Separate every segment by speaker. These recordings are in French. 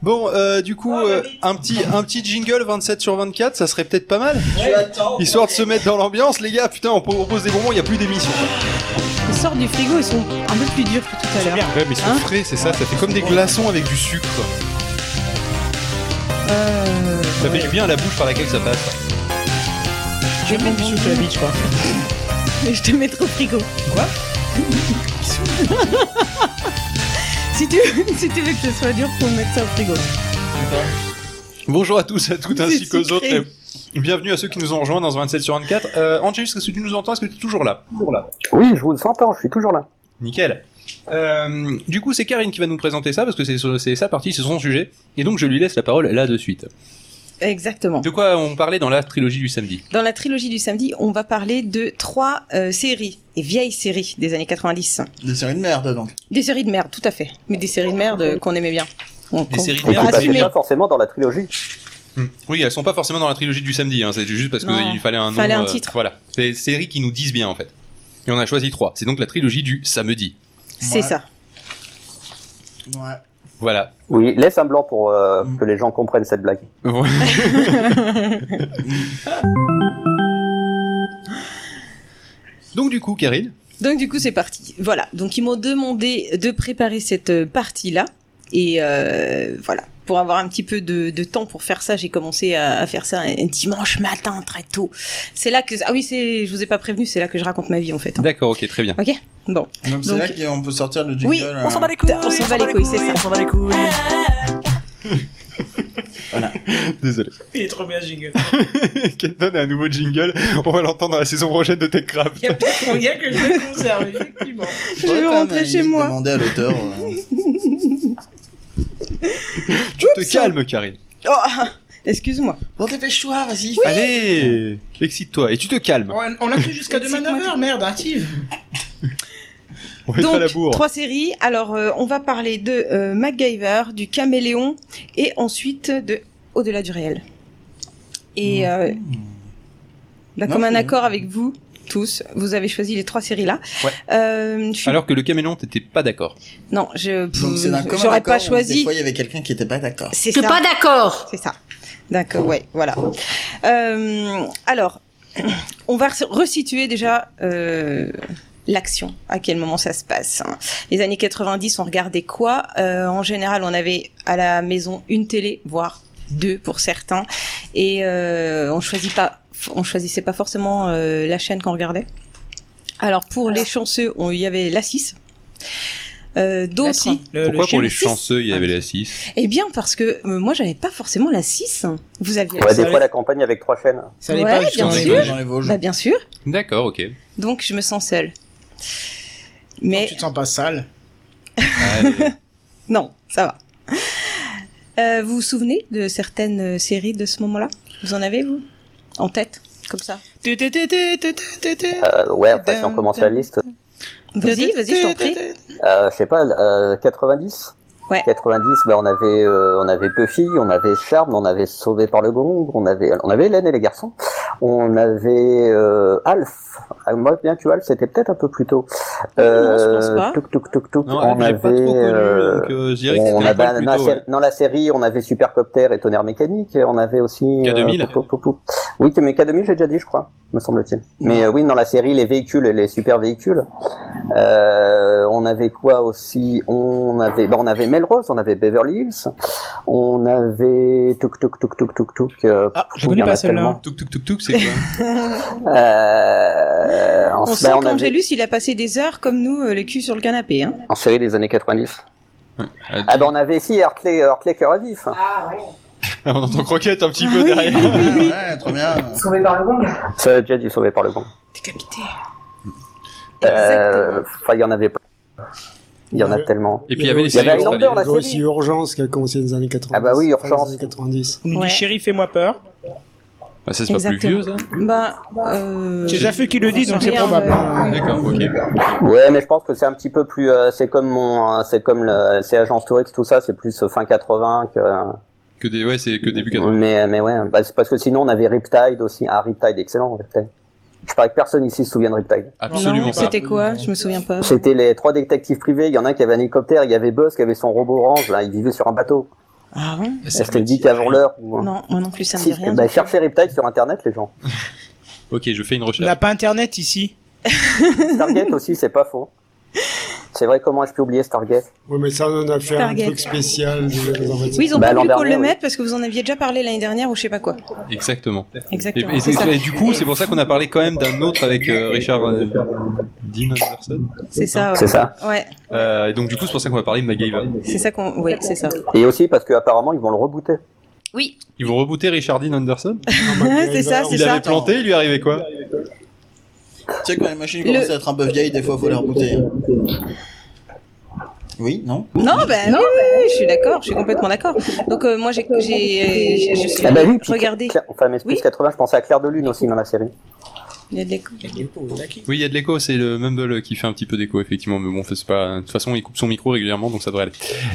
Speaker 1: Bon, euh, du coup,
Speaker 2: Oh,
Speaker 1: euh, un petit un petit jingle 27 sur 24, ça serait peut-être pas mal.
Speaker 3: Tu attends.
Speaker 1: Histoire de se mettre dans l'ambiance, les gars. Putain, on propose des bonbons, il y a plus d'émission.
Speaker 2: Ils sortent du frigo, ils sont un peu plus durs que tout à l'heure.
Speaker 1: Ouais, mais ils sont
Speaker 2: Hein
Speaker 1: frais, c'est ça. Ça fait comme des glaçons avec du sucre. quoi.
Speaker 2: Euh,
Speaker 1: Ça fait du bien à la bouche par laquelle ça passe.
Speaker 2: je vais mettre-
Speaker 3: la bitch, quoi.
Speaker 2: je te mettrai au frigo. Quoi Si tu, si tu veux que ce soit dur, faut mettre ça au frigo.
Speaker 1: Bonjour à tous, à toutes, ainsi
Speaker 2: C'est
Speaker 1: qu'aux
Speaker 2: sucré.
Speaker 1: autres. et Bienvenue à ceux qui nous ont rejoints dans ce 27 sur 24. Euh, Angelus, est-ce que tu nous entends Est-ce que tu es toujours là Toujours là.
Speaker 4: Oui, je vous entends, je suis toujours là.
Speaker 1: Nickel. Euh, du coup, c'est Karine qui va nous présenter ça parce que c'est c'est sa partie, c'est son sujet. Et donc, je lui laisse la parole là de suite.
Speaker 2: Exactement.
Speaker 1: De quoi on parlait dans la trilogie du samedi
Speaker 2: Dans la trilogie du samedi, on va parler de trois euh, séries, et vieilles séries des années 90.
Speaker 3: Des séries de merde, donc.
Speaker 2: Des séries de merde, tout à fait. Mais des séries de merde euh, qu'on aimait bien. On-
Speaker 1: Des
Speaker 2: qu'on-
Speaker 1: séries de
Speaker 2: qu'on
Speaker 1: merde,
Speaker 4: Qui passait
Speaker 2: assumait.
Speaker 4: pas forcément dans la trilogie.
Speaker 1: Hmm. Oui, elles sont pas forcément dans la trilogie du samedi. Hein. C'est juste parce
Speaker 2: Non.
Speaker 1: qu'il fallait un nom. euh,
Speaker 2: Fallait un titre.
Speaker 1: Voilà. C'est des séries qui nous disent bien en fait. Et on a choisi trois. C'est donc la trilogie du samedi.
Speaker 3: Ouais.
Speaker 2: C'est ça.
Speaker 3: Ouais.
Speaker 1: Voilà.
Speaker 4: Oui, laisse un blanc pour euh,
Speaker 3: Mm.
Speaker 4: que les gens comprennent cette blague.
Speaker 1: Voilà. donc du coup, Karine.
Speaker 2: Donc du coup, c'est parti. Voilà. Donc ils m'ont demandé de préparer cette euh, partie-là. Et euh, voilà. Pour avoir un petit peu de, de temps pour faire ça, j'ai commencé à, à faire ça un, un dimanche matin très tôt. C'est là que ah oui, c'est je vous ai pas prévenu, c'est là que je raconte ma vie en fait. hein.
Speaker 1: D'accord, ok, très bien.
Speaker 2: Bon.
Speaker 3: Donc c'est
Speaker 2: Donc-
Speaker 3: là qu'on peut sortir le jingle.
Speaker 2: Oui,
Speaker 3: euh,
Speaker 2: on s'en bat les couilles. On s'en bat les couilles, c'est ça.
Speaker 1: Désolé.
Speaker 5: Il est trop bien jingle.
Speaker 1: Kenton a un nouveau jingle. On va l'entendre dans la saison prochaine de TechCraft.
Speaker 5: Il y a peut-être moyen que je le conserve, effectivement.
Speaker 2: Je
Speaker 3: faudrait
Speaker 2: vais
Speaker 3: quand même
Speaker 2: rentrer chez
Speaker 3: limite
Speaker 2: moi.
Speaker 3: demander à l'auteur. euh,
Speaker 1: Tu te calmes, Karine.
Speaker 2: Oh, excuse-moi.
Speaker 3: Bon, dépêche-toi, vas-y.
Speaker 1: Allez, excite-toi et tu te calmes.
Speaker 5: On on a cru jusqu'à demain
Speaker 2: Excite-moi.
Speaker 5: 9h, merde, active.
Speaker 1: On va être à la bourre.
Speaker 2: Donc, trois séries. Alors, euh, on va parler de euh, MacGyver, du Caméléon, et ensuite de Au-delà du réel. Et
Speaker 1: Hmm.
Speaker 2: euh, bah,
Speaker 3: Non,
Speaker 2: comme un
Speaker 3: mais-
Speaker 2: accord avec vous tous, vous avez choisi les trois séries là.
Speaker 1: Ouais.
Speaker 2: Euh, je suis-
Speaker 1: Alors que le caméléon, t'étais pas d'accord.
Speaker 2: non, je
Speaker 3: Donc c'est d'un commun
Speaker 2: Mmh, j'aurais
Speaker 3: accord où
Speaker 2: pas
Speaker 3: Des
Speaker 2: choisi.
Speaker 3: fois, il y avait quelqu'un qui était pas d'accord.
Speaker 2: C'est
Speaker 6: Je suis
Speaker 2: ça.
Speaker 6: pas d'accord.
Speaker 2: C'est ça. D'accord, ouais, voilà. Euh, alors, on va se- resituer déjà euh, l'action, à quel moment ça se passe. hein. Les années 90, on regardait quoi Euh, En général, on avait à la maison une télé, voire deux pour certains, et euh, on choisit pas, on choisissait pas forcément euh, la chaîne qu'on regardait. Alors pour les chanceux, on- il y avait la 6. Euh, D'autres,
Speaker 5: Le- le
Speaker 1: Pourquoi pour
Speaker 5: chien-
Speaker 1: les
Speaker 2: six.
Speaker 1: chanceux, il y avait la 6
Speaker 2: eh bien parce que euh, moi j'avais pas forcément la 6. Vous aviez
Speaker 4: Ouais,
Speaker 5: ça
Speaker 4: des
Speaker 5: va.
Speaker 4: fois, la campagne avec trois chaînes.
Speaker 5: Ça allait
Speaker 2: Ouais,
Speaker 5: pas jusqu'en
Speaker 2: bien
Speaker 5: les
Speaker 2: sûr.
Speaker 5: Vosges.
Speaker 3: Dans les Vosges.
Speaker 2: Bah bien sûr.
Speaker 1: D'accord, ok.
Speaker 2: Donc je me sens seule.
Speaker 5: Tu
Speaker 2: Mais
Speaker 5: te sens pas sale.
Speaker 1: Allez.
Speaker 2: non, ça va. Euh, vous vous souvenez de certaines euh, séries de ce moment-là Vous en avez vous en tête comme ça
Speaker 5: Tu- tu- tu- tu- tu- tu- tu-
Speaker 4: Euh, ouais, enfin, si on commence la liste,
Speaker 2: Vas-y, vas-y, je t'en prie.
Speaker 5: Ben,
Speaker 4: euh, je sais pas, euh, 90
Speaker 2: Ouais.
Speaker 4: 90, ben, on avait, euh, on avait Buffy, on avait Charme, on avait Sauvé par le Gong, on avait, on avait Hélène et les garçons, on avait euh, Alf. Ah, Moi, bien que Alf, c'était peut-être un peu plus tôt. Euh,
Speaker 2: non, je pense pas.
Speaker 4: Tuk, tuk, tuk, tuk.
Speaker 1: Non,
Speaker 4: on
Speaker 1: j'ai
Speaker 4: avait.
Speaker 1: pas trop connu,
Speaker 4: euh,
Speaker 1: donc euh, je dirais que
Speaker 4: on
Speaker 1: c'était un
Speaker 4: avait
Speaker 1: peu
Speaker 4: un-
Speaker 1: plus
Speaker 4: dans, la
Speaker 1: tôt,
Speaker 4: série-
Speaker 1: ouais.
Speaker 4: dans la série, on avait Supercopter et Tonnerre Mécanique, et on avait aussi... euh,
Speaker 1: K2000.
Speaker 4: pou, pou, pou, pou. Oui, mais K2000, j'ai déjà dit, je crois, me semble-t-il. Mais euh, oui, dans la série, les véhicules et les super véhicules. Euh, on avait quoi aussi On avait bah, on avait Melrose, on avait Beverly Hills, on avait... Tuk, tuk, tuk, tuk, tuk, tuk. euh,
Speaker 5: Ah,
Speaker 4: il
Speaker 5: je
Speaker 4: y
Speaker 5: connais
Speaker 4: en a
Speaker 5: pas celle-là.
Speaker 4: tellement.
Speaker 1: Touk touk touk touk, c'est quoi
Speaker 4: Euh, en,
Speaker 2: On
Speaker 4: bah,
Speaker 2: sent
Speaker 4: on avait-
Speaker 2: qu'Angelus, il a passé des heures comme nous, euh, le cul sur le canapé. Hein.
Speaker 4: en série des années 90.
Speaker 1: Ah,
Speaker 4: Ah bah on avait ici Hartley, euh, Hartley Cœur à Vif.
Speaker 1: On entend croquette un petit peu derrière.
Speaker 3: Ouais, Ah, ouais, trop bien.
Speaker 4: Ça a déjà dû sauver par le gong.
Speaker 2: Décapité.
Speaker 4: Euh, enfin, il y en avait plein. Il y en a
Speaker 7: Ouais.
Speaker 4: tellement.
Speaker 1: Et puis il y avait les
Speaker 7: Il y
Speaker 1: séries
Speaker 7: avait
Speaker 4: Highlander,
Speaker 1: australiennes.
Speaker 4: la
Speaker 7: Il y a aussi
Speaker 4: série.
Speaker 7: Urgence qui a commencé dans les années 90.
Speaker 4: Ah bah oui,
Speaker 7: fin des
Speaker 4: Urgence.
Speaker 7: années 90.
Speaker 5: On nous
Speaker 2: Ouais.
Speaker 5: dit chéri, fais-moi peur.
Speaker 1: Bah, ça, c'est pas plus
Speaker 2: Exactement.
Speaker 1: vieux, ça
Speaker 2: Bah, euh...
Speaker 5: J'ai déjà fait qui le dit, donc c'est
Speaker 2: rien,
Speaker 5: probable.
Speaker 2: euh,
Speaker 1: D'accord, ok.
Speaker 4: Ouais, mais je pense que c'est un petit peu plus. euh, c'est comme mon, euh, c'est comme le, c'est Agence Tourix, tout ça. C'est plus euh, fin 80 que.
Speaker 1: Que, des, ouais, c'est que début 80.
Speaker 4: Mais mais ouais, bah, c'est parce que sinon on avait Riptide aussi. Ah Riptide, excellent Riptide. Je parie que personne ici se souvient de Riptide.
Speaker 1: Absolument
Speaker 2: non,
Speaker 1: pas.
Speaker 2: C'était quoi Je me souviens pas.
Speaker 4: C'était les trois détectives privés. Il y en a un qui avait un hélicoptère, il y avait Buzz qui avait son robot orange. Là, il vivait sur un bateau.
Speaker 2: Ah ouais
Speaker 4: Est-ce qu'elle dit qu'avant l'heure ou...
Speaker 2: Non, moi non plus, ça me
Speaker 4: Si,
Speaker 2: dit rien.
Speaker 4: bah,
Speaker 2: donc,
Speaker 4: cherchez Riptide sur internet, les gens.
Speaker 1: Ok, je fais une
Speaker 5: On
Speaker 1: recherche.
Speaker 5: n'a pas internet ici.
Speaker 4: Stargate aussi, c'est pas faux. C'est vrai, comment ai-je pu oublier Stargate
Speaker 7: Oui, mais ça, on en a fait
Speaker 2: Target.
Speaker 7: un truc spécial. de la réservation.
Speaker 2: Oui, ils ont
Speaker 4: Bah,
Speaker 2: pas
Speaker 4: l'an
Speaker 2: voulu qu'on
Speaker 4: dernier,
Speaker 2: le
Speaker 4: oui.
Speaker 2: mette parce que vous en aviez déjà parlé l'année dernière ou je sais pas quoi.
Speaker 1: Exactement. Et,
Speaker 2: Exactement.
Speaker 1: et-
Speaker 2: c'est ça.
Speaker 1: et du coup, c'est pour ça qu'on a parlé quand même d'un autre avec euh, Richard euh, Dean Anderson.
Speaker 2: C'est ça.
Speaker 4: C'est
Speaker 2: Ouais.
Speaker 4: ça.
Speaker 2: Ouais,
Speaker 1: Euh, et donc du coup, c'est pour ça qu'on va parler de MacGyver.
Speaker 2: c'est ça qu'on. Oui, c'est ça.
Speaker 4: Et aussi parce qu'apparemment, ils vont le rebooter.
Speaker 2: Oui.
Speaker 1: Ils vont rebooter Richard Dean Anderson.
Speaker 2: c'est ça, c'est
Speaker 1: Il
Speaker 2: ça.
Speaker 1: avait planté, il lui arrivait quoi
Speaker 3: Tu sais, quand les machines
Speaker 2: Le-
Speaker 3: commencent à être un peu vieilles, des fois, faut les rebooter. hein. Oui, non
Speaker 2: Non, ben non, je suis d'accord, je suis complètement d'accord. Donc euh, moi, j'ai, j'ai, j'ai- je suis
Speaker 4: Ah bah oui, puis-
Speaker 2: regardez.
Speaker 4: Claire- Enfin, mais plus
Speaker 2: Oui.
Speaker 4: 80, je pensais à Claire de Lune aussi dans la série.
Speaker 2: Il y a de l'écho.
Speaker 1: Oui, il y a de l'écho, c'est le Mumble qui fait un petit peu d'écho, effectivement, mais bon, c'est pas. De toute façon, il coupe son micro régulièrement, donc ça devrait aller.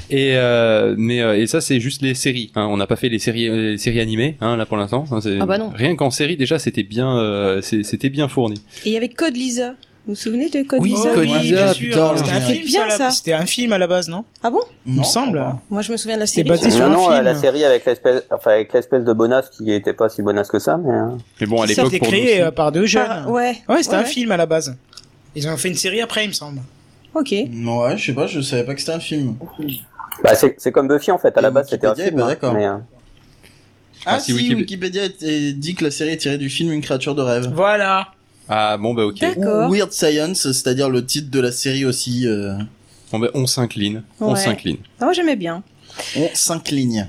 Speaker 1: Et euh, mais euh, et ça, c'est juste les séries. Hein. On n'a pas fait les séries, euh, les séries animées, hein, là pour l'instant. hein, c'est-
Speaker 2: Ah bah non.
Speaker 1: Rien qu'en série, déjà, c'était bien, euh, c'est- c'était bien fourni.
Speaker 2: Et il y avait Code Lisa. Vous vous souvenez de Code
Speaker 1: Oui,
Speaker 2: Lisa
Speaker 1: Code
Speaker 5: bien
Speaker 1: Lisa,
Speaker 5: sûr.
Speaker 3: putain,
Speaker 5: C'était un
Speaker 3: c'est
Speaker 5: film,
Speaker 2: bien,
Speaker 5: ça, à la-
Speaker 2: ça.
Speaker 5: C'était un film à la base, non
Speaker 2: Ah bon
Speaker 5: Il me
Speaker 3: Non.
Speaker 5: semble.
Speaker 2: Moi, je me souviens de la
Speaker 5: C'est
Speaker 2: série. Ah,
Speaker 5: basé
Speaker 2: qui-
Speaker 5: sur
Speaker 4: Non,
Speaker 5: un
Speaker 4: non,
Speaker 5: film.
Speaker 4: euh, la série avec l'espèce, enfin, avec l'espèce de bonasse qui était pas si bonasse que ça, mais euh,
Speaker 1: Mais bon, à
Speaker 5: Ça a
Speaker 1: l'époque,
Speaker 5: été
Speaker 1: pour nous,
Speaker 5: créé euh, par deux jeunes.
Speaker 2: Par- Ouais.
Speaker 5: Ouais, c'était
Speaker 2: Ouais,
Speaker 5: un
Speaker 2: ouais.
Speaker 5: film à la base. Ils en ont fait une série après, il me semble.
Speaker 2: Ok.
Speaker 3: Ouais, je sais pas, je savais pas que c'était un film.
Speaker 4: bah, c'est, c'est comme Buffy en fait. À la
Speaker 3: Et
Speaker 4: base, c'était un
Speaker 3: Wikipédia est
Speaker 4: film.
Speaker 3: pas
Speaker 4: hein,
Speaker 3: d'accord.
Speaker 4: mais, euh,
Speaker 3: Ah,
Speaker 1: Ah, si,
Speaker 3: si,
Speaker 1: Wikipé-
Speaker 3: Wikipédia était- dit que la série est tirée du film Une créature de rêve.
Speaker 5: Voilà.
Speaker 1: Ah bon, bah ok.
Speaker 2: D'accord.
Speaker 3: Ou Weird Science, c'est-à-dire le titre de la série aussi. euh,
Speaker 1: Bon, bah, on s'incline, on
Speaker 2: Ouais.
Speaker 1: s'incline.
Speaker 2: Ah, moi, j'aimais bien.
Speaker 3: on s'incline.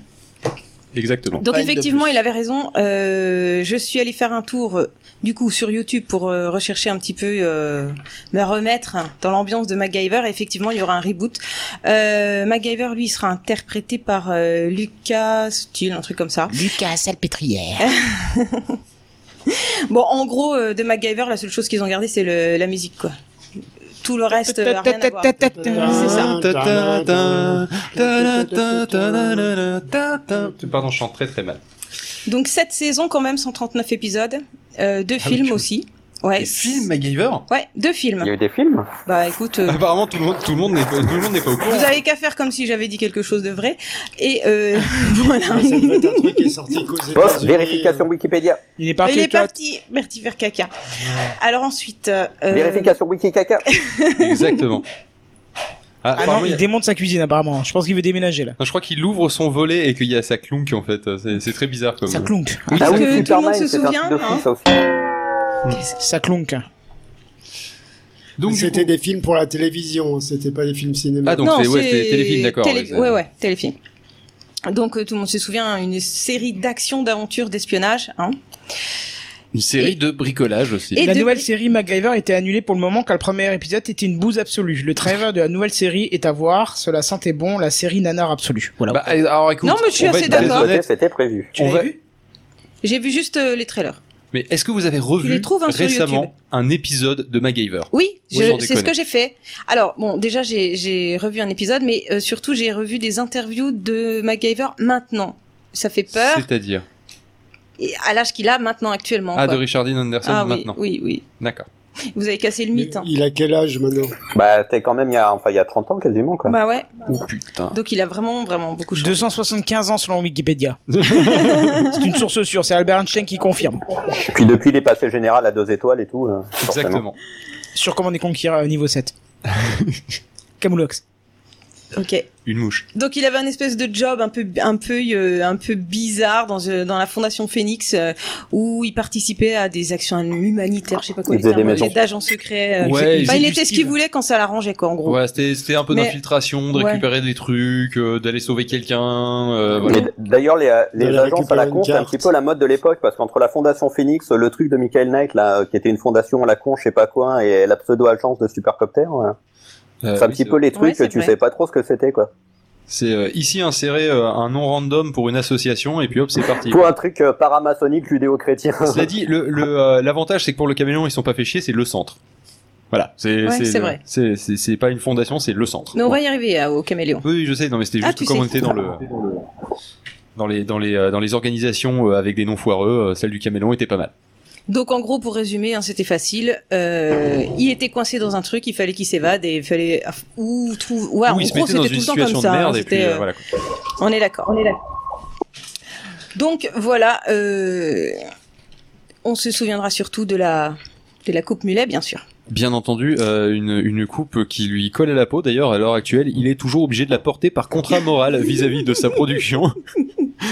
Speaker 1: Exactement.
Speaker 2: Donc
Speaker 3: Pas une de
Speaker 2: effectivement,
Speaker 3: plus.
Speaker 2: il avait raison. Euh, je suis allée faire un tour euh, du coup sur YouTube pour euh, rechercher un petit peu, euh, me remettre hein, dans l'ambiance de MacGyver. Et effectivement, il y aura un reboot. Euh, MacGyver, lui, il sera interprété par euh, Lucas Steele, un truc comme ça.
Speaker 6: Lucas Salpêtrière.
Speaker 2: Bon, en gros, euh, de MacGyver, la seule chose qu'ils ont gardé, c'est le- la musique, quoi. Tout le reste, euh, a rien à voir.
Speaker 7: C'est ça.
Speaker 1: Pardon, je chante très très mal.
Speaker 2: Donc cette saison, quand même, 139 épisodes, euh, deux
Speaker 3: Ah
Speaker 1: oui,
Speaker 2: films
Speaker 1: quand
Speaker 2: aussi. Ouais.
Speaker 1: Et film MacGyver
Speaker 2: Ouais, deux
Speaker 4: Il y
Speaker 2: films.
Speaker 4: a eu des films.
Speaker 2: Bah écoute. euh,
Speaker 1: Apparemment, tout le monde, tout le monde n'est pas, tout le monde n'est pas au courant.
Speaker 2: Vous avez qu'à faire comme si j'avais dit quelque chose de vrai. Et euh, voilà.
Speaker 7: Ah, Ça devait être un truc qui est sorti qu'aux
Speaker 4: Post
Speaker 7: États-Unis.
Speaker 4: vérification Wikipédia.
Speaker 5: Il est parti
Speaker 2: Il
Speaker 5: au
Speaker 2: est
Speaker 5: quatre.
Speaker 2: parti, merci faire caca. Alors ensuite, euh,
Speaker 4: Vérification Wikicaca.
Speaker 1: Exactement. Ah,
Speaker 5: Ah
Speaker 1: pardon,
Speaker 5: non,
Speaker 1: il y
Speaker 5: il
Speaker 1: a-
Speaker 5: démonte sa cuisine apparemment. Je pense qu'il veut déménager là.
Speaker 1: non, je crois qu'il ouvre son volet et qu'il y a sa clonk en fait. C'est, c'est très bizarre comme.
Speaker 5: Ça clonque.
Speaker 4: Ah
Speaker 2: que tout le
Speaker 4: oui,
Speaker 2: monde
Speaker 4: Superman,
Speaker 2: se
Speaker 4: c'est un
Speaker 2: souvient,
Speaker 4: truc de
Speaker 2: hein.
Speaker 4: fou, ça aussi.
Speaker 5: Ça clonque.
Speaker 1: Donc du
Speaker 7: C'était
Speaker 1: coup-
Speaker 7: des films pour la télévision, hein. c'était pas des films cinéma.
Speaker 1: Ah, donc c'est, ouais, c'est téléfilm, d'accord.
Speaker 2: télé-
Speaker 1: ouais, c'est-
Speaker 2: ouais, ouais, téléfilm. Donc euh, tout le monde se souvient une série d'actions, d'aventures, d'espionnage. Hein.
Speaker 1: Une série de bricolage aussi.
Speaker 2: Et
Speaker 5: la
Speaker 2: de-
Speaker 5: nouvelle série MacGyver était annulée pour le moment car le premier épisode était une bouse absolue. Le trailer de la nouvelle série est à voir. Cela sentait bon la série nanar absolue. Voilà.
Speaker 1: Bah, alors écoute,
Speaker 2: Non, mais je suis
Speaker 1: on va
Speaker 2: assez
Speaker 1: être très
Speaker 2: d'accord.
Speaker 1: honnête.
Speaker 4: C'était prévu.
Speaker 5: tu
Speaker 1: on
Speaker 5: l'as
Speaker 1: va-
Speaker 5: vu
Speaker 2: J'ai vu juste euh, les trailers.
Speaker 1: Mais est-ce que vous avez revu
Speaker 2: les trouves, hein, sur YouTube.
Speaker 1: récemment un épisode de MacGyver
Speaker 2: Oui,
Speaker 1: Oui,
Speaker 2: je-
Speaker 1: sans
Speaker 2: c'est ce
Speaker 1: déconner.
Speaker 2: que j'ai fait. Alors bon, déjà j'ai j'ai revu un épisode, mais euh, surtout j'ai revu des interviews de MacGyver maintenant. Ça fait peur.
Speaker 1: C'est-à-dire
Speaker 2: Et à l'âge qu'il a maintenant actuellement.
Speaker 1: Ah,
Speaker 2: quoi.
Speaker 1: de Richard Dean Anderson
Speaker 2: ah oui,
Speaker 1: maintenant.
Speaker 2: oui, oui.
Speaker 1: D'accord.
Speaker 2: Vous avez cassé le
Speaker 7: Mais
Speaker 2: mythe. hein.
Speaker 7: Il a quel âge maintenant
Speaker 4: Bah, t'es quand même il y a, enfin, il y a 30 ans quasiment, quoi.
Speaker 2: Bah ouais.
Speaker 1: Oh putain.
Speaker 2: Donc il a vraiment, vraiment beaucoup changé.
Speaker 5: 275 ans selon Wikipédia. c'est une source sûre, c'est Albert Einstein qui confirme.
Speaker 4: Puis depuis, il est passé général à deux étoiles et tout. euh, forcément.
Speaker 1: Exactement.
Speaker 5: Sur comment déconquérir euh, niveau 7. Camoulox.
Speaker 2: Ok.
Speaker 1: Une mouche.
Speaker 2: Donc il avait un espèce de job un peu, un peu, euh, un peu bizarre dans, euh, dans la fondation Phoenix euh, où il participait à des actions humanitaires, je sais pas quoi,
Speaker 4: Il faisait
Speaker 2: les termes,
Speaker 4: des maisons.
Speaker 2: les d'agents secrets. euh,
Speaker 1: Ouais, il
Speaker 2: je sais pas.
Speaker 5: faisait
Speaker 2: Enfin, il
Speaker 5: du
Speaker 2: était ce
Speaker 5: style.
Speaker 2: qu'il voulait quand ça l'arrangeait quoi, en gros.
Speaker 1: Ouais, c'était, c'était un peu
Speaker 2: Oh. Mais-
Speaker 1: d'infiltration, de
Speaker 2: Ouais.
Speaker 1: récupérer des trucs, euh, d'aller sauver quelqu'un. euh, voilà.
Speaker 4: Mais d- d'ailleurs, les, euh, les
Speaker 7: D'aller
Speaker 4: agences à la
Speaker 7: récupérer
Speaker 4: con,
Speaker 7: une
Speaker 4: c'est un
Speaker 7: carte.
Speaker 4: petit peu la mode de l'époque, parce qu'entre la fondation Phoenix, le truc de Michael Knight, là, euh, qui était une fondation à la con, je sais pas quoi, et la pseudo-agence de Supercopter, ouais.
Speaker 1: Euh,
Speaker 4: c'est un
Speaker 1: oui,
Speaker 4: petit
Speaker 1: c'est-
Speaker 4: peu les
Speaker 2: Ouais,
Speaker 4: trucs
Speaker 2: c'est
Speaker 4: que tu
Speaker 2: vrai.
Speaker 4: sais pas trop ce que c'était, quoi.
Speaker 1: C'est euh, ici insérer euh, un nom random pour une association et puis hop, c'est parti.
Speaker 4: Pour un truc euh, paramaçonnique judéo-chrétien.
Speaker 1: Cela dit, le- le, euh, l'avantage c'est que pour le caméléon ils sont pas fait chier, c'est le centre. Voilà, c'est
Speaker 2: Ouais, c'est
Speaker 1: le-
Speaker 2: vrai.
Speaker 1: C'est c'est- c'est pas une fondation, c'est le centre.
Speaker 2: Mais on
Speaker 1: Bon.
Speaker 2: va y arriver euh, au caméléon.
Speaker 1: Oui, oui, je sais, non mais c'était
Speaker 2: Ah,
Speaker 1: juste
Speaker 2: tu
Speaker 1: comme on
Speaker 2: sais.
Speaker 1: était dans le dans les dans les euh, dans les organisations euh, avec des noms foireux, euh, celle du caméléon était pas mal.
Speaker 2: Donc en gros, pour résumer, hein, c'était facile. Euh, il était coincé dans un truc, il fallait qu'il s'évade et il fallait ou trouve. Ouais, en
Speaker 1: Où il se
Speaker 2: gros,
Speaker 1: mettait dans
Speaker 2: c'était
Speaker 1: une
Speaker 2: tout le temps comme
Speaker 1: situation de
Speaker 2: ça. hein,
Speaker 1: merde et
Speaker 2: c'était,
Speaker 1: puis euh,
Speaker 2: euh,
Speaker 1: voilà. quoi.
Speaker 2: On est d'accord. Donc voilà, euh, on se souviendra surtout de la de la coupe mulet, bien sûr.
Speaker 1: Bien entendu, euh, une, une coupe qui lui colle à la peau. D'ailleurs, à l'heure actuelle, il est toujours obligé de la porter par contrat moral vis-à-vis de sa production.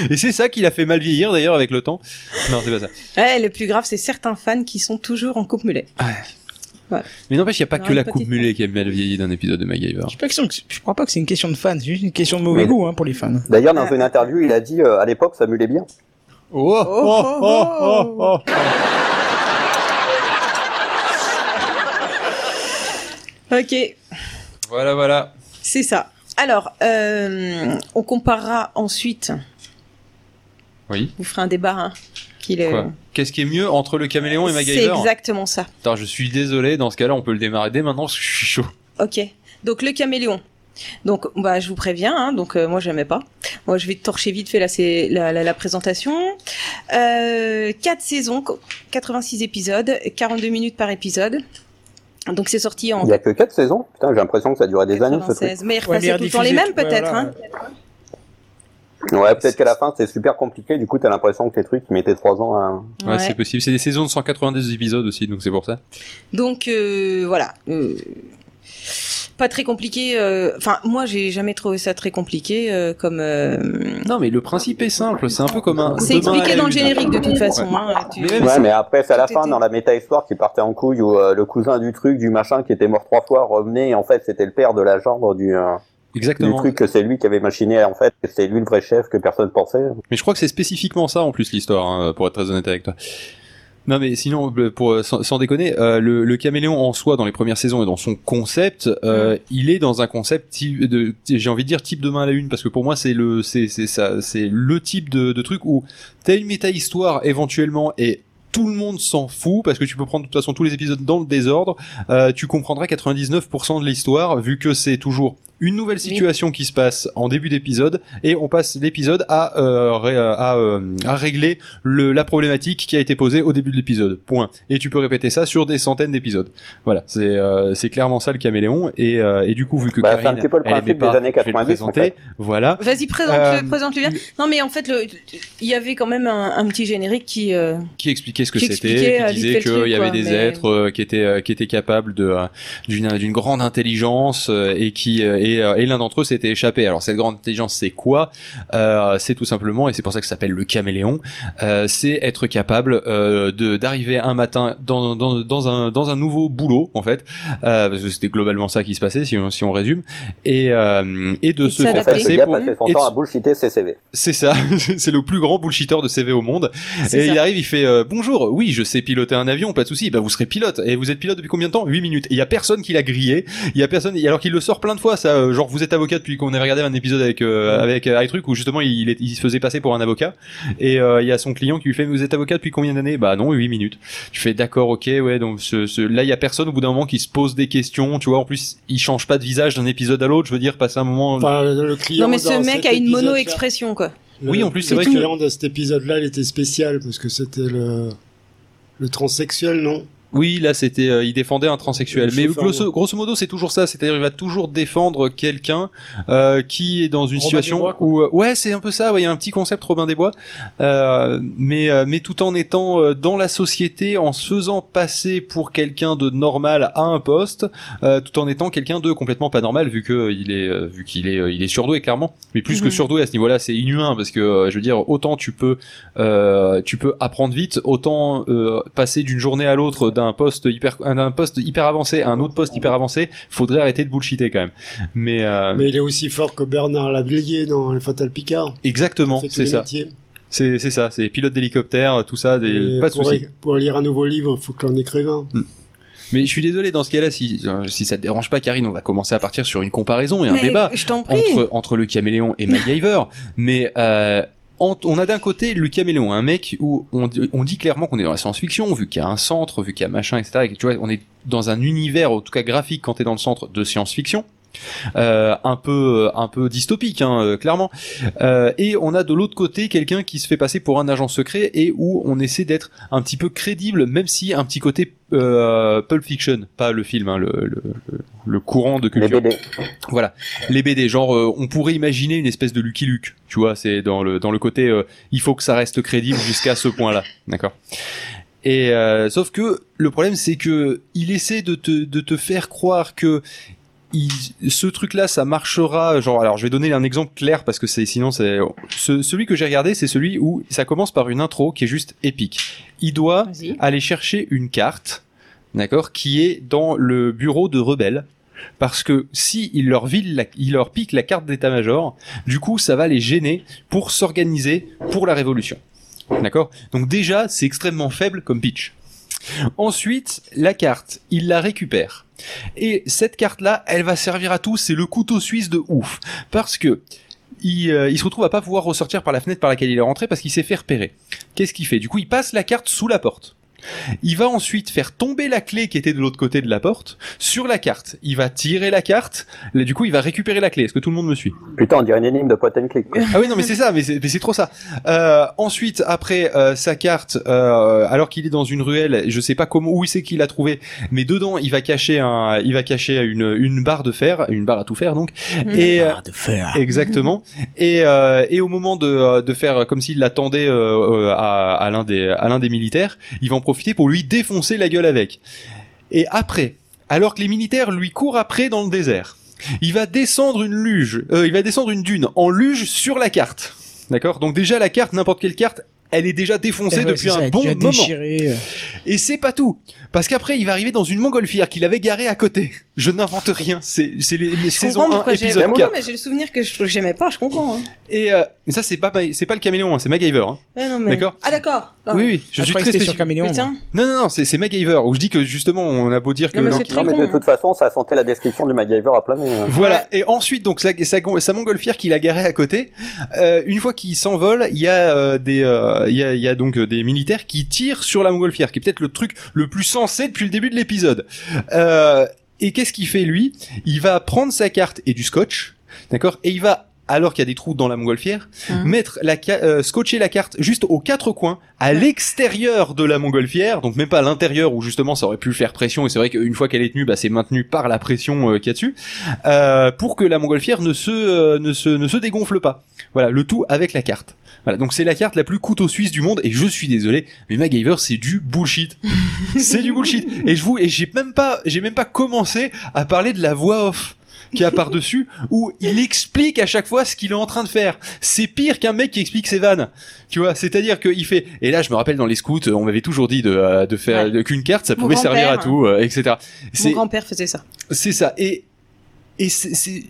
Speaker 1: Et c'est ça qui l'a fait mal vieillir d'ailleurs avec le temps. Non, c'est pas ça.
Speaker 2: Ouais, Eh, le plus grave, c'est certains fans qui sont toujours en coupe mulet.
Speaker 1: Mais n'empêche, il n'y a pas
Speaker 2: Non,
Speaker 1: que la
Speaker 2: petite
Speaker 1: coupe mulet qui a mal vieilli d'un épisode de MacGyver.
Speaker 5: Je, sais pas que c'est- je crois pas que c'est une question de fans, c'est juste une question de mauvais
Speaker 4: Mais-
Speaker 5: goût hein, pour les fans.
Speaker 4: D'ailleurs, dans une interview, il a dit euh, à l'époque, ça mulait bien.
Speaker 1: Oh,
Speaker 2: oh, oh, oh, Ok,
Speaker 1: Voilà, voilà.
Speaker 2: c'est ça. Alors, euh, on comparera ensuite.
Speaker 1: Oui.
Speaker 2: Vous ferez un débat. Hein, qu'il est-
Speaker 1: Quoi Qu'est-ce qui est mieux entre le caméléon et
Speaker 2: C'est
Speaker 1: MacGyver hein
Speaker 2: exactement ça.
Speaker 1: Putain, je suis désolé, dans ce cas-là, on peut le démarrer dès maintenant parce que je suis chaud.
Speaker 2: Ok. Donc le caméléon. Donc bah je vous préviens. hein, donc euh, moi j'aimais pas. Moi je vais torcher vite fait là c'est la, la, la présentation. Euh, quatre saisons, 86 épisodes, 42 minutes par épisode. Donc c'est sorti en
Speaker 4: Il y a que 4 saisons. Putain, j'ai l'impression que ça a duré des années, ce truc.
Speaker 2: 96. Mais ils repassaient tout le temps les mêmes peut-être. hein.
Speaker 4: Ouais, peut-être qu'à la fin, c'est super compliqué. Du coup, t'as l'impression que les trucs, ils mettaient 3 ans à...
Speaker 1: Ouais,
Speaker 2: Ouais.
Speaker 1: c'est possible. C'est des saisons de 192 épisodes aussi, donc c'est pour ça.
Speaker 2: Donc euh, voilà. euh, pas très compliqué. euh, Enfin, moi, j'ai jamais trouvé ça très compliqué euh, comme. euh,
Speaker 1: Non, mais le principe est simple, c'est un peu comme un.
Speaker 2: C'est
Speaker 1: demain à
Speaker 2: expliqué
Speaker 1: la
Speaker 2: dans le
Speaker 1: une.
Speaker 2: générique de toute façon. hein, tu-
Speaker 1: Mais même
Speaker 4: Ouais, mais après, c'est à la
Speaker 2: Tout
Speaker 4: fin,
Speaker 2: était-
Speaker 4: dans la méta-histoire, qui partait en couille, où euh, le cousin du truc, du machin, qui était mort trois fois, revenait, et en fait, c'était le père de la gendre du, euh, du
Speaker 1: Exactement.
Speaker 4: truc, que c'est lui qui avait machiné, en fait, que c'est lui le vrai chef, que personne pensait.
Speaker 1: Mais je crois que c'est spécifiquement ça en plus l'histoire, hein, pour être très honnête avec toi. Non mais sinon, euh, pour, sans, sans déconner, euh, le, le caméléon en soi dans les premières saisons et dans son concept, euh, il est dans un concept type de, j'ai envie de dire type de main à la une parce que pour moi c'est le, c'est c'est ça, c'est le type de, de truc où t'as une méta histoire éventuellement et tout le monde s'en fout parce que tu peux prendre de toute façon tous les épisodes dans le désordre. Euh, tu comprendras 99% de l'histoire vu que c'est toujours une nouvelle situation qui se passe en début d'épisode et on passe l'épisode à euh, ré- à, euh, à régler le, la problématique qui a été posée au début de l'épisode. Point. Et tu peux répéter ça sur des centaines d'épisodes. Voilà, c'est euh, c'est clairement ça le caméléon et euh, et du coup vu que
Speaker 4: Bah, c'est
Speaker 1: Karine,
Speaker 4: un petit peu le
Speaker 1: elle aimait
Speaker 4: principe
Speaker 1: pas,
Speaker 4: des années
Speaker 1: je vais le
Speaker 4: 90,
Speaker 1: présenter.
Speaker 4: en fait.
Speaker 1: Voilà.
Speaker 2: Vas-y, présente-le,
Speaker 1: Euh,
Speaker 2: présente-le bien. Non, mais en fait, le- il y avait quand même un, un petit générique qui. euh,
Speaker 1: qui expliquait ce que
Speaker 2: Qui
Speaker 1: c'était,
Speaker 2: expliquait, euh,
Speaker 1: qui
Speaker 2: vite fait
Speaker 1: disait
Speaker 2: le truc,
Speaker 1: qu'il y avait
Speaker 2: quoi,
Speaker 1: des
Speaker 2: mais-
Speaker 1: êtres euh, qui étaient euh, qui étaient capables de euh, d'une d'une grande intelligence euh, et qui euh, et, euh, et l'un d'entre eux s'était échappé. Alors cette grande intelligence c'est quoi Euh, C'est tout simplement et c'est pour ça que ça s'appelle le caméléon. euh, c'est être capable euh, de d'arriver un matin dans, dans dans un dans un nouveau boulot en fait euh, parce que c'était globalement ça qui se passait si on si on résume et euh, et de
Speaker 2: Et
Speaker 1: se
Speaker 2: de
Speaker 1: faire
Speaker 2: s'adapter.
Speaker 4: Le
Speaker 1: passer
Speaker 4: gars
Speaker 1: pour
Speaker 4: passait son
Speaker 1: et de
Speaker 4: temps à bullshiter ses CV.
Speaker 1: c'est ça, c'est le plus grand bullshitter de CV au monde.
Speaker 2: C'est
Speaker 1: Et
Speaker 2: ça.
Speaker 1: il arrive, il fait euh, bonjour. Oui, je sais piloter un avion, pas de souci. Bah vous serez pilote. Et vous êtes pilote depuis combien de temps 8 minutes. Et il y a personne qui l'a grillé. Il y a personne. et Alors qu'il le sort plein de fois. Ça, euh, genre vous êtes avocat depuis qu'on avait regardé un épisode avec euh, avec euh, iTruc où justement il, est- il se faisait passer pour un avocat. Et euh, il y a son client qui lui fait mais vous êtes avocat depuis combien d'années Bah non, 8 minutes. Tu fais d'accord, ok, ouais. Donc ce, ce- là il y a personne au bout d'un moment qui se pose des questions. Tu vois, en plus il change pas de visage d'un épisode à l'autre. Je veux dire, passer un moment.
Speaker 7: Enfin, le client
Speaker 2: Non, mais
Speaker 7: dans
Speaker 2: ce mec
Speaker 7: cet
Speaker 2: a une
Speaker 7: épisode-là-
Speaker 2: mono-expression, quoi.
Speaker 7: Le-
Speaker 1: Oui, en plus, c'est
Speaker 7: le
Speaker 1: vrai que-
Speaker 7: client de cet épisode-là, il était spécial parce que c'était le le transsexuel, non
Speaker 1: Oui, là, c'était, euh, il défendait un transsexuel.
Speaker 7: Le
Speaker 1: Mais
Speaker 7: chauffeur,
Speaker 1: grosso, grosso modo, c'est toujours ça. C'est-à-dire, il va toujours défendre quelqu'un euh, qui est dans une
Speaker 6: Robin
Speaker 1: situation
Speaker 6: des Bois,
Speaker 1: où, euh, ouais, c'est un peu ça. ouais, Il y a un petit concept Robin des Bois, Euh, mais euh, mais tout en étant euh, dans la société, en se faisant passer pour quelqu'un de normal à un poste, euh, tout en étant quelqu'un de complètement pas normal vu que euh, il est euh, vu qu'il est euh, il est surdoué clairement. Mais plus que
Speaker 2: Mhm.
Speaker 1: surdoué à ce niveau-là, c'est inhumain parce que euh, je veux dire, autant tu peux euh, tu peux apprendre vite, autant euh, passer d'une journée à l'autre d'un poste hyper euh, d'un poste hyper avancé à un autre poste hyper avancé, faudrait arrêter de bullshiter quand même. Mais, euh,
Speaker 7: Mais il est aussi fort que Bernard Lablier dans les Fatal Picard. Il
Speaker 1: exactement,
Speaker 7: fait tous
Speaker 1: c'est
Speaker 7: les
Speaker 1: ça,
Speaker 7: métiers.
Speaker 1: c'est c'est ça, c'est pilote d'hélicoptère, tout ça, des,
Speaker 7: Et
Speaker 1: pas de
Speaker 7: pour,
Speaker 1: soucis.
Speaker 7: pour lire un nouveau livre, il faut que l'on écrive un.
Speaker 1: Mais je suis désolé dans ce cas-là si euh, si ça te dérange pas, Karine, on va commencer à partir sur une comparaison et un
Speaker 2: Mais
Speaker 1: débat.
Speaker 2: Je t'en prie.
Speaker 1: entre, entre le caméléon et MacGyver, mais euh, en- on a d'un côté le caméléon, un mec où on, dit- on dit clairement qu'on est dans la science-fiction, vu qu'il y a un centre, vu qu'il y a machin, etc. Et que, tu vois, on est dans un univers, en tout cas graphique, quand t'es dans le centre de science-fiction. euh, un peu un peu dystopique hein, euh, clairement Euh, et on a de l'autre côté quelqu'un qui se fait passer pour un agent secret et où on essaie d'être un petit peu crédible même si un petit côté euh, Pulp Fiction pas le film hein, le, le, le- le courant de
Speaker 4: les
Speaker 1: culture
Speaker 4: BD.
Speaker 1: les BD genre euh, on pourrait imaginer une espèce de Lucky Luke tu vois c'est dans le dans le côté euh, il faut que ça reste crédible jusqu'à ce point là d'accord et euh, sauf que le problème c'est que il essaie de te de te faire croire que il, ce truc là ça marchera genre alors je vais donner un exemple clair parce que c'est sinon c'est ce- celui que j'ai regardé c'est celui où ça commence par une intro qui est juste épique il doit
Speaker 2: Vas-y.
Speaker 1: aller chercher une carte, d'accord, qui est dans le bureau de rebelles. Parce que si il leur, vile la- il leur pique la carte d'état-major, du coup, ça va les gêner pour s'organiser pour la révolution. D'accord Donc déjà, c'est extrêmement faible comme pitch. Ensuite, la carte, il la récupère. Et cette carte-là, elle va servir à tout, c'est le couteau suisse de ouf. Parce que il, euh, il se retrouve à pas pouvoir ressortir par la fenêtre par laquelle il est rentré parce qu'il s'est fait repérer. Qu'est-ce qu'il fait Du coup, il passe la carte sous la porte. Il va ensuite faire tomber la clé qui était de l'autre côté de la porte sur la carte. Il va tirer la carte. Là, du coup, il va récérer la clé. Est-ce que tout le monde me suit
Speaker 4: Putain, on dirait une énigme de point and click. quoi.
Speaker 1: ah oui, non, mais c'est ça, mais c'est mais c'est trop ça. Euh, ensuite, après euh, sa carte, euh, alors qu'il est dans une ruelle, je sais pas comment où c'est qu'il a trouvé, mais dedans, il va cacher un, il va cacher une une barre de fer, une barre à tout faire donc. Et euh, Exactement. Et, euh, et au moment de, euh, de faire comme s'il l'attendait euh, euh, à, à l'un des, à l'un des militaires, il va en profiter pour lui défoncer la gueule avec. Et après, alors que les militaires lui courent après dans le désert, il va descendre une luge, euh, il va descendre une dune en luge sur la carte. D'accord Donc déjà la carte, n'importe quelle carte, elle est déjà défoncée
Speaker 2: Eh
Speaker 5: Ah ouais,
Speaker 1: depuis
Speaker 5: c'est ça,
Speaker 1: un
Speaker 5: elle
Speaker 1: bon
Speaker 5: a
Speaker 1: moment.
Speaker 5: déchiré, euh.
Speaker 1: Et c'est pas tout, parce qu'après il va arriver dans une montgolfière qu'il avait garée à côté. Je n'invente rien, c'est c'est les, les
Speaker 2: Je
Speaker 1: saisons
Speaker 2: comprends
Speaker 1: 1,
Speaker 2: pourquoi j'ai-
Speaker 1: épisode
Speaker 2: Non,
Speaker 1: 4.
Speaker 2: mais j'ai le souvenir que je que j'aimais pas, je comprends. hein.
Speaker 1: Et euh, mais ça c'est pas c'est pas le caméléon, hein, c'est MacGyver. Hein.
Speaker 2: Ouais, non, mais-
Speaker 1: D'accord.
Speaker 2: Ah d'accord. Non,
Speaker 1: oui oui, je
Speaker 5: Ah,
Speaker 1: suis
Speaker 5: croyais
Speaker 1: très
Speaker 5: que c'était sur
Speaker 1: spécifique.
Speaker 5: Caméléon.
Speaker 2: Putain.
Speaker 1: Non non non, c'est c'est MacGyver où je dis que justement on a beau dire que
Speaker 2: Non, mais
Speaker 1: l'un
Speaker 2: c'est
Speaker 1: qui-
Speaker 4: Non,
Speaker 2: très
Speaker 4: mais
Speaker 2: con,
Speaker 4: de
Speaker 2: hein.
Speaker 4: toute façon, ça sentait la description du MacGyver à plein nez. hein.
Speaker 1: voilà. Et ensuite donc sa sa, gon- sa montgolfière qu'il a garée à côté, euh, une fois qu'il s'envole, il y a euh, des euh, il y a il y a donc euh, des militaires qui tirent sur la montgolfière, qui est peut-être le truc le plus sensé depuis le début de l'épisode. Euh, et qu'est-ce qu'il fait lui Il va prendre sa carte et du scotch, d'accord, et il va alors qu'il y a des trous dans la montgolfière,
Speaker 2: Mhm.
Speaker 1: mettre la ca- euh, scotcher la carte juste aux quatre coins à l'extérieur de la montgolfière, donc même pas à l'intérieur où justement ça aurait pu faire pression et c'est vrai qu'une fois qu'elle est tenue, bah, c'est maintenu par la pression euh, qu'il y a dessus euh, pour que la montgolfière ne se euh, ne se ne se dégonfle pas. Voilà, le tout avec la carte. Voilà, donc c'est la carte la plus couteau suisse du monde et je suis désolé, mais MacGyver c'est du bullshit. c'est du bullshit et je vous et j'ai même pas j'ai même pas commencé à parler de la voix off qui a par dessus où il explique à chaque fois ce qu'il est en train de faire. C'est pire qu'un mec qui explique ses vannes. Tu vois, c'est-à-dire qu'il fait. Et là, je me rappelle dans les scouts, on m'avait toujours dit de, euh, de faire
Speaker 2: Ouais.
Speaker 1: de- qu'une carte, ça
Speaker 2: Mon
Speaker 1: pouvait servir à
Speaker 2: grand-père.
Speaker 1: tout, euh, etc.
Speaker 2: Mon
Speaker 1: C'est
Speaker 2: grand-père faisait ça.
Speaker 1: c'est ça. Et et c'est- c'est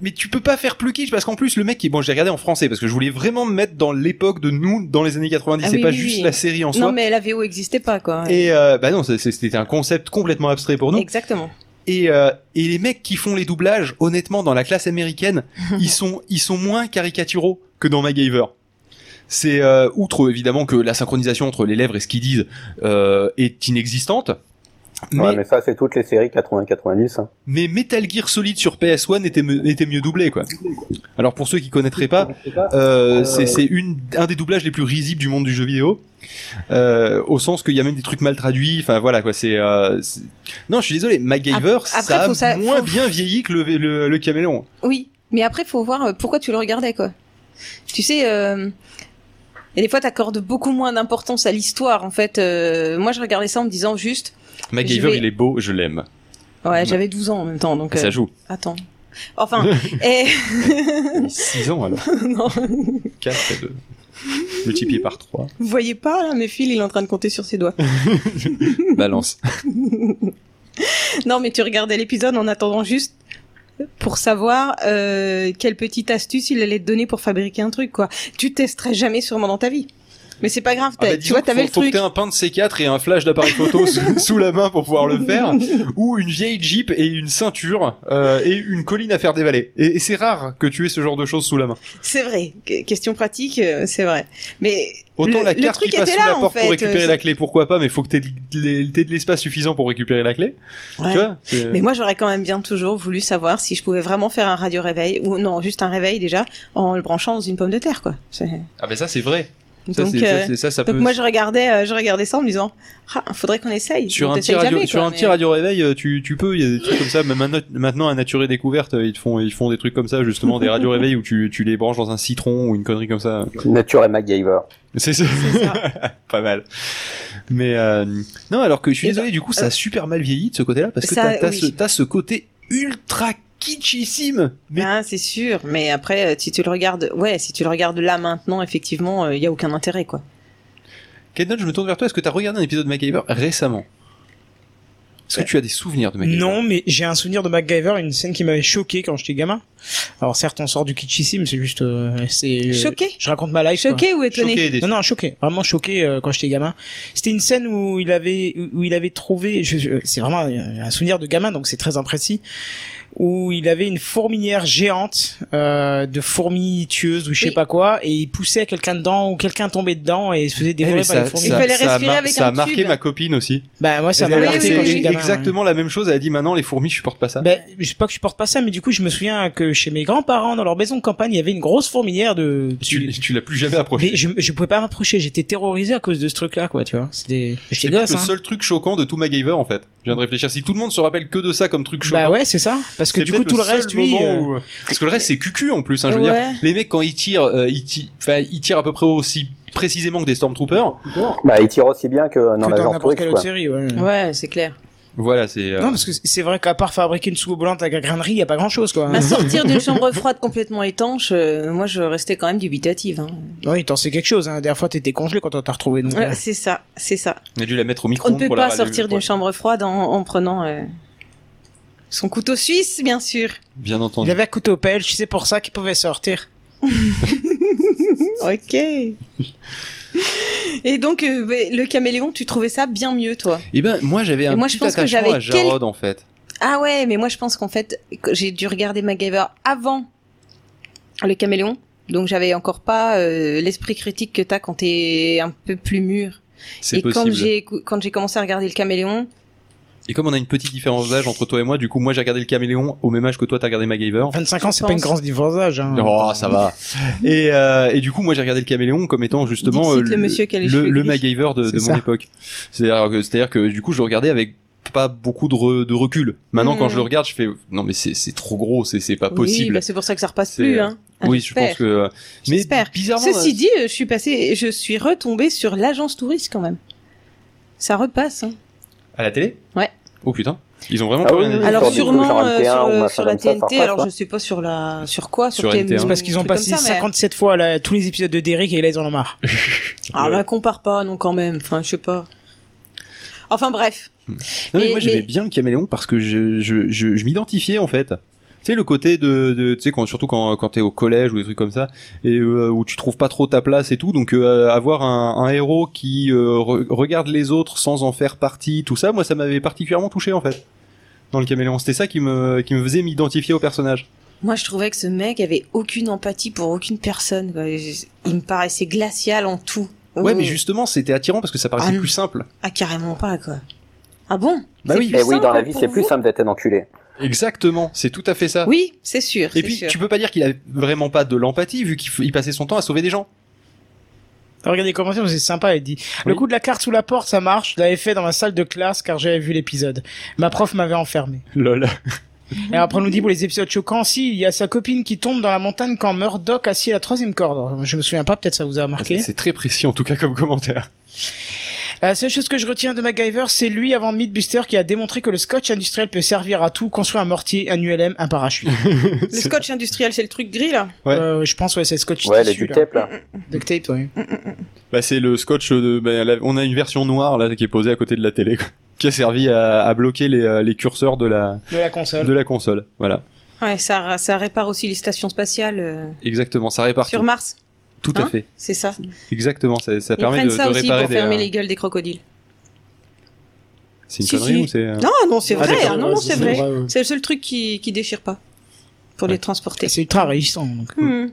Speaker 1: mais tu peux pas faire plus kitsch parce qu'en plus le mec qui bon j'ai regardé en français parce que je voulais vraiment me mettre dans l'époque de nous dans les années 90
Speaker 2: Ah
Speaker 1: c'est
Speaker 2: oui,
Speaker 1: pas
Speaker 2: oui,
Speaker 1: juste
Speaker 2: oui.
Speaker 1: la série en
Speaker 2: Non
Speaker 1: soi
Speaker 2: mais la VO existait pas quoi.
Speaker 1: et euh, bah non c'est- c'est- c'était un concept complètement abstrait pour nous
Speaker 2: Exactement.
Speaker 1: et euh, et les mecs qui font les doublages honnêtement dans la classe américaine ils sont ils sont moins caricaturaux que dans MacGyver c'est euh, outre évidemment que la synchronisation entre les lèvres et ce qu'ils disent euh, est inexistante mais,
Speaker 4: Ouais, mais ça, c'est toutes les séries 80-90. hein.
Speaker 1: mais Metal Gear Solid sur PS1 était, me- était mieux doublé quoi. Alors pour ceux qui connaîtraient pas, euh, c'est c'est une un des doublages les plus risibles du monde du jeu vidéo, euh, au sens qu'il y a même des trucs mal traduits. Enfin voilà quoi, c'est euh, c'est- non je suis désolé, MacGyver
Speaker 2: Ap- après,
Speaker 1: ça a
Speaker 2: faut ça-
Speaker 1: moins
Speaker 2: faut-
Speaker 1: bien vieilli que le le, le caméléon.
Speaker 2: Oui, mais après, faut voir euh, pourquoi tu le regardais, quoi. Tu sais, euh, et des fois, t'accordes beaucoup moins d'importance à l'histoire, en fait. Euh, moi, je regardais ça en me disant juste, Je
Speaker 1: MacGyver
Speaker 2: vais-
Speaker 1: il est beau, je l'aime,
Speaker 2: ouais,
Speaker 1: Ouais. Ah,
Speaker 2: j'avais 12 ans en même temps, donc euh,
Speaker 1: ça joue.
Speaker 2: attends. Enfin, et...
Speaker 1: 6 ans alors,
Speaker 2: non,
Speaker 1: 4 et 2 multiplié par 3
Speaker 2: vous voyez pas là, mes fils, il est en train de compter sur ses doigts.
Speaker 1: balance.
Speaker 2: Non, mais tu regardais l'épisode en attendant juste pour savoir euh, quelle petite astuce il allait te donner pour fabriquer un truc, quoi. Tu testerais jamais sûrement dans ta vie. Mais c'est pas grave,
Speaker 1: Ah
Speaker 2: t'as-
Speaker 1: bah,
Speaker 2: tu
Speaker 1: disons
Speaker 2: vois,
Speaker 1: qu'il
Speaker 2: t'avais
Speaker 1: faut-
Speaker 2: le
Speaker 1: faut que
Speaker 2: truc.
Speaker 1: t'aies un pain de C4 et un flash d'appareil photo sous, sous la main pour pouvoir le faire, ou une vieille Jeep et une ceinture euh, et une colline à faire dévaler. Et, et c'est rare que tu aies ce genre de choses sous la main.
Speaker 2: C'est vrai. Que- Question pratique, euh, c'est vrai. Mais
Speaker 1: Autant
Speaker 2: le,
Speaker 1: la
Speaker 2: le
Speaker 1: carte
Speaker 2: truc
Speaker 1: qui passe
Speaker 2: était
Speaker 1: sous
Speaker 2: là
Speaker 1: la
Speaker 2: en
Speaker 1: porte
Speaker 2: fait.
Speaker 1: pour récupérer
Speaker 2: euh,
Speaker 1: la clé, pourquoi pas, mais faut que t'aies de t'aies de l'espace suffisant pour récupérer la clé.
Speaker 2: Ouais.
Speaker 1: Tu vois c'est-
Speaker 2: Mais moi, j'aurais quand même bien toujours voulu savoir si je pouvais vraiment faire un radio réveil ou non, juste un réveil déjà en le branchant dans une pomme de terre, quoi. C'est-
Speaker 1: Ah bah ça c'est vrai. Ça,
Speaker 2: Donc,
Speaker 1: c'est- ça,
Speaker 2: euh,
Speaker 1: c'est- ça, ça
Speaker 2: donc
Speaker 1: peut-
Speaker 2: moi, je regardais, euh, je regardais ça en me disant, ah, faudrait qu'on essaye.
Speaker 1: sur
Speaker 2: On
Speaker 1: un petit
Speaker 2: t'essaye
Speaker 1: radio,
Speaker 2: jamais,
Speaker 1: sur
Speaker 2: quoi,
Speaker 1: un
Speaker 2: mais-
Speaker 1: petit radio réveil, euh, tu, tu peux, il y a des trucs comme ça. Même un autre- maintenant, à Nature et Découverte, euh, ils te font, ils font des trucs comme ça, justement, des radios réveils où tu, tu les branches dans un citron ou une connerie comme ça.
Speaker 4: Nature et MacGyver.
Speaker 1: C'est ça. Pas mal. Mais euh, non, alors que je suis désolé, du coup, ça a super mal vieilli de ce côté-là parce que
Speaker 2: Ça,
Speaker 1: t'as t'as
Speaker 2: oui.
Speaker 1: ce, t'as ce côté ultra kitschissime. Mais
Speaker 2: Ah, c'est sûr, mais après, euh, si tu le regardes, ouais, si tu le regardes là maintenant, effectivement, euh, il y a aucun intérêt, quoi.
Speaker 1: Kenan, je me tourne vers toi. Est-ce que t'as regardé un épisode de MacGyver récemment Est-ce que tu as des souvenirs de MacGyver
Speaker 5: Non, mais j'ai un souvenir de MacGyver, une scène qui m'avait choqué quand j'étais gamin. Alors certes, on sort du kitschissime, c'est juste, euh, c'est. euh,
Speaker 2: Choqué
Speaker 5: Je raconte ma life. quoi.
Speaker 2: Choqué ou étonné
Speaker 1: Choqué et déçu.
Speaker 5: Non, non, choqué, vraiment choqué euh, quand j'étais gamin. C'était une scène où il avait, où il avait trouvé, je- je- c'est vraiment un un souvenir de gamin, donc c'est très imprécis, où il avait une fourmilière géante euh, de fourmis tueuses ou je sais
Speaker 2: Oui.
Speaker 5: pas quoi, et il poussait quelqu'un dedans ou quelqu'un tombait dedans et il se faisait
Speaker 1: Eh, mais
Speaker 5: dévorer par
Speaker 1: ça,
Speaker 5: les fourmis.
Speaker 1: ça-
Speaker 2: Il fallait
Speaker 1: ça a
Speaker 2: respirer
Speaker 1: mar-
Speaker 2: avec
Speaker 1: ça
Speaker 2: un
Speaker 1: a marqué
Speaker 2: tube.
Speaker 1: ma copine aussi.
Speaker 5: Bah moi ça
Speaker 1: Elle
Speaker 5: m'a
Speaker 1: avait
Speaker 2: marqué
Speaker 5: marqué
Speaker 1: fait
Speaker 5: quand j'étais gamin.
Speaker 1: exactement la même chose. Elle a dit maintenant les fourmis, je supporte pas ça.
Speaker 5: Ben, je sais pas que je porte pas ça, mais du coup, je me souviens que chez mes grands-parents, dans leur maison de campagne, il y avait une grosse fourmilière de.
Speaker 1: tu tu l'as plus jamais approché.
Speaker 5: Mais je, je pouvais pas m'approcher, j'étais terrorisé à cause de ce truc-là, quoi, tu vois. C'était.
Speaker 1: C'est
Speaker 5: J'étais
Speaker 1: peut-être
Speaker 5: gosse,
Speaker 1: le
Speaker 5: hein.
Speaker 1: seul truc choquant de tout MacGyver en fait. Je viens de réfléchir. Si tout le monde se rappelle que de ça comme truc choquant,
Speaker 5: Bah ouais, c'est ça. Parce que
Speaker 1: c'est
Speaker 5: du coup,
Speaker 1: peut-être
Speaker 5: tout le
Speaker 1: seul
Speaker 5: reste, lui.
Speaker 1: moment
Speaker 5: euh,
Speaker 1: où- Parce que le reste c'est cucu en plus. Hein, je veux dire,
Speaker 2: Ouais.
Speaker 1: les mecs quand ils tirent, euh, ils, ti- enfin, ils tirent à peu près aussi précisément que des stormtroopers.
Speaker 4: Bah, il tire aussi bien que dans
Speaker 5: que
Speaker 4: la
Speaker 5: dans
Speaker 4: genre
Speaker 5: n'importe
Speaker 4: Twix,
Speaker 5: quelle
Speaker 4: quoi.
Speaker 5: autre série, ouais.
Speaker 2: Ouais, c'est clair.
Speaker 1: Voilà, c'est. euh,
Speaker 5: Non, parce que c'est vrai qu'à part fabriquer une soupe volante avec un grainerie, y a pas grand chose, quoi.
Speaker 2: À sortir d'une chambre froide complètement étanche, euh, moi, je restais quand même dubitative. Hein.
Speaker 5: Oui, t'en sais quelque chose, hein. La dernière fois, t'étais congelé quand on t'a retrouvé, donc. euh,
Speaker 2: Ouais, c'est ça, c'est ça.
Speaker 1: On a dû la mettre au micro.
Speaker 2: On ne peut pas sortir d'une chambre froide en, en prenant euh, son couteau suisse, bien sûr.
Speaker 1: Bien
Speaker 5: Il
Speaker 1: entendu.
Speaker 5: avait un couteau belge, c'est pour ça qu'il pouvait sortir.
Speaker 2: Ok. Et donc, euh, ouais, le caméléon, tu trouvais ça bien mieux, toi
Speaker 1: Et ben moi j'avais un
Speaker 2: moi, je
Speaker 1: petit
Speaker 2: pense que
Speaker 1: attachement
Speaker 2: j'avais
Speaker 1: à Jarod en fait.
Speaker 2: Ah ouais, mais moi, je pense qu'en fait, que j'ai dû regarder MacGyver avant le caméléon. Donc, j'avais encore pas euh, l'esprit critique que t'as quand t'es un peu plus mûr.
Speaker 1: C'est
Speaker 2: Et quand
Speaker 1: possible.
Speaker 2: j'ai écou- quand j'ai commencé à regarder le caméléon,
Speaker 1: Et comme on a une petite différence d'âge entre toi et moi, du coup moi j'ai regardé le caméléon au même âge que toi t'as regardé MacGyver.
Speaker 5: 25 ans, c'est
Speaker 2: Je
Speaker 5: pas une
Speaker 2: pense.
Speaker 5: grande différence d'âge, hein.
Speaker 1: Oh, ça va. Et, euh, et du coup, moi, j'ai regardé le caméléon comme étant justement
Speaker 2: Dixit,
Speaker 1: euh,
Speaker 2: le monsieur qui a les
Speaker 1: le,
Speaker 2: cheveux
Speaker 1: le
Speaker 2: gris.
Speaker 1: MacGyver de,
Speaker 5: C'est
Speaker 1: de mon
Speaker 5: ça.
Speaker 1: époque. C'est-à-dire que, c'est-à-dire que du coup, je le regardais avec pas beaucoup de, re- de recul. Maintenant, quand
Speaker 2: Mhm.
Speaker 1: je le regarde, je fais non, mais c'est, c'est trop gros, c'est, c'est pas
Speaker 2: oui,
Speaker 1: possible.
Speaker 2: bah, c'est pour ça que ça repasse
Speaker 1: C'est,
Speaker 2: plus.
Speaker 1: euh,
Speaker 2: Hein. Ah,
Speaker 1: oui, je
Speaker 2: j'espère.
Speaker 1: pense que. euh, Mais
Speaker 2: J'espère.
Speaker 1: bizarrement,
Speaker 2: Ceci
Speaker 1: euh,
Speaker 2: dit, euh, je suis passé, je suis retombée sur l'agence touriste quand même. Ça repasse. hein.
Speaker 1: à la télé.
Speaker 2: Ouais.
Speaker 1: Oh putain, ils ont vraiment
Speaker 4: Ah
Speaker 1: pas
Speaker 4: oui,
Speaker 1: rien à
Speaker 4: oui,
Speaker 1: dire.
Speaker 2: Alors
Speaker 4: sur du- sur
Speaker 2: sûrement
Speaker 4: un
Speaker 2: euh,
Speaker 4: T1
Speaker 2: sur,
Speaker 4: ou
Speaker 2: euh,
Speaker 4: machin
Speaker 2: sur la
Speaker 4: comme ça, ça
Speaker 2: TNT.
Speaker 4: repasse, hein.
Speaker 2: alors
Speaker 4: quoi.
Speaker 2: je sais pas sur la sur quoi sur,
Speaker 1: Sur
Speaker 2: TM,
Speaker 1: NT1.
Speaker 5: C'est parce qu'ils ont
Speaker 2: un truc
Speaker 5: passé
Speaker 2: comme ça, mais-
Speaker 5: 57 fois là, tous les épisodes de Derrick et là ils en ont marre.
Speaker 2: Ah là, compare pas non quand même. Enfin, je sais pas. Enfin bref.
Speaker 1: Non, mais,
Speaker 2: Mais-
Speaker 1: moi j'aimais
Speaker 2: mais-
Speaker 1: bien le caméléon parce que je, je, je, je m'identifiais en fait. Tu sais le côté de, de tu sais quand surtout quand quand t'es au collège ou des trucs comme ça et euh, où tu trouves pas trop ta place et tout donc euh, avoir un, un héros qui euh, re- regarde les autres sans en faire partie tout ça moi ça m'avait particulièrement touché en fait dans le caméléon c'était ça qui me qui me faisait m'identifier au personnage
Speaker 2: Moi, je trouvais que ce mec avait aucune empathie pour aucune personne. quoi. Il me paraissait glacial en tout.
Speaker 1: ouais
Speaker 2: Oh.
Speaker 1: mais justement c'était attirant parce que ça paraissait
Speaker 2: Ah,
Speaker 1: plus simple
Speaker 2: Ah carrément pas quoi. Ah bon
Speaker 1: Bah
Speaker 2: C'est
Speaker 1: oui.
Speaker 2: plus
Speaker 4: Et Eh oui, dans
Speaker 2: simple
Speaker 4: la vie,
Speaker 2: pour
Speaker 4: c'est plus
Speaker 2: vous
Speaker 4: simple d'être un enculé.
Speaker 1: exactement c'est tout à fait ça
Speaker 2: Oui, c'est sûr.
Speaker 1: et
Speaker 2: c'est
Speaker 1: puis
Speaker 2: sûr.
Speaker 1: tu peux pas dire qu'il a vraiment pas de l'empathie vu qu'il f- il passait son temps à sauver des gens
Speaker 5: Alors, regardez les commentaires, c'est sympa, elle dit. Le
Speaker 1: Oui.
Speaker 5: coup de la carte sous la porte, ça marche. Je l'avais fait dans ma salle de classe car j'avais vu l'épisode. Ma prof m'avait enfermé.
Speaker 1: lol
Speaker 5: Et après on nous dit pour les épisodes choquants, si il y a sa copine qui tombe dans la montagne quand Murdoch assis à la troisième corde. Alors, Je me souviens pas, peut-être ça vous a marqué.
Speaker 1: Ah, c'est très précis en tout cas comme commentaire
Speaker 5: La seule chose que je retiens de MacGyver, c'est lui avant Mythbuster qui a démontré que le scotch industriel peut servir à tout, construire un mortier, un ULM, un parachute.
Speaker 2: Le scotch industriel, c'est le truc gris là.
Speaker 1: Ouais.
Speaker 5: Euh, je pense ouais, c'est scotch
Speaker 4: Ouais, les
Speaker 5: tissu,
Speaker 4: du
Speaker 5: là.
Speaker 4: tape, là.
Speaker 5: Duct tape, ouais.
Speaker 1: Bah c'est le scotch de. bah, la- on a une version noire là qui est posée à côté de la télé, quoi, qui a servi à, à bloquer les, euh, les curseurs de la
Speaker 5: De la console.
Speaker 1: de la console. Voilà,
Speaker 2: Ouais, ça, ça répare aussi les stations spatiales euh,
Speaker 1: exactement. Ça répare.
Speaker 2: sur
Speaker 1: tout.
Speaker 2: Mars.
Speaker 1: Tout
Speaker 2: Hein
Speaker 1: à fait.
Speaker 2: C'est ça.
Speaker 1: Exactement. Ça, ça
Speaker 2: Ils
Speaker 1: permet
Speaker 2: prennent
Speaker 1: de,
Speaker 2: ça
Speaker 1: de
Speaker 2: aussi pour
Speaker 1: réparer des.
Speaker 2: fermer
Speaker 1: euh,
Speaker 2: les gueules des crocodiles.
Speaker 1: C'est une
Speaker 2: Si,
Speaker 1: connerie
Speaker 2: si.
Speaker 1: ou c'est. euh,
Speaker 2: Non, non, c'est
Speaker 7: Ah,
Speaker 2: vrai.
Speaker 7: d'accord,
Speaker 2: hein, non,
Speaker 7: ouais,
Speaker 2: non, c'est vrai.
Speaker 7: ouais.
Speaker 2: C'est le seul truc qui, qui déchire pas pour les transporter.
Speaker 5: C'est ultra réussissant. donc.
Speaker 2: Hmm.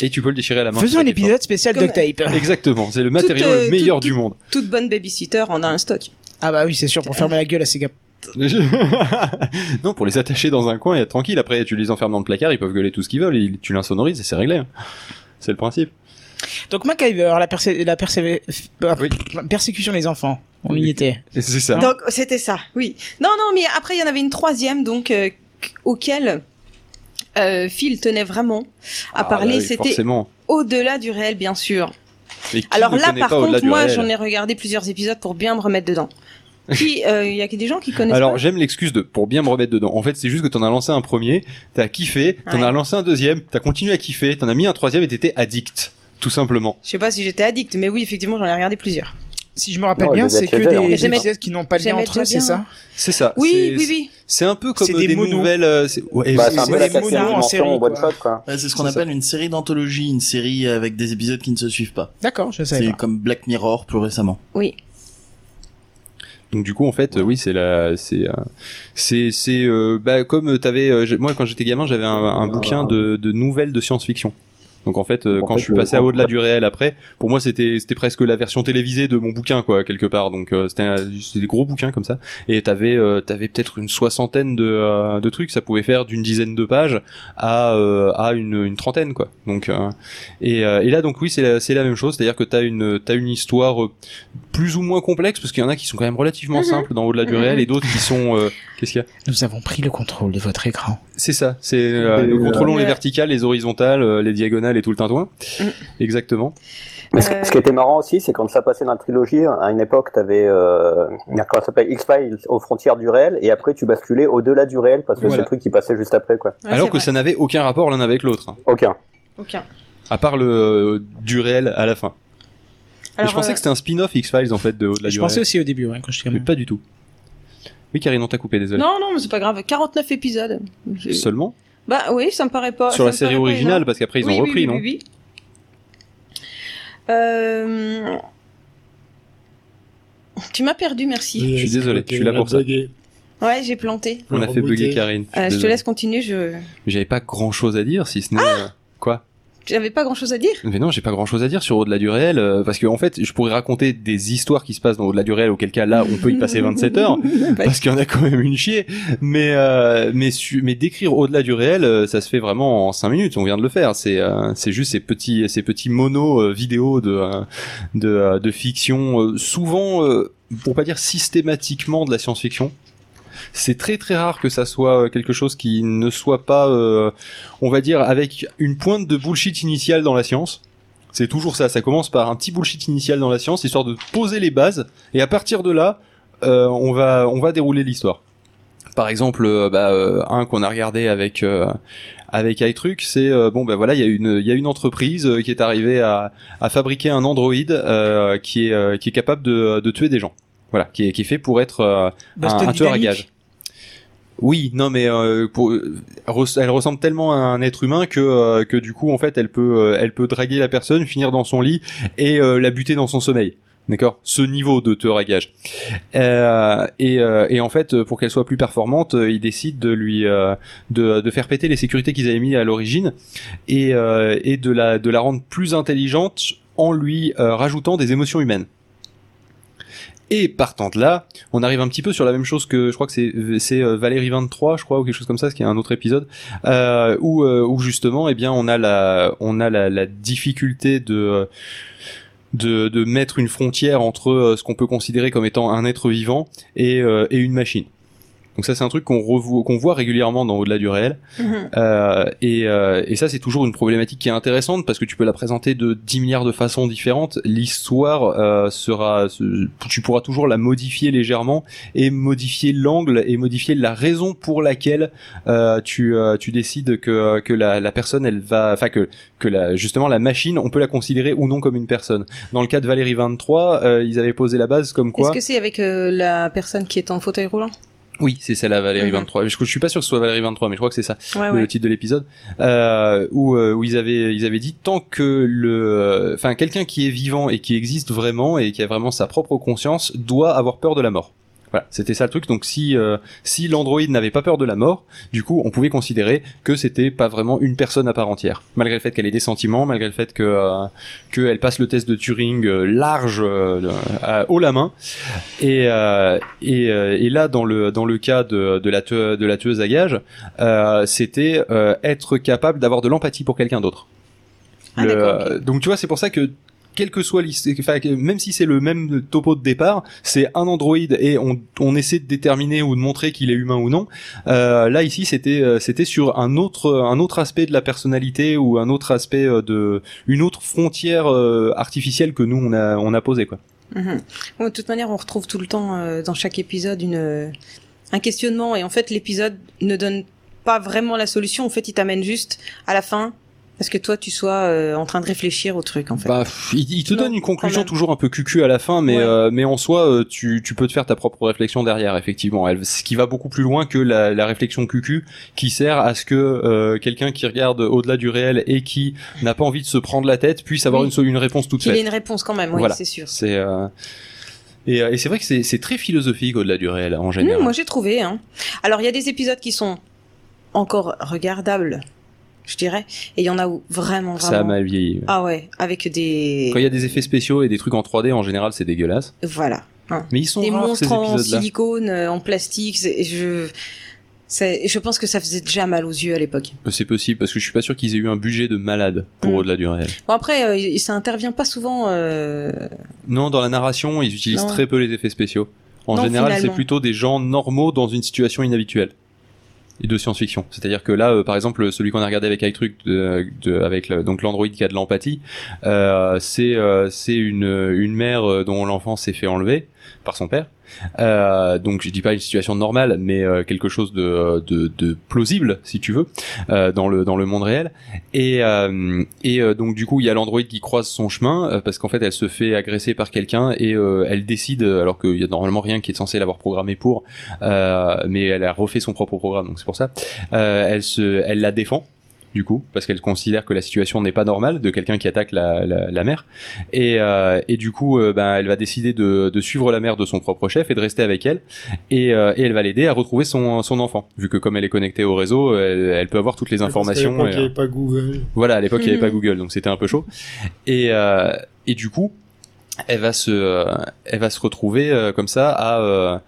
Speaker 1: Et tu peux le déchirer à la main.
Speaker 5: Faisons
Speaker 1: c'est
Speaker 5: un
Speaker 1: pas
Speaker 5: épisode spécial
Speaker 2: Comme-
Speaker 5: duct tape.
Speaker 1: différent. Exactement. C'est le matériau
Speaker 2: euh,
Speaker 1: le meilleur
Speaker 2: tout-
Speaker 1: du monde.
Speaker 2: Toute bonne babysitter en a un stock.
Speaker 5: Ah bah oui, c'est sûr, pour fermer la gueule à ces gars.
Speaker 1: non, pour les attacher dans un coin et être tranquille. Après, tu les enfermes dans le placard, ils peuvent gueuler tout ce qu'ils veulent. et tu l'insonorises et c'est réglé. hein. C'est le principe.
Speaker 5: Donc MacGyver, la, persé- la persévé- bah,
Speaker 1: Oui.
Speaker 5: persécution des enfants, on y
Speaker 1: Oui.
Speaker 5: était.
Speaker 1: Et C'est ça.
Speaker 2: Donc c'était ça, oui. Non, non, mais après il y en avait une troisième donc euh, auquel euh, Phil tenait vraiment à
Speaker 1: Ah,
Speaker 2: parler.
Speaker 1: bah oui,
Speaker 2: C'était
Speaker 1: Forcément.
Speaker 2: au-delà du réel, bien sûr.
Speaker 1: Mais qui
Speaker 2: Alors
Speaker 1: ne
Speaker 2: là,
Speaker 1: connaît
Speaker 2: par
Speaker 1: pas au-delà
Speaker 2: contre,
Speaker 1: du
Speaker 2: moi
Speaker 1: réel
Speaker 2: j'en ai regardé plusieurs épisodes pour bien me remettre dedans. Qui, euh, il y a des gens qui connaissent.
Speaker 1: Alors
Speaker 2: pas
Speaker 1: j'aime l'excuse de pour bien me remettre dedans. En fait, c'est juste que t'en as lancé un premier, t'as kiffé, t'en
Speaker 2: Ouais.
Speaker 1: as lancé un deuxième, t'as continué à kiffer, t'en as mis un troisième et t'étais addict, tout simplement.
Speaker 2: Je sais pas si j'étais addict, mais oui, effectivement, j'en ai regardé plusieurs.
Speaker 5: Si je me rappelle
Speaker 4: Non,
Speaker 5: bien,
Speaker 4: les
Speaker 5: c'est que
Speaker 4: Jedi,
Speaker 5: des
Speaker 4: on
Speaker 2: sait pas.
Speaker 5: épisodes qui n'ont pas de lien
Speaker 2: Jamais
Speaker 5: entre eux,
Speaker 2: Jedi,
Speaker 5: c'est ça
Speaker 2: hein.
Speaker 1: C'est ça.
Speaker 2: Oui,
Speaker 1: c'est,
Speaker 2: oui, oui.
Speaker 1: C'est un peu comme
Speaker 5: C'est
Speaker 1: des,
Speaker 5: des monos.
Speaker 1: nouvelles. euh, c'est- ouais,
Speaker 4: Bah,
Speaker 1: c'est-
Speaker 4: c'est un peu
Speaker 5: c'est
Speaker 4: la
Speaker 5: des
Speaker 4: quatrième
Speaker 5: monos en
Speaker 4: dimension
Speaker 5: série,
Speaker 4: en one
Speaker 5: quoi.
Speaker 4: shot, quoi.
Speaker 3: Ouais, c'est ce qu'on
Speaker 1: C'est ça.
Speaker 3: appelle une série d'anthologie, une série avec des épisodes qui ne se suivent pas.
Speaker 5: D'accord, je savais
Speaker 3: C'est
Speaker 5: pas.
Speaker 3: comme Black Mirror plus récemment.
Speaker 2: Oui.
Speaker 1: Donc du coup en fait euh, oui c'est la c'est euh, c'est c'est euh, bah, comme t'avais euh, j'ai- moi quand j'étais gamin j'avais un, un bouquin de, de nouvelles de science-fiction. Donc en fait euh,
Speaker 4: En
Speaker 1: quand
Speaker 4: fait,
Speaker 1: je suis
Speaker 4: le-
Speaker 1: passé à au-delà du réel après pour moi c'était c'était presque la version télévisée de mon bouquin quoi quelque part donc euh, c'était un- c'était des gros bouquins comme ça et t'avais euh, t'avais peut-être une soixantaine de euh, de trucs ça pouvait faire d'une dizaine de pages à euh, à une, une trentaine quoi donc euh, et, euh, et là donc oui c'est la, c'est la même chose c'est-à-dire que t'as une t'as une histoire euh, plus ou moins complexe parce qu'il y en a qui sont quand même relativement simples dans au-delà du
Speaker 2: Mhm.
Speaker 1: réel et d'autres qui sont euh, qu'est-ce qu'il y a
Speaker 5: Nous avons pris le contrôle de votre écran.
Speaker 1: c'est ça c'est euh, nous contrôlons les
Speaker 2: Ouais.
Speaker 1: verticales les horizontales euh, les diagonales et tout le tintouin
Speaker 2: Mhm.
Speaker 1: exactement
Speaker 4: Mais ce,
Speaker 2: Euh,
Speaker 4: ce qui était marrant aussi, c'est quand ça passait dans la trilogie, hein, à une époque, t'avais, euh, merde, comment ça s'appelle, X-Files aux frontières du réel, et après, tu basculais au-delà du réel, parce que c'est
Speaker 1: Voilà.
Speaker 4: le truc qui passait juste après, quoi.
Speaker 2: Ouais,
Speaker 1: alors
Speaker 2: c'est
Speaker 1: que
Speaker 2: vrai.
Speaker 1: ça n'avait aucun rapport l'un avec l'autre hein,
Speaker 4: Aucun.
Speaker 2: Aucun.
Speaker 1: à part le euh, du réel à la fin Et
Speaker 2: Alors,
Speaker 1: je pensais
Speaker 2: euh,
Speaker 1: que c'était un spin-off X-Files en fait de au-delà
Speaker 5: Je
Speaker 1: du
Speaker 5: pensais
Speaker 1: réel
Speaker 5: aussi euh, au début, ouais, quand j'étais
Speaker 1: mais
Speaker 5: gamin.
Speaker 1: pas du tout oui Karine on t'a coupé désolé Euh,
Speaker 2: Non, non, mais c'est pas grave. 49 épisodes. Je-
Speaker 1: seulement
Speaker 2: Bah oui, ça me paraît pas.
Speaker 1: sur
Speaker 2: ça
Speaker 1: la
Speaker 2: me
Speaker 1: série
Speaker 2: paraît pas
Speaker 1: originale parce qu'après ils ont
Speaker 2: Oui, oui,
Speaker 1: repris
Speaker 2: oui,
Speaker 1: non
Speaker 2: oui, oui. Euh, Tu m'as perdu, merci.
Speaker 1: Je suis désolé, je suis là pour ça.
Speaker 2: Ouais, j'ai planté.
Speaker 1: on a fait bugger Karine suis
Speaker 2: Euh, je te
Speaker 1: désolé.
Speaker 2: laisse Ah continuer. Je
Speaker 1: Mais j'avais pas grand chose à dire si ce n'est euh, quoi
Speaker 2: j'avais pas grand chose à dire.
Speaker 1: Mais non, j'ai pas grand chose à dire sur Au-delà du réel, euh, parce que en fait, je pourrais raconter des histoires qui se passent dans Au-delà du réel, auquel cas là, on peut y passer 27 heures, parce qu'il y en a quand même une chier. Mais euh, mais su- mais décrire Au-delà du réel, euh, ça se fait vraiment en 5 minutes. On vient de le faire. C'est euh, c'est juste ces petits ces petits monos euh, vidéos de euh, de euh, de fiction, euh, souvent euh, pour pas dire systématiquement de la science-fiction. C'est très très rare que ça soit euh, quelque chose qui ne soit pas, euh, on va dire, avec une pointe de bullshit initiale dans la science. C'est toujours ça, ça commence par un petit bullshit initial dans la science, histoire de poser les bases, et à partir de là, euh, on, va, on va dérouler l'histoire. Par exemple, euh, bah, euh, un qu'on a regardé avec euh, avec iTruc, c'est euh, bon ben voilà, il y a une il y a une entreprise euh, qui est arrivée à, à fabriquer un androïde euh, qui est euh, qui est capable de, de tuer des gens. Voilà, qui est qui est fait pour être euh, un, un tueur à
Speaker 5: Dynamics.
Speaker 1: gages. Oui, non, mais euh, pour, res- elle ressemble tellement à un être humain que euh, que du coup en fait elle peut euh, elle peut draguer la personne, finir dans son lit et euh, la buter dans son sommeil. D'accord, ce niveau de tueur à gages. Euh, et, euh, et en fait, pour qu'elle soit plus performante, euh, ils décident de lui euh, de, de faire péter les sécurités qu'ils avaient mis à l'origine et, euh, et de la de la rendre plus intelligente en lui euh, rajoutant des émotions humaines. Et partant de là, on arrive un petit peu sur la même chose que je crois que c'est c'est euh, Valérie 23 je crois ou quelque chose comme ça ce qui est un autre épisode euh, où euh, où justement eh bien on a la on a la, la difficulté de euh, de, de mettre une frontière entre euh, ce qu'on peut considérer comme étant un être vivant et, euh, et une machine. Donc ça c'est un truc qu'on revoit- qu'on voit régulièrement dans au-delà du réel
Speaker 2: Mhm.
Speaker 1: euh, et, euh, et ça, c'est toujours une problématique qui est intéressante parce que tu peux la présenter de 10 milliards de façons différentes. L'histoire euh, sera, se- tu pourras toujours la modifier légèrement et modifier l'angle et modifier la raison pour laquelle euh, tu, euh, tu décides que, que la, la personne, elle va, enfin que, que la, justement la machine, on peut la considérer ou non comme une personne. Dans le cas de Valérie 23, euh, ils avaient posé la base comme
Speaker 2: Est-ce
Speaker 1: quoi.
Speaker 2: que c'est avec euh, la personne qui est en fauteuil roulant
Speaker 1: Oui, c'est celle-là, Valérie
Speaker 2: Mhm.
Speaker 1: 23. Je, je suis pas sûr que ce soit Valérie 23, mais je crois que c'est ça
Speaker 2: Ouais,
Speaker 1: le
Speaker 2: ouais.
Speaker 1: titre de l'épisode, euh, où, euh, où ils avaient ils avaient dit tant que le, euh, enfin quelqu'un qui est vivant et qui existe vraiment et qui a vraiment sa propre conscience doit avoir peur de la mort. Voilà, c'était ça le truc. Donc si euh, si l'androïde n'avait pas peur de la mort, du coup on pouvait considérer que c'était pas vraiment une personne à part entière, malgré le fait qu'elle ait des sentiments, malgré le fait que euh, qu'elle passe le test de Turing euh, large euh, de- à- haut la main. Et euh, et, euh, et là dans le dans le cas de de la tue- de la tueuse à gage, euh, c'était euh, être capable d'avoir de l'empathie pour quelqu'un d'autre.
Speaker 2: Ah,
Speaker 1: Le-
Speaker 2: d'accord,
Speaker 1: euh, Donc tu vois, c'est pour ça que quel que soit l'hist- enfin, que- même si c'est le même topo de départ, c'est un androïde et on, on essaie de déterminer ou de montrer qu'il est humain ou non. Euh, là ici, c'était euh, c'était sur un autre un autre aspect de la personnalité ou un autre aspect euh, de une autre frontière euh, artificielle que nous on a on a posée quoi.
Speaker 2: Mhm. Bon, de toute manière, on retrouve tout le temps euh, dans chaque épisode une, euh, un questionnement et en fait l'épisode ne donne pas vraiment la solution. En fait, il t'amène juste à la fin parce que toi tu sois euh, en train de réfléchir au truc en fait.
Speaker 1: Bah, pff, il, il te
Speaker 2: Non,
Speaker 1: donne une conclusion
Speaker 2: quand même.
Speaker 1: toujours un peu cucu à la fin, mais
Speaker 2: Ouais.
Speaker 1: euh, mais en soi, euh, tu, tu peux te faire ta propre réflexion derrière, effectivement. Elle, ce qui va beaucoup plus loin que la, la réflexion cucu, qui sert à ce que euh, quelqu'un qui regarde au-delà du réel et qui n'a pas envie de se prendre la tête puisse avoir
Speaker 2: Oui.
Speaker 1: une, so- une réponse toute
Speaker 2: Qu'il ait
Speaker 1: faite.
Speaker 2: une réponse quand même, oui,
Speaker 1: Voilà.
Speaker 2: c'est sûr.
Speaker 1: C'est euh, et, euh, et c'est vrai que c'est c'est très philosophique au-delà du réel en
Speaker 2: Non,
Speaker 1: général.
Speaker 2: moi j'ai trouvé. Hein. Alors il y a des épisodes qui sont encore regardables, je dirais, et il y en a où vraiment
Speaker 1: Ça
Speaker 2: vraiment.
Speaker 1: m'a vieilli.
Speaker 2: ah ouais, avec des
Speaker 1: Quand il y a des effets spéciaux et des trucs en 3D, en général, c'est dégueulasse.
Speaker 2: voilà. hein.
Speaker 1: Mais ils sont
Speaker 2: des
Speaker 1: rares, ces
Speaker 2: monstres en
Speaker 1: épisodes-là.
Speaker 2: silicone, euh, en plastique. c'est- Je, c'est- je pense que ça faisait déjà mal aux yeux à l'époque.
Speaker 1: Euh, C'est possible parce que je suis pas sûr qu'ils aient eu un budget de malade pour
Speaker 2: Mm.
Speaker 1: au-delà du réel.
Speaker 2: Bon après, euh, il- ça intervient pas souvent. euh,
Speaker 1: Non, dans la narration, ils utilisent
Speaker 2: Non.
Speaker 1: très peu les effets spéciaux. En
Speaker 2: Non,
Speaker 1: général, c'est
Speaker 2: finalement.
Speaker 1: plutôt des gens normaux dans une situation inhabituelle. Et de science-fiction. C'est-à-dire que là, euh, par exemple, celui qu'on a regardé avec iTruc, de, de- avec le- donc l'android qui a de l'empathie, euh, c'est euh, c'est une, une mère euh, dont l'enfant s'est fait enlever par son père. Euh, donc je dis pas une situation normale, mais euh, quelque chose de, de, de plausible, si tu veux, euh, dans le dans le monde réel. Et, euh, et euh, donc du coup, il y a l'androïde qui croise son chemin euh, parce qu'en fait, elle se fait agresser par quelqu'un et euh, elle décide, euh, alors qu'il y a normalement rien qui est censé l'avoir programmé pour, euh, mais elle a refait son propre programme, donc c'est pour ça. Euh, elle se, elle la défend. Du coup, parce qu'elle considère que la situation n'est pas normale de quelqu'un qui attaque la, la, la mère, et, euh, et du coup, euh, ben, elle va décider de, de suivre la mère de son propre chef et de rester avec elle, et, euh, et elle va l'aider à retrouver son, son enfant, vu que comme elle est connectée au réseau, elle, elle peut avoir toutes les informations. euh,
Speaker 7: Parce
Speaker 1: et,
Speaker 7: qu'à l'époque, il y avait pas Google.
Speaker 1: voilà, à l'époque, il n'y avait
Speaker 2: Mhm.
Speaker 1: pas Google, donc c'était un peu chaud. Et, euh, et du coup, elle va se, euh, elle va se retrouver euh, comme ça à, euh,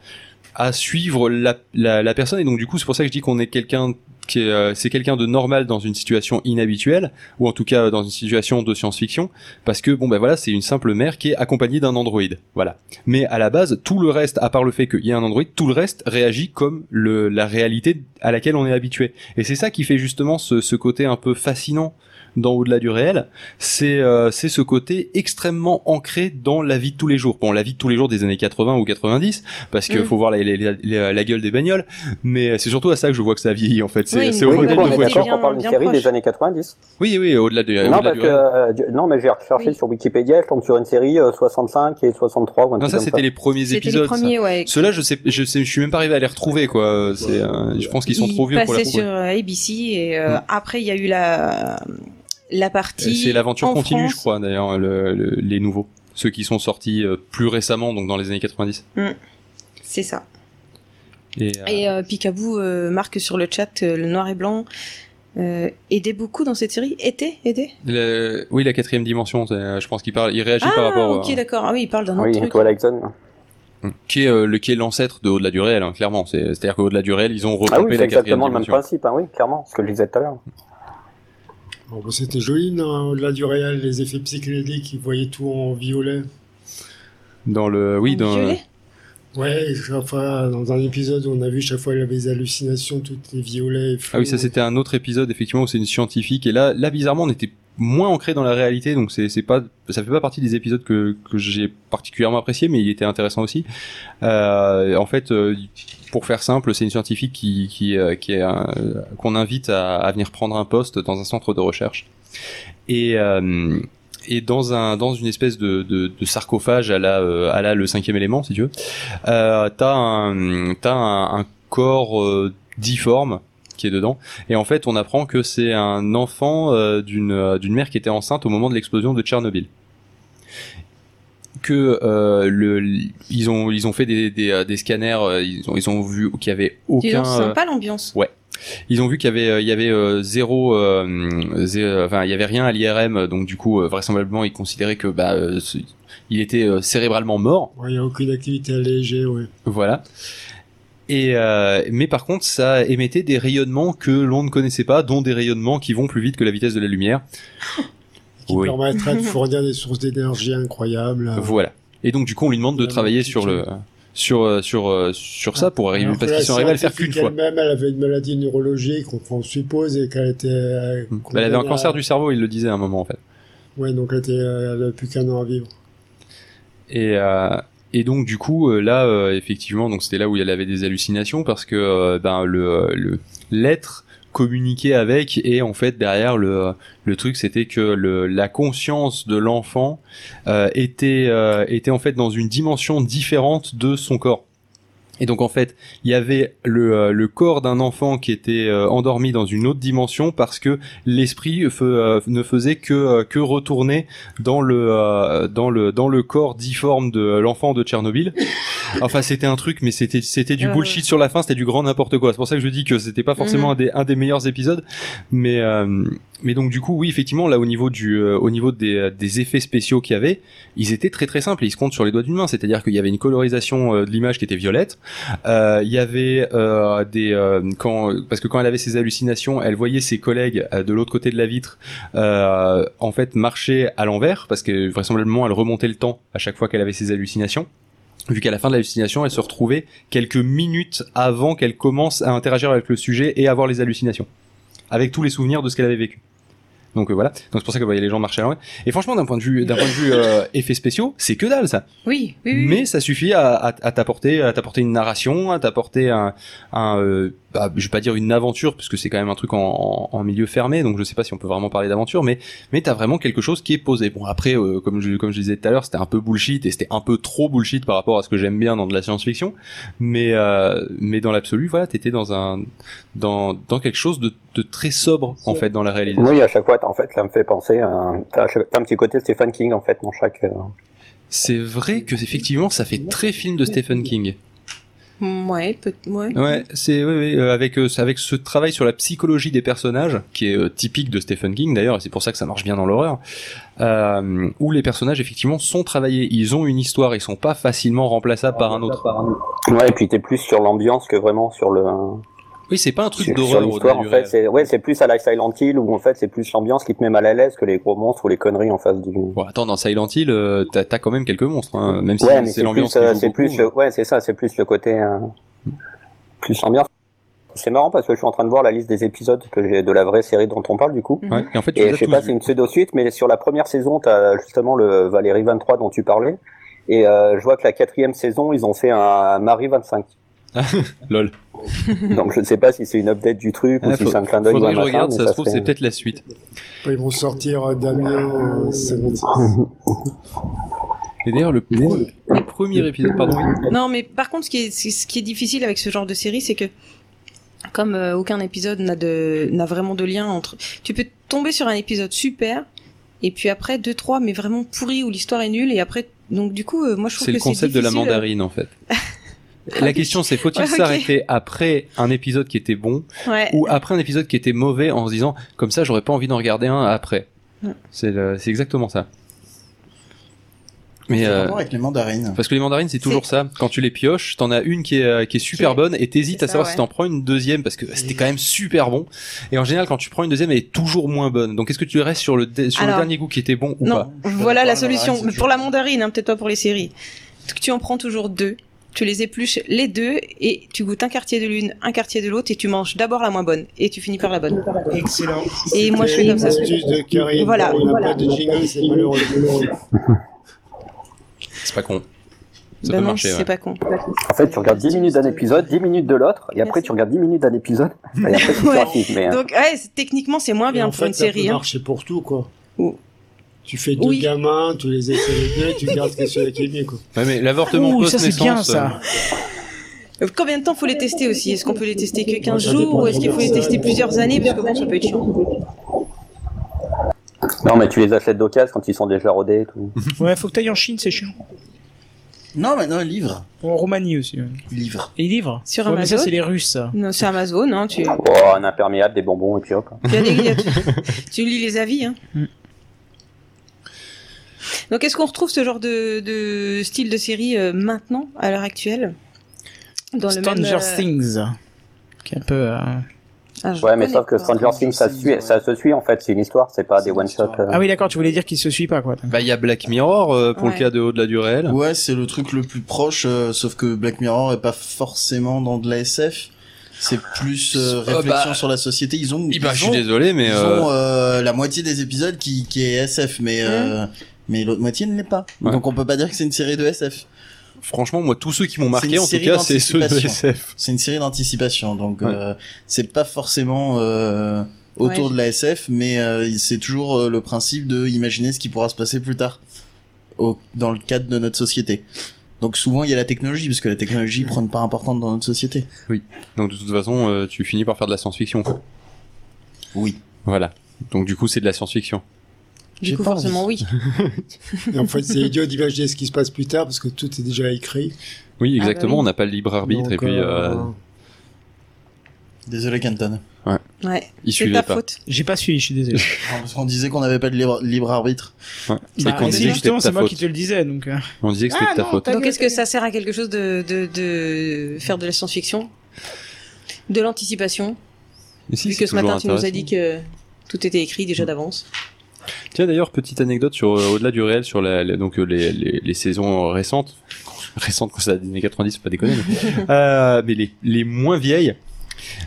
Speaker 1: à suivre la, la, la personne. Et donc, du coup, c'est pour ça que je dis qu'on est quelqu'un qui est, euh, c'est quelqu'un de normal dans une situation inhabituelle, ou en tout cas euh, dans une situation de science-fiction, parce que bon ben voilà, c'est une simple mère qui est accompagnée d'un androïde, voilà. Mais à la base, tout le reste, à part le fait qu'il y a un androïde, tout le reste réagit comme le, la réalité à laquelle on est habitué. Et c'est ça qui fait justement ce, ce côté un peu fascinant dans au-delà du réel, c'est euh, c'est ce côté extrêmement ancré dans la vie de tous les jours. Bon, la vie de tous les jours des années 80 ou 90, parce que
Speaker 2: Mm.
Speaker 1: faut voir les- les- les- la gueule des bagnoles, mais c'est surtout à ça que je vois que ça vieillit en fait. C'est
Speaker 2: Oui,
Speaker 1: c'est au
Speaker 2: une
Speaker 4: Oui, du
Speaker 1: modèle
Speaker 4: coup, on
Speaker 1: de
Speaker 4: est
Speaker 1: voiture.
Speaker 4: d'accord
Speaker 2: Bien-
Speaker 4: qu'on parle d'une
Speaker 2: bien
Speaker 4: série
Speaker 2: proche.
Speaker 4: des années 90.
Speaker 1: Oui, oui, au-delà du,
Speaker 4: non,
Speaker 1: au-delà
Speaker 4: parce
Speaker 1: du
Speaker 4: que,
Speaker 1: réel.
Speaker 4: euh, du- non, mais j'ai recherché
Speaker 2: Oui.
Speaker 4: sur Wikipédia, je tombe sur une série euh, 65 et 63. ou un
Speaker 1: Non,
Speaker 4: truc
Speaker 1: ça
Speaker 4: comme
Speaker 1: c'était les premiers
Speaker 2: C'était les
Speaker 1: épisodes. ça.
Speaker 2: premiers, ouais.
Speaker 1: Ceux-là, je sais, je sais, je suis même pas arrivé à les retrouver quoi. Euh, C'est, euh, je pense qu'ils sont trop vieux pour les
Speaker 2: passaient
Speaker 1: retrouver.
Speaker 2: sur euh, ABC et euh, après il y a eu la la
Speaker 1: Euh,
Speaker 2: partie.
Speaker 1: C'est l'aventure
Speaker 2: en
Speaker 1: continue,
Speaker 2: France.
Speaker 1: je crois d'ailleurs, le- le- les nouveaux, ceux qui sont sortis euh, plus récemment, donc dans les années 90.
Speaker 2: C'est ça.
Speaker 1: Et, euh,
Speaker 2: Et euh, Picaboo euh, marque sur le chat euh, le noir et blanc. Euh, aidait beaucoup dans cette série Était Aidait
Speaker 1: le- oui, la quatrième dimension, c'est, euh, je pense qu'il parle, il réagit
Speaker 2: Ah,
Speaker 1: par rapport,
Speaker 2: ok,
Speaker 1: euh,
Speaker 2: d'accord. Ah oui, il parle d'un
Speaker 4: ça.
Speaker 2: autre
Speaker 4: Oui,
Speaker 2: truc.
Speaker 4: Twilight Zone. Ah
Speaker 1: qui est euh, le qui est l'ancêtre de au-delà du réel, hein, clairement. C'est- C'est-à-dire qu'au-delà du réel, ils ont
Speaker 4: Ah
Speaker 1: regroupé
Speaker 4: oui, c'est
Speaker 1: la quatrième
Speaker 4: exactement le même
Speaker 1: dimension.
Speaker 4: principe, hein, oui, clairement, ce que je disais tout à l'heure.
Speaker 7: Bon, bah, c'était joli, non au-delà du réel, les effets psychédéliques, ils voyaient tout en violet.
Speaker 1: Dans le, oui,
Speaker 2: En
Speaker 1: dans,
Speaker 2: violet
Speaker 7: Ouais, chaque fois, dans un épisode, on a vu chaque fois elle avait des hallucinations, tout est violet et flou.
Speaker 1: Ah oui, ça c'était un autre épisode effectivement où c'est une scientifique et là, là bizarrement on était moins ancré dans la réalité donc c'est c'est pas ça fait pas partie des épisodes que que j'ai particulièrement apprécié mais il était intéressant aussi. Euh, en fait, euh, pour faire simple, c'est une scientifique qui qui euh, qui est un- euh, qu'on invite à, à venir prendre un poste dans un centre de recherche et euh, et dans un dans une espèce de, de, de sarcophage à la euh, à la le cinquième élément si tu veux euh, t'as un t'as un, un corps euh, difforme qui est dedans. Et en fait, on apprend que c'est un enfant euh, d'une euh, d'une mère qui était enceinte au moment de l'explosion de Tchernobyl. Que euh, le, ils ont ils ont fait des des, euh, des scanners, euh, ils ont ils ont vu qu'il y avait
Speaker 2: Dis donc,
Speaker 1: aucun.
Speaker 2: c'est
Speaker 1: euh,
Speaker 2: sympa l'ambiance.
Speaker 1: ils ont vu qu'il y avait, euh, il y avait euh, zéro, euh, hum, zé- euh, enfin il y avait rien à l'IRM, donc du coup euh, vraisemblablement ils considéraient que bah euh, ce- il était euh, cérébralement mort,
Speaker 7: Il n'y a aucune activité allégée, ouais.
Speaker 1: voilà. Et euh, mais par contre ça émettait des rayonnements que l'on ne connaissait pas, dont des rayonnements qui vont plus vite que la vitesse de la lumière.
Speaker 7: Qui
Speaker 1: Oui.
Speaker 7: permettrait de fournir des sources d'énergie incroyables.
Speaker 1: Voilà. Et donc du coup on lui demande de
Speaker 7: La
Speaker 1: travailler
Speaker 7: magnitude.
Speaker 1: sur le sur euh, sur euh, sur ça pour arriver
Speaker 7: Alors que
Speaker 1: parce
Speaker 7: la
Speaker 1: qu'ils sont arrivés à le faire qu'une
Speaker 7: scientifique
Speaker 1: fois.
Speaker 7: Elle-même, elle avait une maladie neurologique, on, on suppose, et qu'elle était. euh,
Speaker 1: Bah, Elle avait un
Speaker 7: condamnée
Speaker 1: cancer
Speaker 7: à-
Speaker 1: du cerveau, il le disait à un moment en fait.
Speaker 7: Ouais, donc elle, était, euh, elle a plus qu'un an à vivre.
Speaker 1: Et, euh, et donc du coup euh, là euh, effectivement donc c'était là où elle avait des hallucinations parce que euh, ben le euh, le l'être communiquait avec et en fait derrière le euh, le truc c'était que le la conscience de l'enfant euh, était euh, était en fait dans une dimension différente de son corps. Et donc en fait, il y avait le, euh, le corps d'un enfant qui était euh, endormi dans une autre dimension parce que l'esprit fe- euh, ne faisait que euh, que retourner dans le euh, dans le dans le corps difforme de euh, l'enfant de Tchernobyl. Enfin, c'était un truc, mais c'était c'était du
Speaker 2: Euh.
Speaker 1: bullshit sur la fin, c'était du grand n'importe quoi. C'est pour ça que je dis que c'était pas forcément
Speaker 2: Mhm.
Speaker 1: un des un des meilleurs épisodes, mais euh, mais donc du coup, oui, effectivement, là au niveau du euh, au niveau des euh, des effets spéciaux qu'il y avait, ils étaient très très simples et ils se comptent sur les doigts d'une main. C'est-à-dire qu'il y avait une colorisation euh, de l'image qui était violette. Euh, il y avait euh, des euh, quand parce que quand elle avait ses hallucinations, elle voyait ses collègues euh, de l'autre côté de la vitre euh, en fait marcher à l'envers parce que vraisemblablement elle remontait le temps à chaque fois qu'elle avait ses hallucinations. Vu qu'à la fin de l'hallucination, elle se retrouvait quelques minutes avant qu'elle commence à interagir avec le sujet et avoir les hallucinations, avec tous les souvenirs de ce qu'elle avait vécu. Donc euh, voilà, donc c'est pour ça qu'elle voyait les gens marcher à l'envers. Et franchement, d'un point de vue, d'un point de vue euh, effets spéciaux, c'est que dalle ça.
Speaker 2: Oui, oui, oui.
Speaker 1: Mais ça suffit à, à, à t'apporter, à t'apporter une narration, à t'apporter un, un euh, bah, je vais pas dire une aventure parce que c'est quand même un truc en, en, en milieu fermé, donc je sais pas si on peut vraiment parler d'aventure, mais mais t'as vraiment quelque chose qui est posé. Bon après, euh, comme je comme je disais tout à l'heure, c'était un peu bullshit et c'était un peu trop bullshit par rapport à ce que j'aime bien dans de la science-fiction, mais euh, mais dans l'absolu, voilà, t'étais dans un dans dans quelque chose de, de très sobre en fait dans la réalisation.
Speaker 4: Oui, à chaque fois, t'as- en fait, ça me fait penser à. un- T'as à chaque- t'as un petit côté Stephen King, en fait, dans chaque. euh,
Speaker 1: C'est vrai que effectivement, ça fait très film de Stephen King.
Speaker 2: Mm, Ouais, peut ouais.
Speaker 1: Ouais, c'est oui, oui, euh, avec euh, avec ce travail sur la psychologie des personnages qui est euh, typique de Stephen King d'ailleurs, et c'est pour ça que ça marche bien dans l'horreur, euh, où les personnages effectivement sont travaillés, ils ont une histoire, ils sont pas facilement remplaçables par un autre.
Speaker 4: Ouais, et puis t'es plus sur l'ambiance que vraiment sur le.
Speaker 1: Oui, c'est pas un truc
Speaker 4: Sur, sur
Speaker 1: d'horreur au
Speaker 4: l'histoire, en
Speaker 1: du
Speaker 4: fait,
Speaker 1: réel.
Speaker 4: c'est ouais, c'est plus à la Silent Hill où en fait c'est plus l'ambiance qui te met mal à l'aise que les gros monstres ou les conneries en face du.
Speaker 1: Bon, attends, dans Silent Hill, euh, t'as t'as quand même quelques monstres, hein, même si
Speaker 4: ouais, mais
Speaker 1: c'est
Speaker 4: c'est
Speaker 1: l'ambiance.
Speaker 4: plus,
Speaker 1: qui
Speaker 4: euh,
Speaker 1: joue
Speaker 4: c'est
Speaker 1: beaucoup, hein.
Speaker 4: plus le- ouais, c'est ça, c'est plus le côté euh, plus l'ambiance. C'est marrant parce que je suis en train de voir la liste des épisodes que j'ai de la vraie série dont on parle du coup.
Speaker 1: Ouais, et en fait, tu
Speaker 4: Et
Speaker 1: les as
Speaker 4: je sais
Speaker 1: tous
Speaker 4: pas,
Speaker 1: vus.
Speaker 4: c'est une pseudo-suite, mais sur la première saison, tu as justement le Valérie 23 dont tu parlais. Et euh, je vois que la quatrième saison, ils ont fait un Marie 25.
Speaker 1: Lol.
Speaker 4: Donc je ne sais pas si c'est une update du truc ou
Speaker 1: Ah,
Speaker 4: si
Speaker 1: faut-
Speaker 4: c'est un clin d'œil ou
Speaker 1: Faudrait
Speaker 4: un
Speaker 1: que je
Speaker 4: machin,
Speaker 1: regarde,
Speaker 4: mais
Speaker 1: ça se trouve,
Speaker 4: serait-
Speaker 1: c'est peut-être la suite.
Speaker 7: Ils vont sortir euh, Damien euh, 56.
Speaker 1: Et d'ailleurs, le, le premier épisode, pardon, oui.
Speaker 2: Non, mais par contre, ce qui est, c'est- ce qui est difficile avec ce genre de série, c'est que comme euh, aucun épisode n'a de n'a vraiment de lien entre, tu peux tomber sur un épisode super et puis après deux trois, mais vraiment pourri où l'histoire est nulle et après donc du coup, euh, moi je trouve
Speaker 1: C'est le
Speaker 2: que
Speaker 1: concept de la
Speaker 2: difficile.
Speaker 1: mandarine en fait. La question c'est faut-il
Speaker 2: Ouais, ok.
Speaker 1: s'arrêter après un épisode qui était bon
Speaker 2: euh, Ouais.
Speaker 1: ou après un épisode qui était mauvais en se disant comme ça j'aurais pas envie d'en regarder un après.
Speaker 2: Ouais.
Speaker 1: C'est le- c'est exactement ça. Mais
Speaker 3: C'est
Speaker 1: euh,
Speaker 3: vraiment avec les mandarines.
Speaker 1: parce que les mandarines c'est toujours ça. Quand tu les pioches, t'en as une qui est, euh, qui est super
Speaker 2: Qui est-
Speaker 1: bonne et t'hésites
Speaker 2: c'est
Speaker 1: à savoir
Speaker 2: ça,
Speaker 1: si
Speaker 2: ouais.
Speaker 1: t'en prends une deuxième parce que c'était quand même super bon. Et en général quand tu prends une deuxième elle est toujours moins bonne. Donc est-ce que tu restes sur le dé- sur le
Speaker 2: Alors,
Speaker 1: dernier goût qui était bon ou
Speaker 2: non,
Speaker 1: pas
Speaker 2: Voilà la
Speaker 3: Pour mandarine,
Speaker 2: solution.
Speaker 3: c'est
Speaker 2: Mais
Speaker 3: toujours-
Speaker 2: pour la mandarine, hein, peut-être pas pour les séries. Tu en prends toujours deux. Tu les épluches les deux et tu goûtes un quartier de l'une, un quartier de l'autre et tu manges d'abord la moins bonne et tu finis par la bonne.
Speaker 5: Excellent.
Speaker 2: Et moi je fais comme ça.
Speaker 7: Astuce de Karine.
Speaker 2: Voilà,
Speaker 7: On n'a
Speaker 2: voilà.
Speaker 7: pas de jingle, c'est malheureux.
Speaker 1: C'est pas con. Ça
Speaker 2: Ben
Speaker 1: peut
Speaker 2: non,
Speaker 1: marcher.
Speaker 2: c'est
Speaker 1: ouais.
Speaker 2: pas con.
Speaker 4: En fait, tu regardes 10 minutes d'un épisode, 10 minutes de l'autre, et après
Speaker 2: Merci.
Speaker 4: tu regardes 10 minutes d'un épisode, et après tu
Speaker 2: Ouais.
Speaker 4: graphiques, mais euh,
Speaker 2: Donc ouais, c'est- techniquement c'est moins
Speaker 7: Et
Speaker 2: bien
Speaker 7: en
Speaker 2: pour
Speaker 7: fait,
Speaker 2: une
Speaker 7: ça peut
Speaker 2: série. hein.
Speaker 7: marcher pour tout, quoi.
Speaker 2: Ou-
Speaker 7: Tu fais deux
Speaker 2: Oui.
Speaker 7: gamins, tu les essais les deux, tu gardes que celui qui est mieux, quoi.
Speaker 1: Ouais, mais l'avortement
Speaker 5: Ouh, ça c'est bien
Speaker 1: post-naissance, euh,
Speaker 5: ça.
Speaker 2: Euh, Combien de temps faut les tester aussi Est-ce qu'on peut les tester que 15 jours ou est-ce qu'il faut les tester plusieurs années Parce que bon, ça peut être chiant.
Speaker 4: Non, mais tu les achètes d'occasion quand ils sont déjà rodés et tout.
Speaker 1: euh.
Speaker 5: Ouais, faut que t'ailles en Chine, c'est chiant.
Speaker 3: Non, mais non, livre.
Speaker 5: Ou En Roumanie aussi. ouais.
Speaker 3: Livre.
Speaker 5: Et ils livrent.
Speaker 2: Sur
Speaker 5: ouais, mais ça,
Speaker 2: Amazon
Speaker 5: c'est les Russes, ça.
Speaker 2: Non, c'est Amazon, hein, tu,
Speaker 4: Oh, un imperméable, des bonbons et puis hop.
Speaker 2: tu as des- y a- tu- tu lis les avis. Hein.
Speaker 5: Mm.
Speaker 2: Donc, est-ce qu'on retrouve ce genre de, de style de série euh, maintenant, à l'heure actuelle Dans
Speaker 5: Stranger
Speaker 2: euh,
Speaker 5: Things. Qui est un peu. euh,
Speaker 2: ah, je
Speaker 4: Ouais, mais
Speaker 2: connais
Speaker 4: sauf que
Speaker 2: pas.
Speaker 4: Stranger Things, ça, se suit-
Speaker 3: Ouais.
Speaker 4: ça se suit en fait, c'est une histoire, c'est pas des one-shots. euh.
Speaker 5: Ah oui, d'accord, tu voulais dire qu'il se suit pas, quoi.
Speaker 1: Bah, il y a Black Mirror euh, pour
Speaker 2: Ouais.
Speaker 1: le cas de au-delà du réel.
Speaker 3: Ouais, c'est le truc le plus proche, euh, sauf que Black Mirror est pas forcément dans de la SF. C'est plus euh,
Speaker 1: Euh,
Speaker 3: réflexion
Speaker 1: bah,
Speaker 3: sur la société. Ils ont,
Speaker 1: Eh ben,
Speaker 3: ils
Speaker 1: je suis
Speaker 3: ont-
Speaker 1: désolé, mais
Speaker 3: ils
Speaker 1: euh,
Speaker 3: ont, euh, la moitié des épisodes qui, qui est SF, mais euh, mais l'autre moitié ne l'est pas.
Speaker 1: Hmm. Ouais.
Speaker 3: Donc on peut pas dire que c'est une série de SF.
Speaker 1: franchement, moi, tous ceux qui m'ont
Speaker 3: C'est
Speaker 1: marqué,
Speaker 3: une
Speaker 1: en tout
Speaker 3: série
Speaker 1: cas, c'est ceux de
Speaker 3: d'anticipation.
Speaker 1: SF.
Speaker 3: C'est une série d'anticipation, donc
Speaker 1: Ouais.
Speaker 3: euh, c'est pas forcément euh, autour
Speaker 2: Ouais.
Speaker 3: de la SF, mais euh, c'est toujours euh, le principe de imaginer ce qui pourra se passer plus tard au, dans le cadre de notre société. Donc souvent il y a la technologie, parce que la technologie prend une part importante dans notre société.
Speaker 1: Donc, de toute façon, euh, tu finis par faire de la science-fiction. quoi.
Speaker 3: Oui.
Speaker 1: Voilà. Donc, du coup, c'est de la science-fiction.
Speaker 2: Du
Speaker 3: J'ai
Speaker 2: coup,
Speaker 3: pas
Speaker 2: forcément, oui.
Speaker 7: Et en fait, c'est idiot d'imaginer ce qui se passe plus tard parce que tout est déjà écrit.
Speaker 1: Oui,
Speaker 2: Ah bah
Speaker 1: exactement.
Speaker 2: oui.
Speaker 1: On n'a pas le libre arbitre
Speaker 7: Donc,
Speaker 1: et puis euh,
Speaker 7: euh,
Speaker 3: Désolé Canton.
Speaker 2: Ouais.
Speaker 1: ils
Speaker 2: C'est
Speaker 1: suivaient
Speaker 2: ta
Speaker 1: pas.
Speaker 2: faute.
Speaker 5: J'ai pas suivi, je suis désolé.
Speaker 3: Non, parce qu'on disait qu'on n'avait pas de libre, libre arbitre.
Speaker 1: Ouais. Et
Speaker 5: Bah,
Speaker 1: qu'on
Speaker 5: si,
Speaker 1: disait que c'était
Speaker 5: justement,
Speaker 1: de
Speaker 5: c'est
Speaker 1: ta
Speaker 5: moi
Speaker 1: faute.
Speaker 5: qui te le disais, donc. euh.
Speaker 1: On disait que c'était de ta faute.
Speaker 2: Donc, est-ce que ça sert à quelque chose de, de, de faire de la science-fiction De l'anticipation
Speaker 1: Mais si,
Speaker 2: Vu
Speaker 1: c'est
Speaker 2: que ce matin,
Speaker 1: toujours
Speaker 2: tu nous as dit
Speaker 1: intéressant. Mm.
Speaker 2: que tout était écrit déjà d'avance.
Speaker 1: Tiens d'ailleurs petite anecdote sur euh, au-delà du réel sur la, la- donc euh, les, les, les saisons récentes récentes quand c'est la années 90 faut pas déconner mais, euh, mais les, les moins vieilles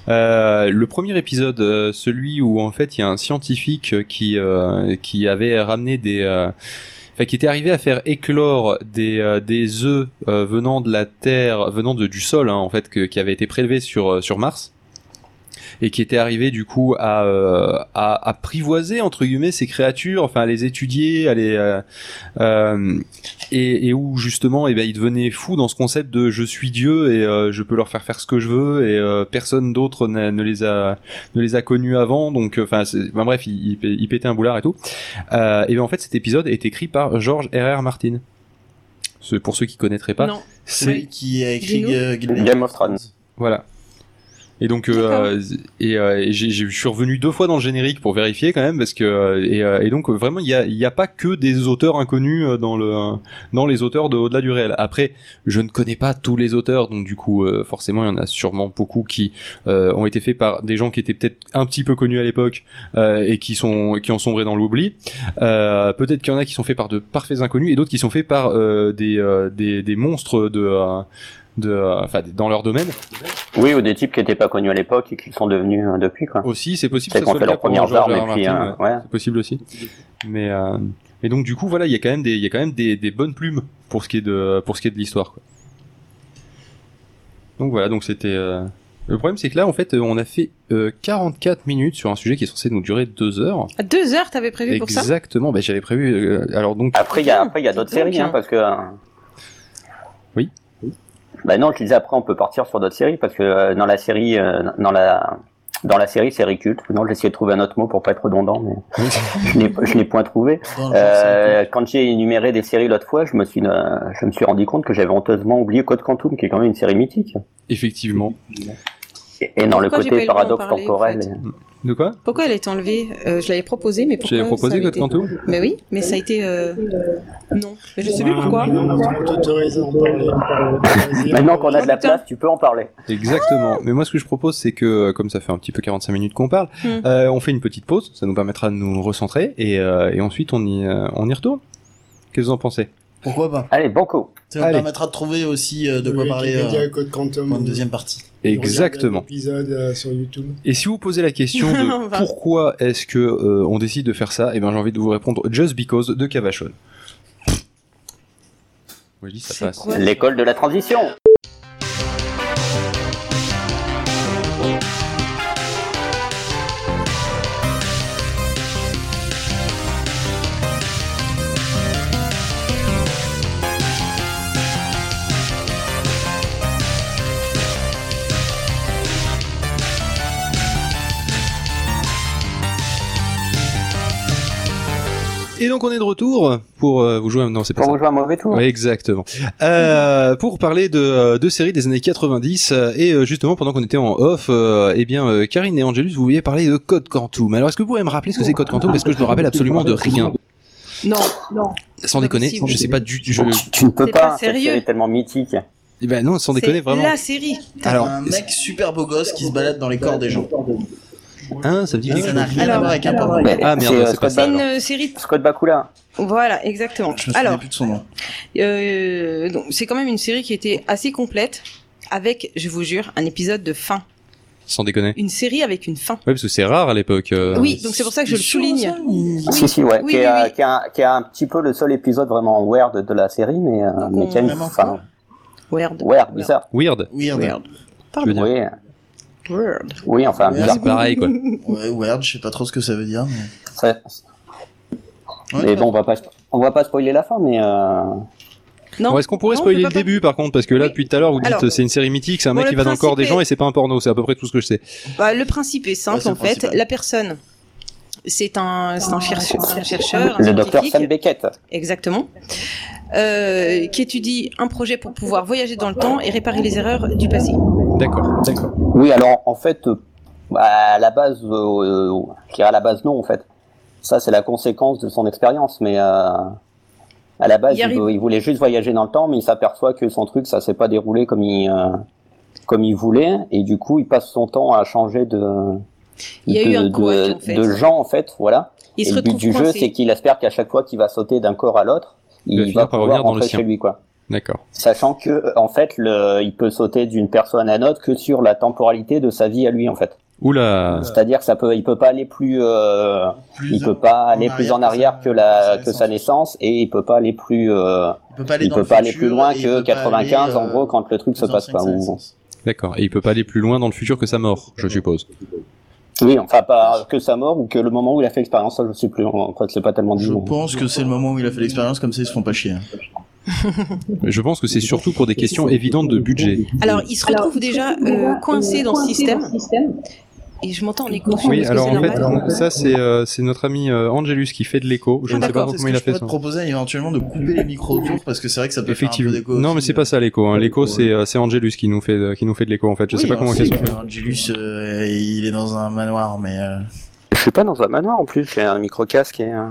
Speaker 1: euh, le premier épisode euh, celui où en fait il y a un scientifique euh, qui euh, qui avait ramené des euh, enfin, qui était arrivé à faire éclore des euh, des œufs euh, venant de la terre venant de du sol hein, en fait que, qui avait été prélevé sur euh, sur Mars et qui était arrivé du coup à, euh, à apprivoiser entre guillemets ces créatures, enfin à les étudier, à les euh, euh, et, et où justement et ben il devenait fou dans ce concept de je suis Dieu et euh, je peux leur faire faire ce que je veux et euh, personne d'autre n'a- ne les a ne les a connus avant donc euh, enfin c'est- enfin, bref il, il, pé- il pétait un boulard et tout euh, et ben en fait cet épisode est écrit par George R.R. Martin. Ce- Pour ceux qui connaîtraient pas,
Speaker 2: Non.
Speaker 1: c'est
Speaker 3: Celui qui a écrit
Speaker 2: Dis-nous.
Speaker 3: euh,
Speaker 4: Game of Thrones.
Speaker 1: voilà. Et donc, euh,
Speaker 2: D'accord.
Speaker 1: euh, et, euh, et j'ai- j'ai- je suis revenu deux fois dans le générique pour vérifier quand même, parce que euh, et, euh, et donc euh, vraiment, il n'y a, il y a pas que des auteurs inconnus euh, dans le dans les auteurs de au-delà du réel. Après, je ne connais pas tous les auteurs, donc du coup, euh, forcément, il y en a sûrement beaucoup qui euh, ont été faits par des gens qui étaient peut-être un petit peu connus à l'époque euh, et qui sont qui ont sombré dans l'oubli. Euh, peut-être qu'il y en a qui sont faits par de parfaits inconnus et d'autres qui sont faits par euh, des, euh, des des monstres de euh, de euh, enfin dans leur domaine.
Speaker 4: Oui, ou des types qui étaient pas connus à l'époque et qui sont devenus euh, depuis, quoi.
Speaker 1: Aussi, c'est possible que ça
Speaker 4: C'est qu'on
Speaker 1: soit
Speaker 4: fait
Speaker 1: le cas
Speaker 4: leurs
Speaker 1: pour
Speaker 4: premières
Speaker 1: George
Speaker 4: armes
Speaker 1: R.
Speaker 4: et puis,
Speaker 1: Martin,
Speaker 4: euh, ouais.
Speaker 1: c'est possible aussi. Mais euh, mais donc du coup voilà, il y a quand même des il y a quand même des, des bonnes plumes pour ce qui est de pour ce qui est de l'histoire quoi. Donc voilà, donc c'était euh, le problème c'est que là en fait euh, on a fait euh, 44 minutes sur un sujet qui est censé nous durer deux heures.
Speaker 2: À deux heures, t'avais prévu pour ça
Speaker 1: Exactement, ben, j'avais prévu euh, alors donc
Speaker 4: Après, il y a,
Speaker 2: Bien,
Speaker 4: après, il y a d'autres
Speaker 2: c'est donc,
Speaker 4: séries, hein,
Speaker 2: hein.
Speaker 4: parce que. euh,
Speaker 1: Oui.
Speaker 4: Bah non, je disais après, on peut partir sur d'autres séries, parce que euh, dans la série, euh, dans la. Dans la série, série culte. Non, j'essayais de trouver un autre mot pour pas être redondant, mais je n'ai- je n'ai point trouvé.
Speaker 3: dans le
Speaker 4: Euh, quand j'ai énuméré des séries l'autre fois, je me suis, euh, je me suis rendu compte que j'avais honteusement oublié Code Quantum, qui est quand même une série mythique.
Speaker 1: effectivement.
Speaker 4: Et, et dans le
Speaker 2: Pourquoi j'ai pas eu le
Speaker 4: côté
Speaker 2: temps d'en
Speaker 4: paradoxe
Speaker 2: parler, en
Speaker 4: temporel.
Speaker 2: fait
Speaker 1: De quoi
Speaker 2: Pourquoi elle est enlevée Euh, Je l'avais proposé, mais pourquoi
Speaker 1: J'avais proposé
Speaker 2: ça avait
Speaker 1: votre
Speaker 2: été-
Speaker 1: quantum
Speaker 2: Mais oui, mais ça a été. euh, Non. Mais je sais plus
Speaker 7: ouais,
Speaker 2: pourquoi.
Speaker 7: mais non, on t'autorise à en parler. Vas-y,
Speaker 4: Maintenant qu'on a de la
Speaker 2: Docteur.
Speaker 4: place, tu peux en parler.
Speaker 1: Exactement. Mais moi, ce que je propose, c'est que, euh, comme ça fait un petit peu 45 minutes qu'on parle,
Speaker 2: Hmm.
Speaker 1: euh, on fait une petite pause. Ça nous permettra de nous recentrer et, euh, et ensuite on y, euh, on y retourne. Qu'est-ce que vous en pensez
Speaker 3: Pourquoi pas
Speaker 4: Allez, banco.
Speaker 3: Ça nous
Speaker 1: Allez.
Speaker 3: permettra de trouver aussi euh, de quoi
Speaker 7: Le
Speaker 3: parler euh,
Speaker 7: Wikipédia Code Quantum.
Speaker 3: dans une deuxième partie.
Speaker 1: Exactement.
Speaker 7: Épisode euh, sur YouTube.
Speaker 1: Et si vous posez la question
Speaker 2: On
Speaker 1: de
Speaker 2: va.
Speaker 1: pourquoi est-ce que euh, on décide de faire ça, eh ben j'ai envie de vous répondre just because de Cavachon. Oui, ça passe.
Speaker 2: quoi
Speaker 4: L'école de la transition.
Speaker 1: Et donc on est de retour pour euh, vous jouer. Non, c'est pas
Speaker 4: Quand
Speaker 1: ça.
Speaker 4: vous jouez un mauvais tour.
Speaker 1: Ouais, exactement. Euh, pour parler de, euh, de séries des années 90 euh, et euh, justement pendant qu'on était en off, euh, eh bien euh, Karine et Angelus, vous vouliez parler de Code Quantum. Alors est-ce que vous pouvez me rappeler ce que c'est Code Quantum parce que je me rappelle absolument de rien.
Speaker 2: Non, non.
Speaker 1: Sans
Speaker 2: Pas
Speaker 1: déconner,
Speaker 2: possible.
Speaker 1: je sais pas du tout.
Speaker 4: Tu, tu ne peux
Speaker 2: C'est
Speaker 4: pas,
Speaker 2: pas
Speaker 4: cette
Speaker 2: sérieux.
Speaker 4: série est tellement mythique.
Speaker 1: Eh Ben non, sans
Speaker 2: C'est
Speaker 1: déconner vraiment.
Speaker 2: La série.
Speaker 1: Alors,
Speaker 3: un mec super beau gosse qui se balade dans les corps des gens.
Speaker 1: hein, ça me dit
Speaker 3: Et
Speaker 1: quelque
Speaker 3: ça
Speaker 1: chose.
Speaker 3: n'a rien à
Speaker 2: Alors,
Speaker 3: voir avec un porno.
Speaker 4: Mais
Speaker 1: Ah, merde,
Speaker 4: euh,
Speaker 1: c'est pas
Speaker 4: Scott
Speaker 2: C'est
Speaker 1: ça,
Speaker 4: Bakula.
Speaker 2: une euh, série.
Speaker 4: Scott Bakula.
Speaker 2: Voilà, exactement.
Speaker 3: Je me souviens
Speaker 2: Alors,
Speaker 3: plus de son nom.
Speaker 2: euh, donc, c'est quand même une série qui était assez complète, avec, je vous jure, un épisode de fin.
Speaker 1: Sans déconner.
Speaker 2: Une série avec une fin.
Speaker 1: Ouais, parce que c'est rare à l'époque. euh,
Speaker 2: Oui, donc c'est pour ça que je le souligne. Oui,
Speaker 4: si, si, ouais.
Speaker 2: oui,
Speaker 4: qui, est,
Speaker 2: oui,
Speaker 4: euh,
Speaker 2: oui.
Speaker 4: Qui, est un, qui est un petit peu le seul épisode vraiment weird de la série, mais, euh,
Speaker 2: Donc,
Speaker 4: mais qui a
Speaker 2: on-
Speaker 4: une
Speaker 3: vraiment
Speaker 4: fin
Speaker 2: Weird.
Speaker 4: weird, bizarre.
Speaker 1: Weird.
Speaker 3: Weird.
Speaker 4: hein.
Speaker 2: Weird.
Speaker 1: Tu veux dire.
Speaker 4: Oui,
Speaker 2: Weird.
Speaker 4: oui, enfin,
Speaker 2: Ah,
Speaker 3: Weird.
Speaker 4: bizarre.
Speaker 1: C'est pareil quoi.
Speaker 3: Ouais, weird, je sais pas trop ce que ça veut dire. Mais...
Speaker 4: C'est-
Speaker 3: Ouais,
Speaker 4: Mais bon, on va pas, on va pas spoiler la fin, mais euh,
Speaker 2: Non.
Speaker 1: Bon, Est-ce qu'on pourrait
Speaker 2: Non, on
Speaker 1: spoiler
Speaker 2: peut
Speaker 1: le
Speaker 2: pas-
Speaker 1: début par contre Parce que là
Speaker 2: Oui.
Speaker 1: depuis tout à l'heure vous dites
Speaker 2: Alors,
Speaker 1: euh, c'est une série mythique, c'est un
Speaker 2: bon,
Speaker 1: mec
Speaker 2: le
Speaker 1: qui va dans le corps des
Speaker 2: principe
Speaker 1: gens
Speaker 2: est-
Speaker 1: et c'est pas un porno, c'est à peu près tout ce que je sais.
Speaker 2: Bah, le principe est simple
Speaker 3: Ouais, c'est
Speaker 2: en
Speaker 3: le
Speaker 2: fait.
Speaker 3: principal.
Speaker 2: La personne, c'est un, c'est un, cherche- c'est un chercheur, un
Speaker 4: le docteur
Speaker 2: scientifique,
Speaker 4: Sam Beckett.
Speaker 2: exactement, euh, qui étudie un projet pour pouvoir voyager dans le temps et réparer les erreurs du passé.
Speaker 1: D'accord, d'accord.
Speaker 4: Oui, alors en fait, euh, à la base, euh, euh, je dirais à la base non en fait. Ça c'est la conséquence de son expérience, mais euh, à la base
Speaker 2: Il
Speaker 4: il,
Speaker 2: arrive.
Speaker 4: veut- il voulait juste voyager dans le temps, mais il s'aperçoit que son truc ça s'est pas déroulé comme il euh, comme il voulait, et du coup il passe son temps à changer de
Speaker 2: Il y a
Speaker 4: de,
Speaker 2: eu un
Speaker 4: de-
Speaker 2: couac, en fait.
Speaker 4: de gens en fait, voilà.
Speaker 2: Il
Speaker 4: et
Speaker 2: se
Speaker 4: le but
Speaker 2: retrouve
Speaker 4: du jeu c'est
Speaker 2: coincé.
Speaker 4: qu'il espère qu'à chaque fois qu'il va sauter d'un corps à l'autre,
Speaker 1: Il
Speaker 4: il,
Speaker 1: va finir
Speaker 4: va
Speaker 1: par
Speaker 4: pouvoir
Speaker 1: revenir dans le
Speaker 4: rentrer chez
Speaker 1: sien.
Speaker 4: lui quoi.
Speaker 1: D'accord.
Speaker 4: Sachant que euh, en fait le, il peut sauter d'une personne à l'autre que sur la temporalité de sa vie à lui en fait.
Speaker 1: Oula,
Speaker 4: C'est-à-dire que ça peut, il peut pas aller plus, euh,
Speaker 3: plus
Speaker 4: il
Speaker 3: en-
Speaker 4: peut pas aller
Speaker 3: en
Speaker 4: plus en
Speaker 3: arrière
Speaker 4: arrière
Speaker 3: que sa-
Speaker 4: que la
Speaker 3: sa
Speaker 4: que sa naissance et il peut pas aller plus, euh,
Speaker 3: Il peut pas aller,
Speaker 4: il
Speaker 3: dans le
Speaker 4: peut pas aller
Speaker 3: futur
Speaker 4: plus loin
Speaker 3: et il peut
Speaker 4: que
Speaker 3: pas aller,
Speaker 4: 95 en
Speaker 3: euh,
Speaker 4: gros quand le truc se
Speaker 3: plus
Speaker 4: passe
Speaker 3: ancien
Speaker 4: pas.
Speaker 3: que sa
Speaker 4: ou-
Speaker 3: naissance.
Speaker 1: d'accord. Et il peut pas aller plus loin dans le futur que sa mort, je suppose.
Speaker 4: Oui, enfin pas que sa mort ou que le moment où il a fait l'expérience, ça je sais plus. En fait, c'est pas tellement dit.
Speaker 3: Je
Speaker 4: mais-
Speaker 3: pense que c'est le moment où il a fait l'expérience, comme ça ils se font pas chier.
Speaker 1: Je pense que c'est surtout pour des questions évidentes de budget.
Speaker 2: Alors, il se retrouve déjà euh, coincé dans ce système. Et je m'entends en écho. je
Speaker 1: Oui,
Speaker 2: pense que
Speaker 1: alors
Speaker 2: c'est
Speaker 1: en fait,
Speaker 2: normal.
Speaker 1: on- ça c'est euh, c'est notre ami euh, Angelus qui fait de l'écho.
Speaker 2: Ah,
Speaker 1: Je ne sais pas
Speaker 3: D'accord,
Speaker 1: trop
Speaker 3: est-ce
Speaker 1: comment
Speaker 3: que
Speaker 1: il a
Speaker 3: je
Speaker 1: fait ça.
Speaker 3: pourrais te proposer éventuellement de couper les micros autour parce que c'est vrai que ça peut
Speaker 1: Effectivement.
Speaker 3: faire un peu d'écho.
Speaker 1: Non, mais c'est
Speaker 2: euh.
Speaker 1: pas ça l'écho. Hein. L'écho, c'est euh, c'est Angelus qui nous fait euh, qui nous fait de l'écho en fait. Je
Speaker 3: hein,
Speaker 1: sais pas comment qu'est-ce qu'on fait.
Speaker 3: Angelus, euh, il est dans un manoir, mais euh,
Speaker 4: Je suis pas dans un manoir en plus. J'ai un micro casque et. euh,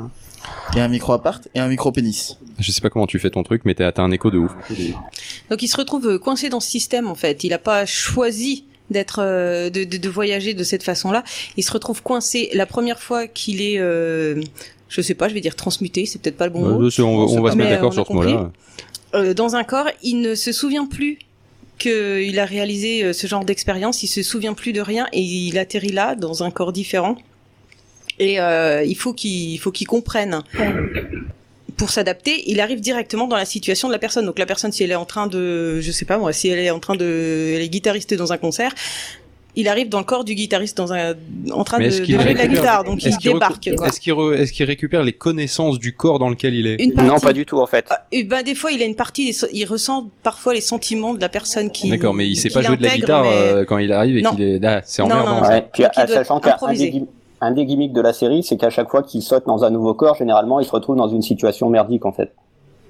Speaker 3: il y a un micro appart et un micro pénis.
Speaker 1: Je sais pas comment tu fais ton truc, mais t'as t'as un écho de ouf.
Speaker 2: Donc, il se retrouve euh, coincé dans ce système en fait. Il n'a pas choisi d'être euh, de, de, de voyager de cette façon-là. Il se retrouve coincé la première fois qu'il est, euh, je sais pas, je vais dire transmuté, c'est peut-être pas le bon mot.
Speaker 1: Euh, je sais, on, va- on va se
Speaker 2: Mais,
Speaker 1: mettre
Speaker 2: euh,
Speaker 1: d'accord
Speaker 2: on a
Speaker 1: sur ce
Speaker 2: compris.
Speaker 1: mot-là.
Speaker 2: Euh, dans un corps, il ne se souvient plus qu'il a réalisé euh, ce genre d'expérience, il se souvient plus de rien et il atterrit là, dans un corps différent. Et euh, il faut qu'il il faut qu'il comprenne. Pour s'adapter, il arrive directement dans la situation de la personne. Donc la personne, si elle est en train de, je sais pas moi, si elle est en train de, elle est guitariste dans un concert, il arrive dans le corps du guitariste dans un, en train
Speaker 1: Mais
Speaker 2: de,
Speaker 1: est-ce
Speaker 2: de
Speaker 1: qu'il
Speaker 2: jouer de la
Speaker 1: récupère-
Speaker 2: guitare. Donc il
Speaker 1: Est-ce qu'il
Speaker 2: débarque.
Speaker 1: recou-
Speaker 2: quoi.
Speaker 1: est-ce qu'il re- est-ce qu'il récupère les connaissances du corps dans lequel il est
Speaker 2: Une
Speaker 4: Non,
Speaker 2: partie.
Speaker 4: pas du tout en fait.
Speaker 2: Ah, eh ben des fois il a une partie, des so- il ressent parfois les sentiments de la personne qui.
Speaker 1: D'accord, mais il sait
Speaker 2: qui
Speaker 1: pas jouer de la
Speaker 2: l'intègre,
Speaker 1: guitare
Speaker 2: mais-
Speaker 1: euh, quand il arrive et
Speaker 2: Non.
Speaker 1: qu'il est là. C'est
Speaker 2: Non, non,
Speaker 1: emmerdant.
Speaker 2: non.
Speaker 1: ça.
Speaker 4: Ouais, puis,
Speaker 2: Donc, il
Speaker 4: à-
Speaker 2: doit
Speaker 4: sachant qu'un un
Speaker 2: improviser.
Speaker 4: des, gim- un des gimmicks de la série, c'est qu'à chaque fois qu'il saute dans un nouveau corps, généralement, il se retrouve dans une situation merdique, en fait.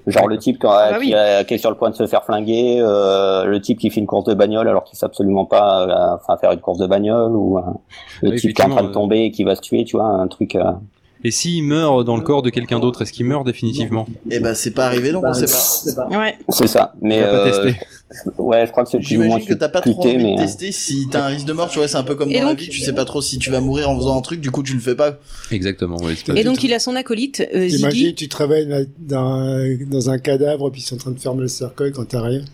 Speaker 4: Genre le type quand-
Speaker 2: Ah bah
Speaker 4: qui,
Speaker 2: oui.
Speaker 4: euh, qui est sur le point de se faire flinguer, euh, le type qui fait une course de bagnole alors qu'il sait absolument pas euh, enfin, faire une course de bagnole, ou euh, le
Speaker 1: Oui,
Speaker 4: type qui est en train de
Speaker 1: effectivement, euh.
Speaker 4: tomber et qui va se tuer, tu vois, un truc... euh,
Speaker 1: Et s'il meurt dans le corps de quelqu'un d'autre, est-ce qu'il meurt définitivement
Speaker 3: Et bah c'est pas arrivé, donc on sait pas.
Speaker 2: Ouais.
Speaker 4: C'est ça. Mais
Speaker 1: On va pas
Speaker 4: euh,
Speaker 1: tester.
Speaker 4: ouais, je crois que c'est plus ou moins
Speaker 3: J'imagine que t'as pas trop
Speaker 4: puté,
Speaker 3: envie
Speaker 4: mais euh, hein.
Speaker 3: de tester si t'as un risque de mort, tu vois, c'est un peu comme
Speaker 2: Et
Speaker 3: dans la
Speaker 2: donc-
Speaker 3: vie, tu sais pas trop si tu vas mourir en faisant un truc, du coup tu le fais pas.
Speaker 1: Exactement. oui, c'est pas-
Speaker 2: Et donc il a son acolyte euh,
Speaker 7: T'imagines,
Speaker 2: Ziggy.
Speaker 7: tu travailles dans, dans un cadavre, puis ils sont en train de fermer le cercueil quand t'arrives.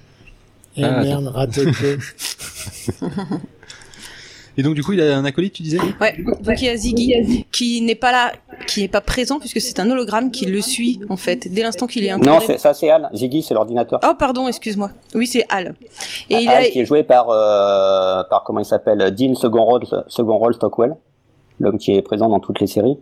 Speaker 7: Et
Speaker 1: Ah,
Speaker 7: merde, raté que.
Speaker 1: Et donc du coup, il a un acolyte, tu disais
Speaker 2: Ouais. Donc il y a Ziggy qui n'est pas là, qui n'est pas présent puisque c'est un hologramme qui le suit en fait dès l'instant qu'il est intégré.
Speaker 4: non, c'est- ça c'est Al. Ziggy, c'est l'ordinateur.
Speaker 2: Oh pardon, excuse-moi. Oui c'est Al. Et il
Speaker 4: Ah, Al,
Speaker 2: a
Speaker 4: qui est joué par, euh, par comment il s'appelle, Dean Second Role, Second Role Stockwell, l'homme qui est présent dans toutes les séries,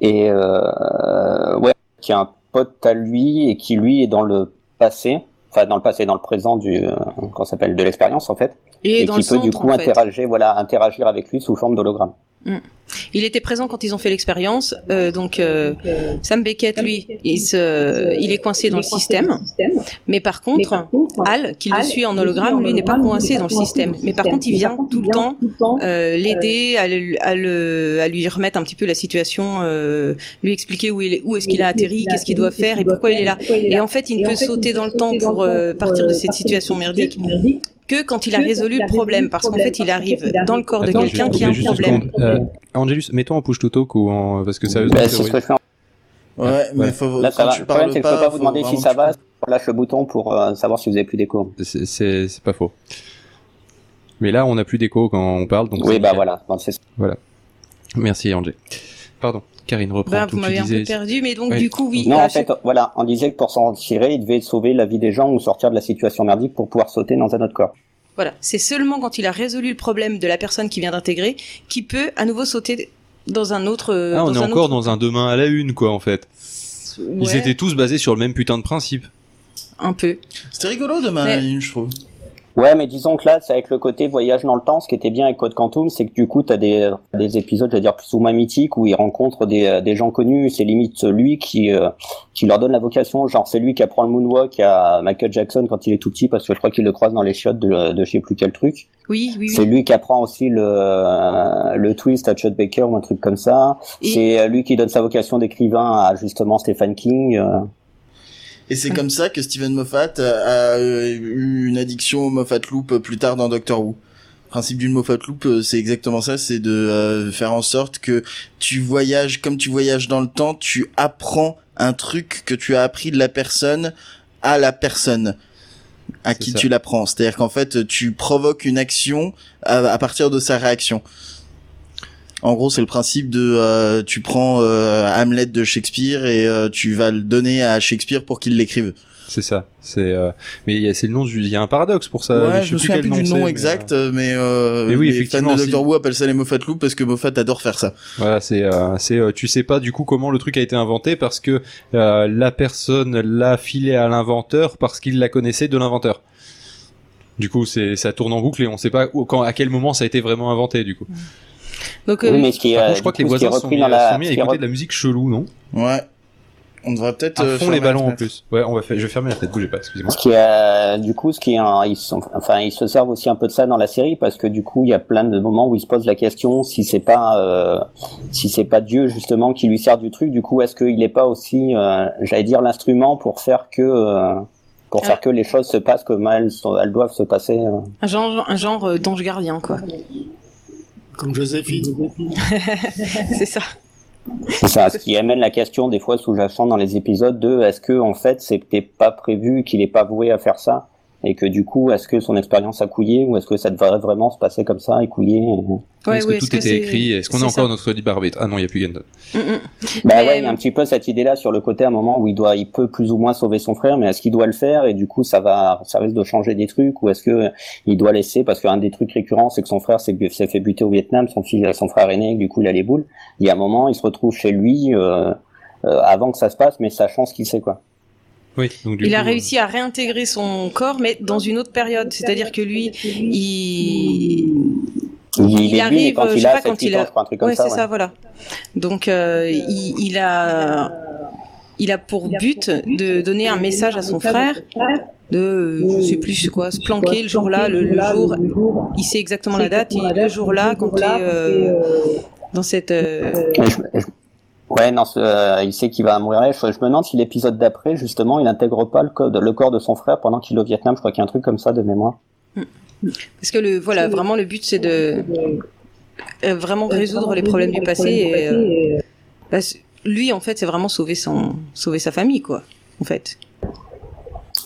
Speaker 4: et euh, ouais, qui est un pote à lui et qui lui est dans le passé, enfin dans le passé, dans le présent du, euh, qu'on s'appelle de l'expérience en fait,
Speaker 2: et
Speaker 4: et
Speaker 2: dans
Speaker 4: qui
Speaker 2: le
Speaker 4: peut
Speaker 2: centre
Speaker 4: du coup
Speaker 2: en fait.
Speaker 4: interagir, voilà, interagir avec lui sous forme d'hologramme.
Speaker 2: Il était présent quand ils ont fait l'expérience. euh, donc, euh, Sam Beckett, lui, il, se, il est coincé dans le système. Mais par contre, Al, qui le suit en hologramme, lui n'est pas coincé dans le système. Mais par contre, il vient tout le temps euh, l'aider à, le- à le- à lui remettre un petit peu la situation, euh, lui expliquer où, il est- où est-ce qu'il a atterri, qu'est-ce qu'il doit faire et pourquoi il est là. Et en fait, il ne peut sauter dans le temps pour euh, partir de cette situation merdique que quand il a résolu le problème, parce qu'en fait, il arrive dans le corps de
Speaker 1: Attends, je vais
Speaker 2: quelqu'un
Speaker 1: te
Speaker 2: qui a un
Speaker 1: couper juste une
Speaker 2: problème.
Speaker 1: seconde. Euh, Angelus, mets-toi en push to talk ou en... parce que ça.
Speaker 4: Bah, c'est ce que je fais.
Speaker 3: Ouais, mais
Speaker 1: voilà.
Speaker 3: faut,
Speaker 4: Là, ça
Speaker 3: quand
Speaker 4: va.
Speaker 3: tu
Speaker 4: Le problème,
Speaker 3: parles
Speaker 4: c'est que
Speaker 3: pas,
Speaker 4: je peux pas vous
Speaker 3: faut
Speaker 4: demander si
Speaker 3: vraiment
Speaker 4: ça
Speaker 3: que
Speaker 4: va. Je lâche le bouton pour euh, savoir si vous avez plus d'écho.
Speaker 1: C'est- C'est c'est pas faux. Mais là, on n'a plus d'écho quand on parle, donc.
Speaker 4: Oui,
Speaker 1: c'est
Speaker 4: bah
Speaker 1: nickel.
Speaker 4: voilà. Bon, c'est-
Speaker 1: Merci, Angé. Pardon, Karine, reprends
Speaker 2: Ben,
Speaker 1: tout
Speaker 2: vous
Speaker 1: ce que
Speaker 2: m'avez
Speaker 1: tu
Speaker 2: un peu
Speaker 1: disais.
Speaker 2: perdu, mais donc
Speaker 1: Ouais.
Speaker 2: du coup, oui.
Speaker 4: Non,
Speaker 2: à
Speaker 4: en fait,
Speaker 2: chaque-
Speaker 4: voilà, on disait que pour s'en tirer, il devait sauver la vie des gens ou sortir de la situation merdique pour pouvoir sauter dans un autre corps.
Speaker 2: voilà, c'est seulement quand il a résolu le problème de la personne qui vient d'intégrer qu'il peut à nouveau sauter dans un autre. euh,
Speaker 1: Ah, on
Speaker 2: dans
Speaker 1: est
Speaker 2: un
Speaker 1: encore
Speaker 2: autre-
Speaker 1: dans un demain à la une, quoi, en fait. Ils
Speaker 2: Ouais,
Speaker 1: étaient tous basés sur le même putain de principe.
Speaker 2: un peu.
Speaker 3: C'était rigolo demain,
Speaker 2: Mais-
Speaker 3: la ligne, je trouve.
Speaker 4: Ouais, mais disons que là, c'est avec le côté voyage dans le temps, ce qui était bien avec Code Quantum, c'est que du coup, t'as des, des épisodes, je veux dire, plus ou moins mythiques, où il rencontre des, euh, des gens connus, c'est limite lui qui, euh, qui leur donne la vocation, genre c'est lui qui apprend le moonwalk à Michael Jackson quand il est tout petit, parce que je crois qu'il le croise dans les chiottes de, de je sais plus quel truc.
Speaker 2: Oui, oui,
Speaker 4: C'est
Speaker 2: oui.
Speaker 4: lui qui apprend aussi le, euh, le twist à Chuck Baker ou un truc comme ça.
Speaker 2: Et-
Speaker 4: C'est euh, lui qui donne sa vocation d'écrivain à justement Stephen King. euh.
Speaker 3: Et c'est comme ça que Steven Moffat euh, a euh, eu une addiction au Moffat Loop euh, plus tard dans Doctor Who. Le principe d'une Moffat Loop, euh, c'est exactement ça, c'est de euh, faire en sorte que tu voyages, comme tu voyages dans le temps, tu apprends un truc que tu as appris de la personne à la personne à
Speaker 1: C'est
Speaker 3: qui
Speaker 1: ça.
Speaker 3: tu l'apprends. C'est-à-dire qu'en fait, tu provoques une action à, à partir de sa réaction. En gros, c'est le principe de euh, tu prends euh, Hamlet de Shakespeare et euh, tu vas le donner à Shakespeare pour qu'il l'écrive.
Speaker 1: C'est ça. C'est. euh, Mais il y a- c'est le nom. du- Il y a un paradoxe pour ça.
Speaker 3: ouais,
Speaker 1: euh, sais
Speaker 3: je me
Speaker 1: plus
Speaker 3: souviens
Speaker 1: quel
Speaker 3: plus du nom
Speaker 1: c'est, mais,
Speaker 3: exact, mais, euh,
Speaker 1: Mais oui,
Speaker 3: les fans
Speaker 1: effectivement,
Speaker 3: de
Speaker 1: si.
Speaker 3: Doctor Who appellent ça les Moffat Loop parce que Moffat adore faire ça.
Speaker 1: Voilà, c'est, euh, c'est, euh, tu sais pas du coup comment le truc a été inventé parce que euh, la personne l'a filé à l'inventeur parce qu'il la connaissait de l'inventeur. Du coup, c'est, ça tourne en boucle et on sait pas où- quand, à quel moment ça a été vraiment inventé du coup.
Speaker 2: Donc, euh,
Speaker 4: Oui, mais ce qui est,
Speaker 1: Par
Speaker 4: euh,
Speaker 1: contre, je crois
Speaker 4: du
Speaker 1: que les
Speaker 4: coup, ce qui est
Speaker 1: voisins sont
Speaker 4: repris
Speaker 1: mis,
Speaker 4: dans la,
Speaker 1: sont mis à
Speaker 4: ce qui est
Speaker 1: écouter de la musique chelou, non
Speaker 3: Ouais, on devrait peut-être
Speaker 1: À
Speaker 3: euh,
Speaker 1: fond les
Speaker 3: fermer la
Speaker 1: ballons en
Speaker 3: fenêtre.
Speaker 1: plus. Ouais, on va faire, je vais fermer la tête, bougez pas, excusez-moi.
Speaker 4: Ce qui est, euh, du coup, ce qui est, un- ils sont, enfin, ils se servent aussi un peu de ça dans la série parce que du coup, il y a plein de moments où ils se posent la question si c'est pas, euh, si c'est pas Dieu justement qui lui sert du truc. Du coup, est-ce qu'il n'est pas aussi, euh, j'allais dire, l'instrument pour faire que, euh, pour
Speaker 2: Ah.
Speaker 4: faire que les choses se passent comme elles, sont- elles doivent se passer. euh.
Speaker 2: un genre, un genre euh, d'ange gardien, quoi.
Speaker 7: Comme Joséphine.
Speaker 2: c'est ça.
Speaker 4: C'est ça, ce qui amène la question des fois sous-jacente dans les épisodes de est-ce que en fait c'était pas prévu qu'il est pas voué à faire ça et que du coup est-ce que son expérience a couillé ou est-ce que ça devrait vraiment se passer comme ça et couiller euh.
Speaker 1: est-ce que
Speaker 2: ouais,
Speaker 1: tout
Speaker 2: est-ce que
Speaker 1: était
Speaker 2: c'est-
Speaker 1: écrit Est-ce qu'on a
Speaker 2: c'est ça.
Speaker 1: encore notre libre arbitre Ah non, il n'y a plus Gandalf.
Speaker 2: Mm, mm.
Speaker 4: Bah
Speaker 2: Mais-
Speaker 4: ouais, il y a un petit peu cette idée-là sur le côté à un moment où il doit, il peut plus ou moins sauver son frère, mais est-ce qu'il doit le faire et du coup ça va, ça risque de changer des trucs ou est-ce que euh, il doit laisser parce qu'un des trucs récurrents c'est que son frère s'est bu- s'est fait buter au Vietnam, son fils, euh, son frère aîné, du coup il a les boules. Il y a un moment, il se retrouve chez lui euh, euh, avant que ça se passe, mais sachant ce qu'il sait quoi.
Speaker 1: Oui, donc du
Speaker 2: il
Speaker 1: coup,
Speaker 2: a réussi à réintégrer son corps, mais dans une autre période. C'est-à-dire que lui, il, Il
Speaker 4: Il, est lui, mais
Speaker 2: arrive,
Speaker 4: quand
Speaker 2: euh, je
Speaker 4: il
Speaker 2: sais
Speaker 4: a
Speaker 2: pas,
Speaker 4: 7
Speaker 2: quand il a-
Speaker 4: ans, je crois un truc comme
Speaker 2: ouais,
Speaker 4: ça.
Speaker 2: c'est
Speaker 4: ouais.
Speaker 2: ça, voilà. Donc, euh, il, il a, il a pour but de donner un message à son frère, de, euh, je sais plus c'est quoi, se planquer le jour-là, le, le jour, il sait exactement la date, et le jour-là, quand t'es euh, dans cette, euh,
Speaker 4: Mais je- je- Ouais, non, ce- euh, il sait qu'il va mourir. là. Je, je me demande si l'épisode d'après, justement, il intègre pas le, code, le corps de son frère pendant qu'il est au Vietnam. Je crois qu'il y a un truc comme ça de mémoire.
Speaker 2: parce que le, voilà, vraiment le but c'est de euh, vraiment résoudre les problèmes du passé et, euh, bah, c- lui, en fait, c'est vraiment sauver son, sauver sa famille, quoi, en fait.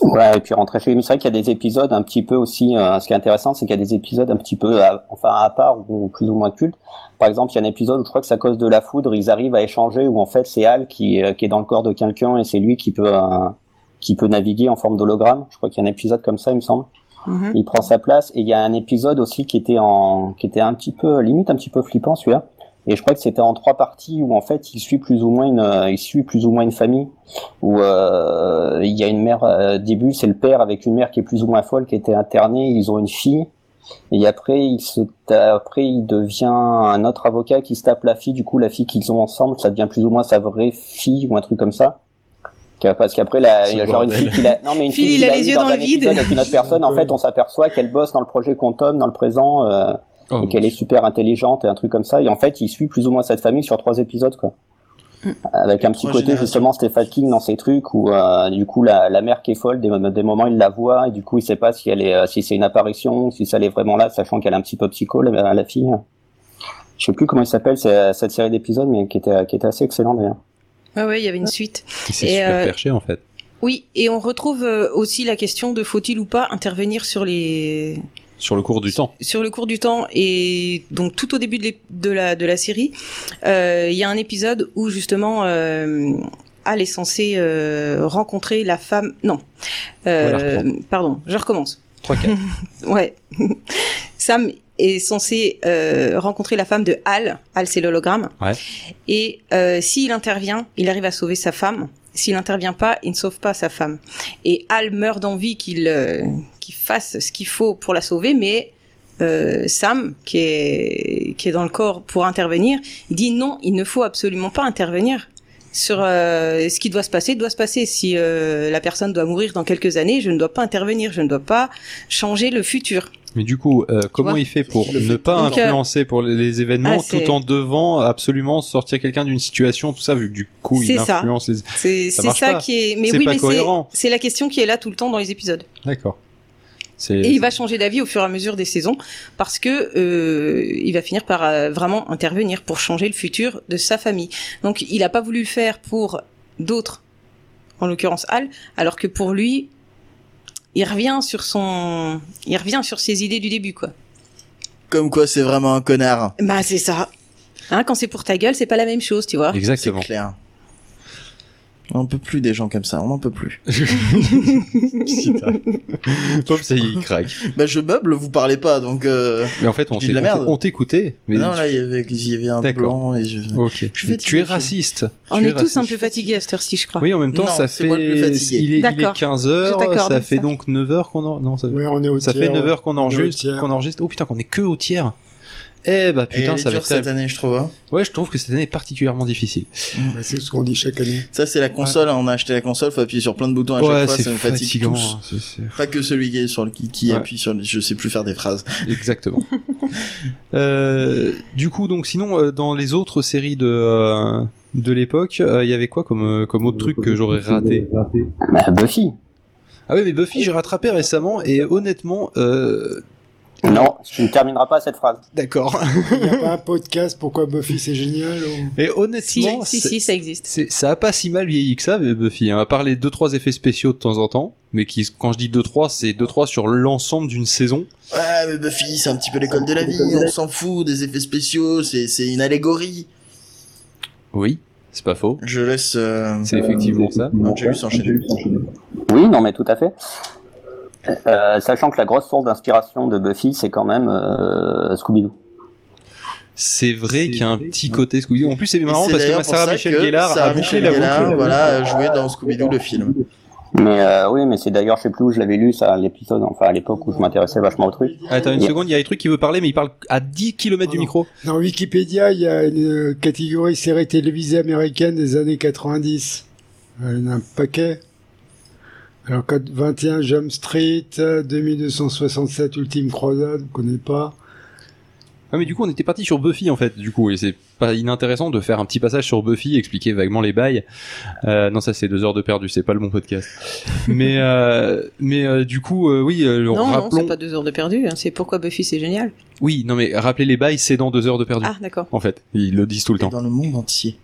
Speaker 4: Ouais, et puis rentrer chez lui. Mais c'est vrai qu'il y a des épisodes un petit peu aussi. euh, ce qui est intéressant, c'est qu'il y a des épisodes un petit peu, à, enfin à part ou plus ou moins cultes. Par exemple, il y a un épisode où je crois que c'est à cause de la foudre, ils arrivent à échanger où en fait c'est Hal qui, euh, qui est dans le corps de quelqu'un et c'est lui qui peut, euh, qui peut naviguer en forme d'hologramme. Je crois qu'il y a un épisode comme ça, il me semble.
Speaker 2: Mhm.
Speaker 4: il prend sa place et il y a un épisode aussi qui était en qui était un petit peu limite un petit peu flippant celui-là et je crois que c'était en trois parties où en fait il suit plus ou moins une euh, il suit plus ou moins une famille où euh, il y a une mère euh, début c'est le père avec une mère qui est plus ou moins folle qui était internée ils ont une fille Et après, il se, ta- après, il devient un autre avocat qui se tape la fille. Du coup, la fille qu'ils ont ensemble, ça devient plus ou moins sa vraie fille ou un truc comme ça. Qu'à- Parce qu'après, la,
Speaker 6: Ce
Speaker 4: il y a genre une
Speaker 6: bordel.
Speaker 4: fille qu'il a, non mais une
Speaker 2: Phil,
Speaker 4: fille
Speaker 2: il
Speaker 4: qu'il
Speaker 2: a
Speaker 4: eu
Speaker 2: les yeux dans
Speaker 4: un
Speaker 2: le vide.
Speaker 4: épisode Avec une autre personne, en fait, on s'aperçoit qu'elle bosse dans le projet Quantum, dans le présent, euh,
Speaker 1: Oh,
Speaker 4: et qu'elle est super intelligente et un truc comme ça. Et en fait, il suit plus ou moins cette famille sur trois épisodes, quoi. Avec un petit
Speaker 3: Trois
Speaker 4: côté
Speaker 3: générations.
Speaker 4: justement Stephen King dans ces trucs où euh, du coup la, la mère qui est folle des, des moments il la voit et du coup il sait pas si elle est euh, si c'est une apparition si ça elle est vraiment là sachant qu'elle est un petit peu psycho la, la fille je sais plus comment il s'appelle c'est- cette série d'épisodes mais qui était qui était assez excellente d'ailleurs
Speaker 2: Ouais, ouais, il y avait une suite.
Speaker 1: C'est
Speaker 2: Et,
Speaker 1: super
Speaker 2: euh,
Speaker 1: perché en fait.
Speaker 2: Oui, et on retrouve euh, aussi la question de faut-il ou pas intervenir sur les
Speaker 1: Sur le cours du temps.
Speaker 2: sur le cours du temps et donc tout au début de, l'ép- de la de la série, euh, il y a un épisode où justement euh, Al est censé euh, rencontrer la femme. Non, Euh, pardon, je recommence.
Speaker 1: 3-4.
Speaker 2: Ouais, Sam est censé euh, rencontrer la femme de Al. Al, c'est l'hologramme.
Speaker 1: Ouais.
Speaker 2: Et euh, s'il intervient, il arrive à sauver sa femme. S'il intervient pas, il ne sauve pas sa femme. Et Al meurt d'envie qu'il euh, qu'il fasse ce qu'il faut pour la sauver, mais euh, Sam, qui est, qui est dans le corps pour intervenir, il dit non, il ne faut absolument pas intervenir sur euh, ce qui doit se passer, doit se passer. Si euh, la personne doit mourir dans quelques années, je ne dois pas intervenir, je ne dois pas changer le futur.
Speaker 1: Mais du coup, euh, comment
Speaker 2: vois
Speaker 1: il fait pour
Speaker 3: Le
Speaker 1: ne pas
Speaker 2: Donc, euh,
Speaker 1: influencer pour les- les événements
Speaker 2: ah, c'est-
Speaker 1: tout en devant absolument sortir quelqu'un d'une situation, tout ça, vu que du coup il
Speaker 2: C'est ça.
Speaker 1: influence les.
Speaker 2: C'est
Speaker 1: Ça
Speaker 2: c'est ça,
Speaker 1: marche pas.
Speaker 2: qui est. Mais
Speaker 1: C'est
Speaker 2: oui,
Speaker 1: pas
Speaker 2: mais c'est-
Speaker 1: cohérent.
Speaker 2: c'est la question qui est là tout le temps dans les épisodes.
Speaker 1: D'accord. C'est.
Speaker 2: Et il va changer d'avis au fur et à mesure des saisons parce que euh, il va finir par euh, vraiment intervenir pour changer le futur de sa famille. Donc il n'a pas voulu le faire pour d'autres, en l'occurrence Al, alors que pour lui, il revient sur son, il revient sur ses idées du début quoi.
Speaker 3: Comme quoi, c'est vraiment un connard.
Speaker 2: Bah c'est ça. Hein, quand c'est pour ta gueule, c'est pas la même chose, tu vois.
Speaker 1: Exactement.
Speaker 3: Claire. On n'en peut plus des gens comme ça, on n'en peut plus.
Speaker 1: Putain. Pauvre, ça y est, il craque.
Speaker 3: Bah je meuble, vous parlez pas, donc... Euh...
Speaker 1: Mais en fait, on
Speaker 3: Je dis de
Speaker 1: t'é-
Speaker 3: la merde.
Speaker 1: on t'écoutait. Mais
Speaker 3: non, là, il y avait, il y avait un
Speaker 1: D'accord.
Speaker 3: blanc et je...
Speaker 1: Ok.
Speaker 3: Je suis
Speaker 1: Tu es
Speaker 3: fatigué.
Speaker 1: raciste.
Speaker 2: On
Speaker 1: Tu es
Speaker 2: est tous un
Speaker 1: raciste.
Speaker 2: peu fatigués à cette heure-ci, je crois.
Speaker 1: Oui, en même temps,
Speaker 3: Non,
Speaker 1: ça fait.
Speaker 3: c'est moi le plus fatigué.
Speaker 1: Il est, il est
Speaker 2: D'accord.
Speaker 1: 15
Speaker 2: Je
Speaker 1: heures.
Speaker 2: t'accorde
Speaker 1: Ça fait
Speaker 2: ça.
Speaker 1: donc 9 heures qu'on en- non, ça,
Speaker 7: Ouais, on est au
Speaker 1: ça fait
Speaker 7: tiers.
Speaker 1: 9 heures qu'on
Speaker 7: On est au
Speaker 1: enregistre,
Speaker 7: tiers.
Speaker 1: qu'on enregistre. Oh putain, qu'on est que au tiers. Eh bah
Speaker 3: Et elle
Speaker 1: putain,
Speaker 3: est
Speaker 1: ça va
Speaker 3: dure
Speaker 1: être
Speaker 3: cette
Speaker 1: terrible.
Speaker 3: année, je trouve. hein.
Speaker 1: Ouais, je trouve que cette année est particulièrement difficile.
Speaker 7: Ouais, Bah, C'est ce qu'on dit chaque année.
Speaker 3: Ça, c'est la console. hein, On a acheté la console, faut appuyer sur plein de boutons à
Speaker 1: ouais,
Speaker 3: chaque fois,
Speaker 1: c'est
Speaker 3: ça nous fatigue
Speaker 1: fatigant.
Speaker 3: tous.
Speaker 1: hein, c'est- c'est-
Speaker 3: Pas que celui qui, est sur le, qui, qui
Speaker 1: Ouais.
Speaker 3: appuie sur le... Je sais plus faire des phrases.
Speaker 1: Exactement. Euh, du coup, donc sinon, euh, dans les autres séries de euh, de l'époque, euh, il y avait quoi comme euh, comme autre truc que j'aurais raté
Speaker 4: bah, Buffy
Speaker 1: Ah oui, mais Buffy, j'ai rattrapé récemment et honnêtement, euh,
Speaker 4: non tu ne termineras pas cette phrase
Speaker 1: d'accord.
Speaker 7: Il n'y a pas un podcast Pourquoi Buffy c'est génial ou-
Speaker 1: Et
Speaker 2: Si,
Speaker 1: honnêtement,
Speaker 2: si,
Speaker 1: c'est-
Speaker 2: si, ça existe.
Speaker 1: C'est- ça a pas si mal vieilli que ça, mais Buffy. Hein. À part les deux trois effets spéciaux de temps en temps, mais qui, quand je dis deux trois, c'est deux trois sur l'ensemble d'une saison.
Speaker 3: Ouais, mais Buffy, c'est un petit peu l'école de la vie. On s'en fout des effets spéciaux. C'est, c'est une allégorie.
Speaker 1: Oui, c'est pas faux.
Speaker 3: Je laisse. Euh...
Speaker 1: C'est effectivement ça.
Speaker 3: Angelus enchaîner.
Speaker 4: Oui, non, mais tout à fait. Euh, sachant que la grosse source d'inspiration de Buffy, c'est quand même euh, Scooby-Doo.
Speaker 1: C'est vrai qu'il y a un petit côté Scooby. En plus, c'est marrant
Speaker 3: Et c'est
Speaker 1: parce que
Speaker 3: d'ailleurs pour
Speaker 1: Sarah
Speaker 3: ça
Speaker 1: Michelle
Speaker 3: que
Speaker 1: Gellar a
Speaker 3: Sarah
Speaker 1: bouclé
Speaker 3: Michel
Speaker 1: la
Speaker 3: Gellar,
Speaker 1: boucle.
Speaker 3: Voilà, a joué dans Scooby-Doo le film.
Speaker 4: Mais euh, oui, mais c'est d'ailleurs, je sais plus où je l'avais lu, ça, l'épisode, enfin à l'époque où je m'intéressais Bah, vachement au truc.
Speaker 1: Attends une
Speaker 4: Yeah.
Speaker 1: seconde, il y a des trucs qui veut parler, mais il parle à 10 km du
Speaker 7: Oh non.
Speaker 1: micro.
Speaker 7: Dans Wikipédia, il y a une euh, catégorie séries télévisées américaines des années 90. Euh, Il y en a un paquet. Alors, code 21 Jump Street, euh, 2267 Ultime Croisade, on connaît pas.
Speaker 1: Ah, mais du coup, on était parti sur Buffy en fait. Du coup, et c'est pas inintéressant de faire un petit passage sur Buffy, expliquer vaguement les bails. Euh, non, ça c'est deux heures de perdu, c'est pas le bon podcast. mais euh, mais euh, du coup, euh, oui, euh,
Speaker 2: Non, non,
Speaker 1: rappelons.
Speaker 2: c'est pas deux heures de perdu. hein. C'est pourquoi Buffy c'est génial.
Speaker 1: Oui, non mais rappelez les bails, c'est dans deux heures de perdu.
Speaker 2: Ah, d'accord.
Speaker 1: En fait, ils le disent tout le temps.
Speaker 3: Dans le monde entier.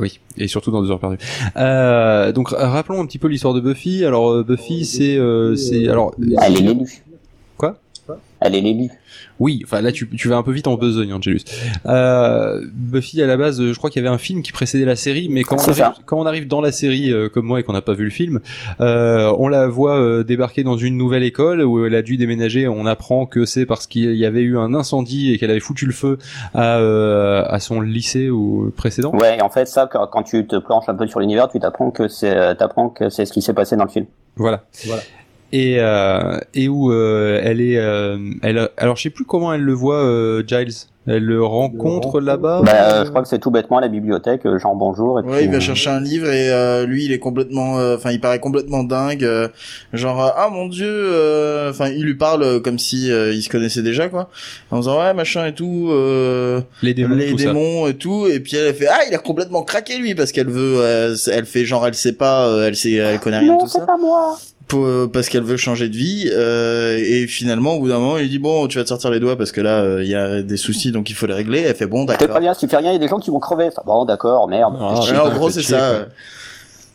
Speaker 1: Oui, et surtout dans deux heures perdues. Euh, donc rappelons un petit peu l'histoire de Buffy. Alors euh, Buffy, c'est, euh, c'est, alors
Speaker 4: Elle est l'élu.
Speaker 1: Quoi
Speaker 4: Elle est l'élu.
Speaker 1: oui. Enfin là, tu, tu vas un peu vite en besogne, Angelus. Euh, Buffy, à la base, euh, je crois qu'il y avait un film qui précédait la série, mais quand on
Speaker 4: C'est
Speaker 1: arrive,
Speaker 4: ça.
Speaker 1: quand on arrive dans la série, euh, comme moi et qu'on n'a pas vu le film, euh, on la voit euh, débarquer dans une nouvelle école où elle a dû déménager. On apprend que c'est parce qu'il y avait eu un incendie et qu'elle avait foutu le feu à, euh, à son lycée ou précédent.
Speaker 4: Ouais, et en fait, ça, quand, quand tu te planches un peu sur l'univers, tu t'apprends que c'est, euh, t'apprends que c'est ce qui s'est passé dans le film.
Speaker 1: Voilà. et euh, et où euh, elle est euh, elle alors je sais plus comment elle le voit euh, Giles elle le rencontre
Speaker 7: rencontre.
Speaker 1: là-bas
Speaker 4: Bah, euh, je crois que c'est tout bêtement à la bibliothèque, euh, genre bonjour. Et
Speaker 3: Ouais,
Speaker 4: puis,
Speaker 3: il va
Speaker 4: euh,
Speaker 3: chercher un livre et euh, lui, il est complètement, euh, enfin, il paraît complètement dingue, euh, genre euh, ah mon dieu, euh, enfin, il lui parle euh, comme si euh, il se connaissait déjà quoi, en disant ouais machin et tout, euh,
Speaker 1: les démons
Speaker 3: les
Speaker 1: tout ça.
Speaker 3: démons et tout, et puis elle elle fait ah il a complètement craqué lui parce qu'elle veut, euh, elle fait genre elle sait pas, euh, elle sait, elle connaît rien de tout ça.
Speaker 4: pas moi.
Speaker 3: pour- euh, parce qu'elle veut changer de vie euh, et finalement au bout d'un moment il dit bon tu vas te sortir les doigts parce que là euh, il y a des soucis donc il faut les régler elle fait bon
Speaker 4: Je te
Speaker 3: d'accord
Speaker 4: préviens, si tu fais rien, il y a des gens qui vont crever. Ça, Bon, d'accord, merde.
Speaker 1: Ah,
Speaker 3: Ouais,
Speaker 1: putain,
Speaker 3: en gros
Speaker 1: faites
Speaker 3: c'est
Speaker 1: chier,
Speaker 3: ça
Speaker 1: quoi.
Speaker 3: euh.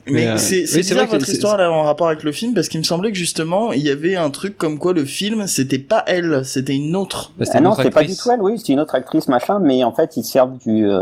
Speaker 3: mais
Speaker 1: Mais, euh, oui,
Speaker 3: c'est c'est
Speaker 1: c'est vrai
Speaker 3: bizarre
Speaker 1: que
Speaker 3: votre
Speaker 1: c'est-
Speaker 3: histoire là en rapport avec le film parce qu'il me semblait que justement il y avait un truc comme quoi le film c'était pas elle c'était une autre
Speaker 1: Bah, c'était
Speaker 4: Ah
Speaker 1: une
Speaker 4: non,
Speaker 1: autre
Speaker 4: c'est pas du
Speaker 1: actrice.
Speaker 4: tout elle, oui, c'est une autre actrice, machin, mais en fait, ils servent du. Euh,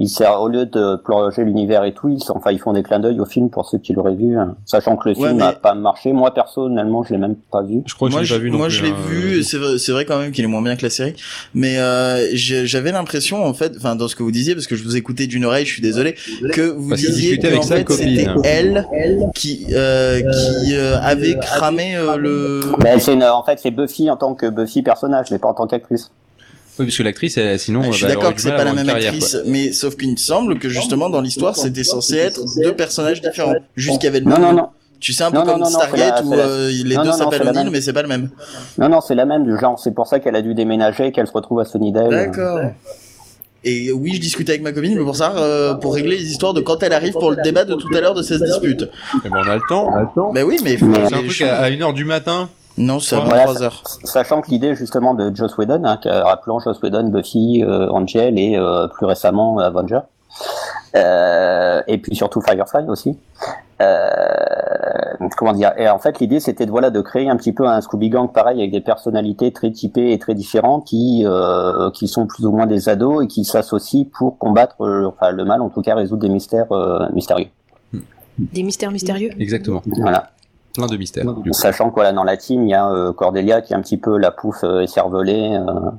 Speaker 4: ils servent, au lieu de plonger l'univers et tout, ils, sont- enfin, ils font des clins d'œil au film pour ceux qui l'auraient vu, hein. sachant que le
Speaker 3: Ouais,
Speaker 4: film
Speaker 3: mais-
Speaker 4: n'a pas marché. Moi, personnellement, je l'ai même pas vu.
Speaker 1: je crois que
Speaker 3: moi,
Speaker 1: je l'ai pas vu non
Speaker 3: moi
Speaker 1: plus,
Speaker 3: je l'ai
Speaker 1: hein.
Speaker 3: vu, et c'est vrai, c'est vrai quand même qu'il est moins bien que la série, mais euh, j'ai- j'avais l'impression en fait, enfin dans ce que vous disiez, parce que je vous écoutais d'une oreille, je suis désolé, que vous
Speaker 1: Parce qu'il
Speaker 3: disiez
Speaker 1: discutait
Speaker 3: que
Speaker 1: avec
Speaker 3: euh, en
Speaker 1: sa
Speaker 3: fait,
Speaker 1: copine.
Speaker 3: c'était elle qui euh, qui euh, avait cramé euh, le.
Speaker 4: Mais c'est une- en fait, c'est Buffy en tant que Buffy personnage, mais pas en tant qu'actrice.
Speaker 1: oui parce que l'actrice elle- sinon
Speaker 3: Ah, je suis
Speaker 1: bah, elle aurait
Speaker 3: d'accord que
Speaker 1: du
Speaker 3: c'est
Speaker 1: mal à
Speaker 3: pas la
Speaker 1: avoir une
Speaker 3: même
Speaker 1: carrière,
Speaker 3: actrice, mais sauf qu'il me semble que justement dans l'histoire c'était censé être deux personnages différents, juste qu'il y avait le
Speaker 4: Non,
Speaker 3: même
Speaker 4: non,
Speaker 3: nom.
Speaker 4: non.
Speaker 3: Tu sais un peu
Speaker 4: Non, non,
Speaker 3: comme
Speaker 4: non, non, c'est la-
Speaker 3: Stargate où
Speaker 4: c'est la-
Speaker 3: euh, les
Speaker 4: Non,
Speaker 3: deux
Speaker 4: non, non,
Speaker 3: s'appellent
Speaker 4: c'est la
Speaker 3: O'Neill
Speaker 4: même.
Speaker 3: mais c'est pas le même.
Speaker 4: Non, non, c'est la même, du genre, c'est pour ça qu'elle a dû déménager et qu'elle se retrouve à Sunnydale.
Speaker 3: D'accord. Et oui, je discutais avec ma copine, mais pour ça, euh, pour régler les histoires de quand elle arrive pour le débat de tout à l'heure de cette dispute.
Speaker 1: quoi. Eh ben, on a le temps
Speaker 3: Bah oui, mais
Speaker 4: Mais-
Speaker 1: c'est un truc à, à une heure du matin
Speaker 3: non, c'est à
Speaker 4: Voilà.
Speaker 3: 23 heures.
Speaker 4: Sachant que l'idée justement de Joss Whedon, hein, que- rappelant Joss Whedon, Buffy, euh, Angel et euh, plus récemment Avenger, Euh, et puis surtout Firefly aussi. Euh, comment dire Et en fait, l'idée c'était de voilà de créer un petit peu un Scooby Gang pareil avec des personnalités très typées et très différentes qui euh, qui sont plus ou moins des ados et qui s'associent pour combattre euh, enfin, le mal, en tout cas résoudre des mystères euh, mystérieux.
Speaker 2: Des mystères mystérieux.
Speaker 1: exactement
Speaker 4: Voilà.
Speaker 1: plein de mystères du coup.
Speaker 4: Sachant que voilà, dans la team, il y a euh, Cordelia qui est un petit peu la pouffe euh, écervelée, euh,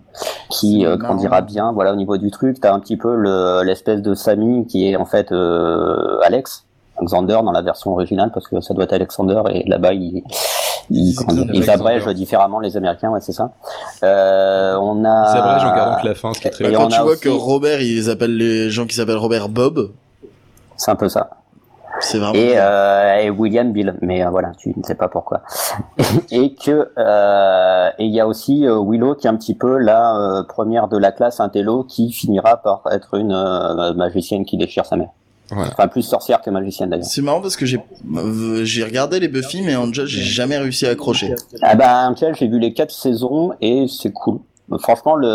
Speaker 4: qui euh,
Speaker 3: C'est
Speaker 4: grandira
Speaker 3: marrant.
Speaker 4: bien voilà, au niveau du truc. T'as un petit peu le- l'espèce de Samy qui est en fait euh, Alex, Alexander dans la version originale, parce que ça doit être Alexander, et là-bas, il, il, comment dire, ils
Speaker 1: Alexander.
Speaker 4: abrègent différemment les Américains, ouais, c'est ça. Euh, on a...
Speaker 1: c'est vrai j'en
Speaker 4: Ah.
Speaker 1: gardant que la fin ce qui est très
Speaker 4: Et
Speaker 3: Quand
Speaker 4: on
Speaker 3: tu
Speaker 4: a
Speaker 3: vois
Speaker 4: aussi-
Speaker 3: que Robert, ils appellent les gens qui s'appellent Robert Bob,
Speaker 4: C'est un peu ça.
Speaker 3: c'est
Speaker 1: Oh
Speaker 3: vraiment.
Speaker 4: et, euh, et William Bill, mais euh, voilà, tu ne sais pas pourquoi. et que euh, et il y a aussi euh, Willow qui est un petit peu la euh, première de la classe intello qui finira par être une euh, magicienne qui déchire sa mère.
Speaker 1: Voilà.
Speaker 4: Enfin plus sorcière que magicienne d'ailleurs.
Speaker 3: C'est marrant parce que j'ai euh, j'ai regardé les Buffy, mais Angel, j'ai jamais réussi à accrocher.
Speaker 4: Ah bah Angel, j'ai vu les quatre saisons et c'est cool. Franchement le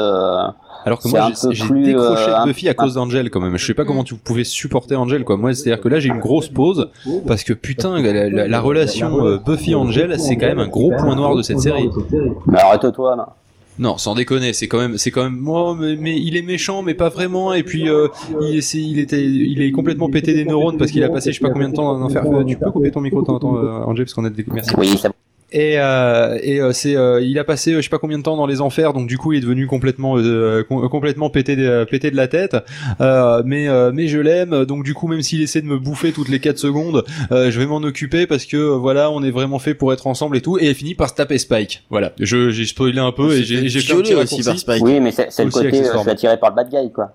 Speaker 1: Alors que
Speaker 4: C'est
Speaker 1: moi,
Speaker 4: un
Speaker 1: j'ai
Speaker 4: peu
Speaker 1: j'ai
Speaker 4: plus,
Speaker 1: décroché
Speaker 4: euh,
Speaker 1: de Buffy à cause d'Angel quand même. Je sais pas comment tu pouvais supporter Angel quoi. Moi, c'est-à-dire que là, j'ai une grosse pause parce que putain, la, la- la relation euh, Buffy-Angel, c'est quand même un gros point noir de cette série.
Speaker 4: mais bah, arrête-toi là.
Speaker 1: Non, sans déconner, c'est quand même, c'est quand même moi, mais, mais il est méchant, mais pas vraiment. Et puis, euh, il, c'est- il était, il est complètement pété des neurones parce qu'il a passé je sais pas combien de temps en enfer. Euh, Tu peux couper ton micro, de temps en temps, euh, Angel, parce qu'on a des. Merci.
Speaker 4: Oui, c'est
Speaker 1: Et, euh, et euh, c'est, euh, il a passé euh, je sais pas combien de temps dans les enfers, donc du coup il est devenu complètement, euh, com- complètement pété, de, pété de la tête. Euh, mais, euh, mais je l'aime, donc du coup même s'il essaie de me bouffer toutes les 4 secondes, euh, je vais m'en occuper parce que euh, voilà, on est vraiment fait pour être ensemble et tout. Et elle finit par se taper Spike. Voilà, je, j'ai spoilé un peu et j'ai, j'ai fait un petit
Speaker 3: Violée aussi
Speaker 1: raccourci.
Speaker 3: par Spike.
Speaker 4: oui, mais c'est c'est le
Speaker 1: Aussi
Speaker 4: côté euh, je
Speaker 1: accessoirement.
Speaker 4: suis attiré par le bad guy quoi.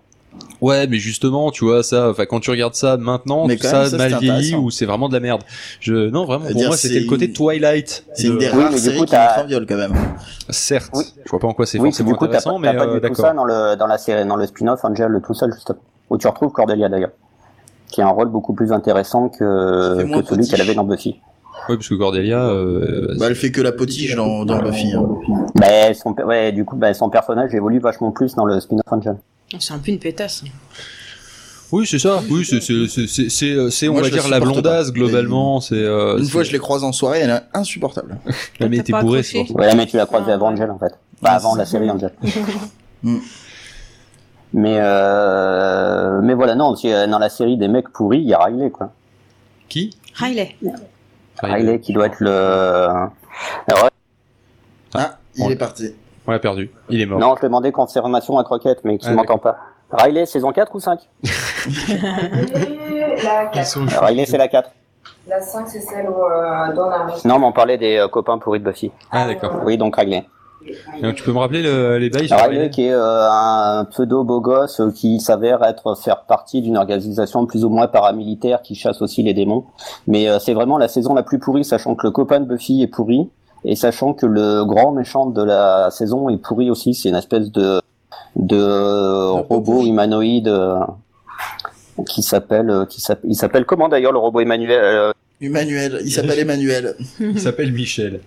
Speaker 1: Ouais, mais justement, tu vois ça, enfin quand tu regardes ça maintenant,
Speaker 3: Mais
Speaker 1: tout
Speaker 3: quand
Speaker 1: ça,
Speaker 3: même, ça,
Speaker 1: mal
Speaker 3: c'était
Speaker 1: vieilli
Speaker 3: intéressant.
Speaker 1: ou c'est vraiment de la merde. Je, non vraiment,
Speaker 3: Je veux
Speaker 1: pour
Speaker 3: dire,
Speaker 1: moi c'était
Speaker 3: c'est
Speaker 1: le côté
Speaker 3: une-
Speaker 1: Twilight.
Speaker 3: C'est une
Speaker 1: de-
Speaker 3: des
Speaker 4: Oui,
Speaker 3: rares
Speaker 4: mais du
Speaker 3: séries
Speaker 4: coup,
Speaker 3: qui
Speaker 4: t'as- Bah,
Speaker 3: montre un viol quand même.
Speaker 1: Certes,
Speaker 4: Oui.
Speaker 1: je vois pas en quoi c'est
Speaker 4: oui,
Speaker 1: forcément
Speaker 4: du coup, t'as pas,
Speaker 1: intéressant, mais
Speaker 4: t'as pas
Speaker 1: euh,
Speaker 4: du tout
Speaker 1: d'accord.
Speaker 4: ça dans le dans la série, dans le spin-off Angel, le tout seul justement, où tu retrouves Cordelia d'ailleurs, qui a un rôle beaucoup plus intéressant
Speaker 3: fait
Speaker 4: que,
Speaker 3: moins
Speaker 4: que celui
Speaker 3: petit.
Speaker 4: qu'elle avait dans Buffy.
Speaker 1: Oui, parce que Cordelia, euh,
Speaker 3: Bah, elle fait que la potige dans, dans Buffy. hein.
Speaker 4: Mais son, pe- ouais, du coup, bah, son personnage évolue vachement plus dans le spin-off Angel.
Speaker 2: Mm. C'est un peu une pétasse.
Speaker 1: oui, c'est ça. Oui, c'est, c'est, c'est, c'est, euh, c'est, c'est, on
Speaker 3: Moi,
Speaker 1: va
Speaker 3: je la
Speaker 1: dire la
Speaker 3: supporte
Speaker 1: blondasse
Speaker 3: pas.
Speaker 1: globalement. C'est euh,
Speaker 3: Une
Speaker 1: c'est-
Speaker 3: fois, je les croise en soirée, elle est insupportable.
Speaker 1: Ah, mais
Speaker 2: T'as
Speaker 1: t'es
Speaker 2: pas
Speaker 1: bourré,
Speaker 2: accroché.
Speaker 1: c'est pour
Speaker 4: Ouais, mais tu la croises
Speaker 2: Ah,
Speaker 4: avant
Speaker 2: ouais.
Speaker 4: Angel en fait, bah, avant la série Angel.
Speaker 3: Mm.
Speaker 4: mais euh, mais voilà, non, tu- euh, dans la série des mecs pourris, il y a Riley quoi.
Speaker 1: ça. qui
Speaker 2: Riley.
Speaker 4: Riley qui doit être le
Speaker 3: Ah,
Speaker 1: on-
Speaker 3: il est parti.
Speaker 1: On l'a perdu. Il est mort.
Speaker 4: Non, je demandais confirmation à Croquette, mais qui
Speaker 1: Ah,
Speaker 4: m'entend pas. Riley, saison 4 ou 5 Riley, c'est la 4.
Speaker 6: La 5, c'est celle où euh, Dawn a réussi.
Speaker 4: Non, mais on parlait des euh, copains pourris de Buffy.
Speaker 1: Ah, d'accord.
Speaker 4: Oui, donc Ragley.
Speaker 1: Donc, tu peux me rappeler le- les bails sur
Speaker 4: Ragley
Speaker 1: les-
Speaker 4: qui est euh, un pseudo beau gosse euh, qui s'avère être faire partie d'une organisation plus ou moins paramilitaire qui chasse aussi les démons. Mais euh, c'est vraiment la saison la plus pourrie, sachant que le copain de Buffy est pourri et sachant que le grand méchant de la saison est pourri aussi. C'est une espèce de de euh, robot humanoïde euh, qui s'appelle euh, qui s'appelle il s'appelle comment d'ailleurs le robot Emmanuel euh,
Speaker 3: Emmanuel, il
Speaker 2: Euh,
Speaker 3: s'appelle Emmanuel.
Speaker 1: Il s'appelle Michel.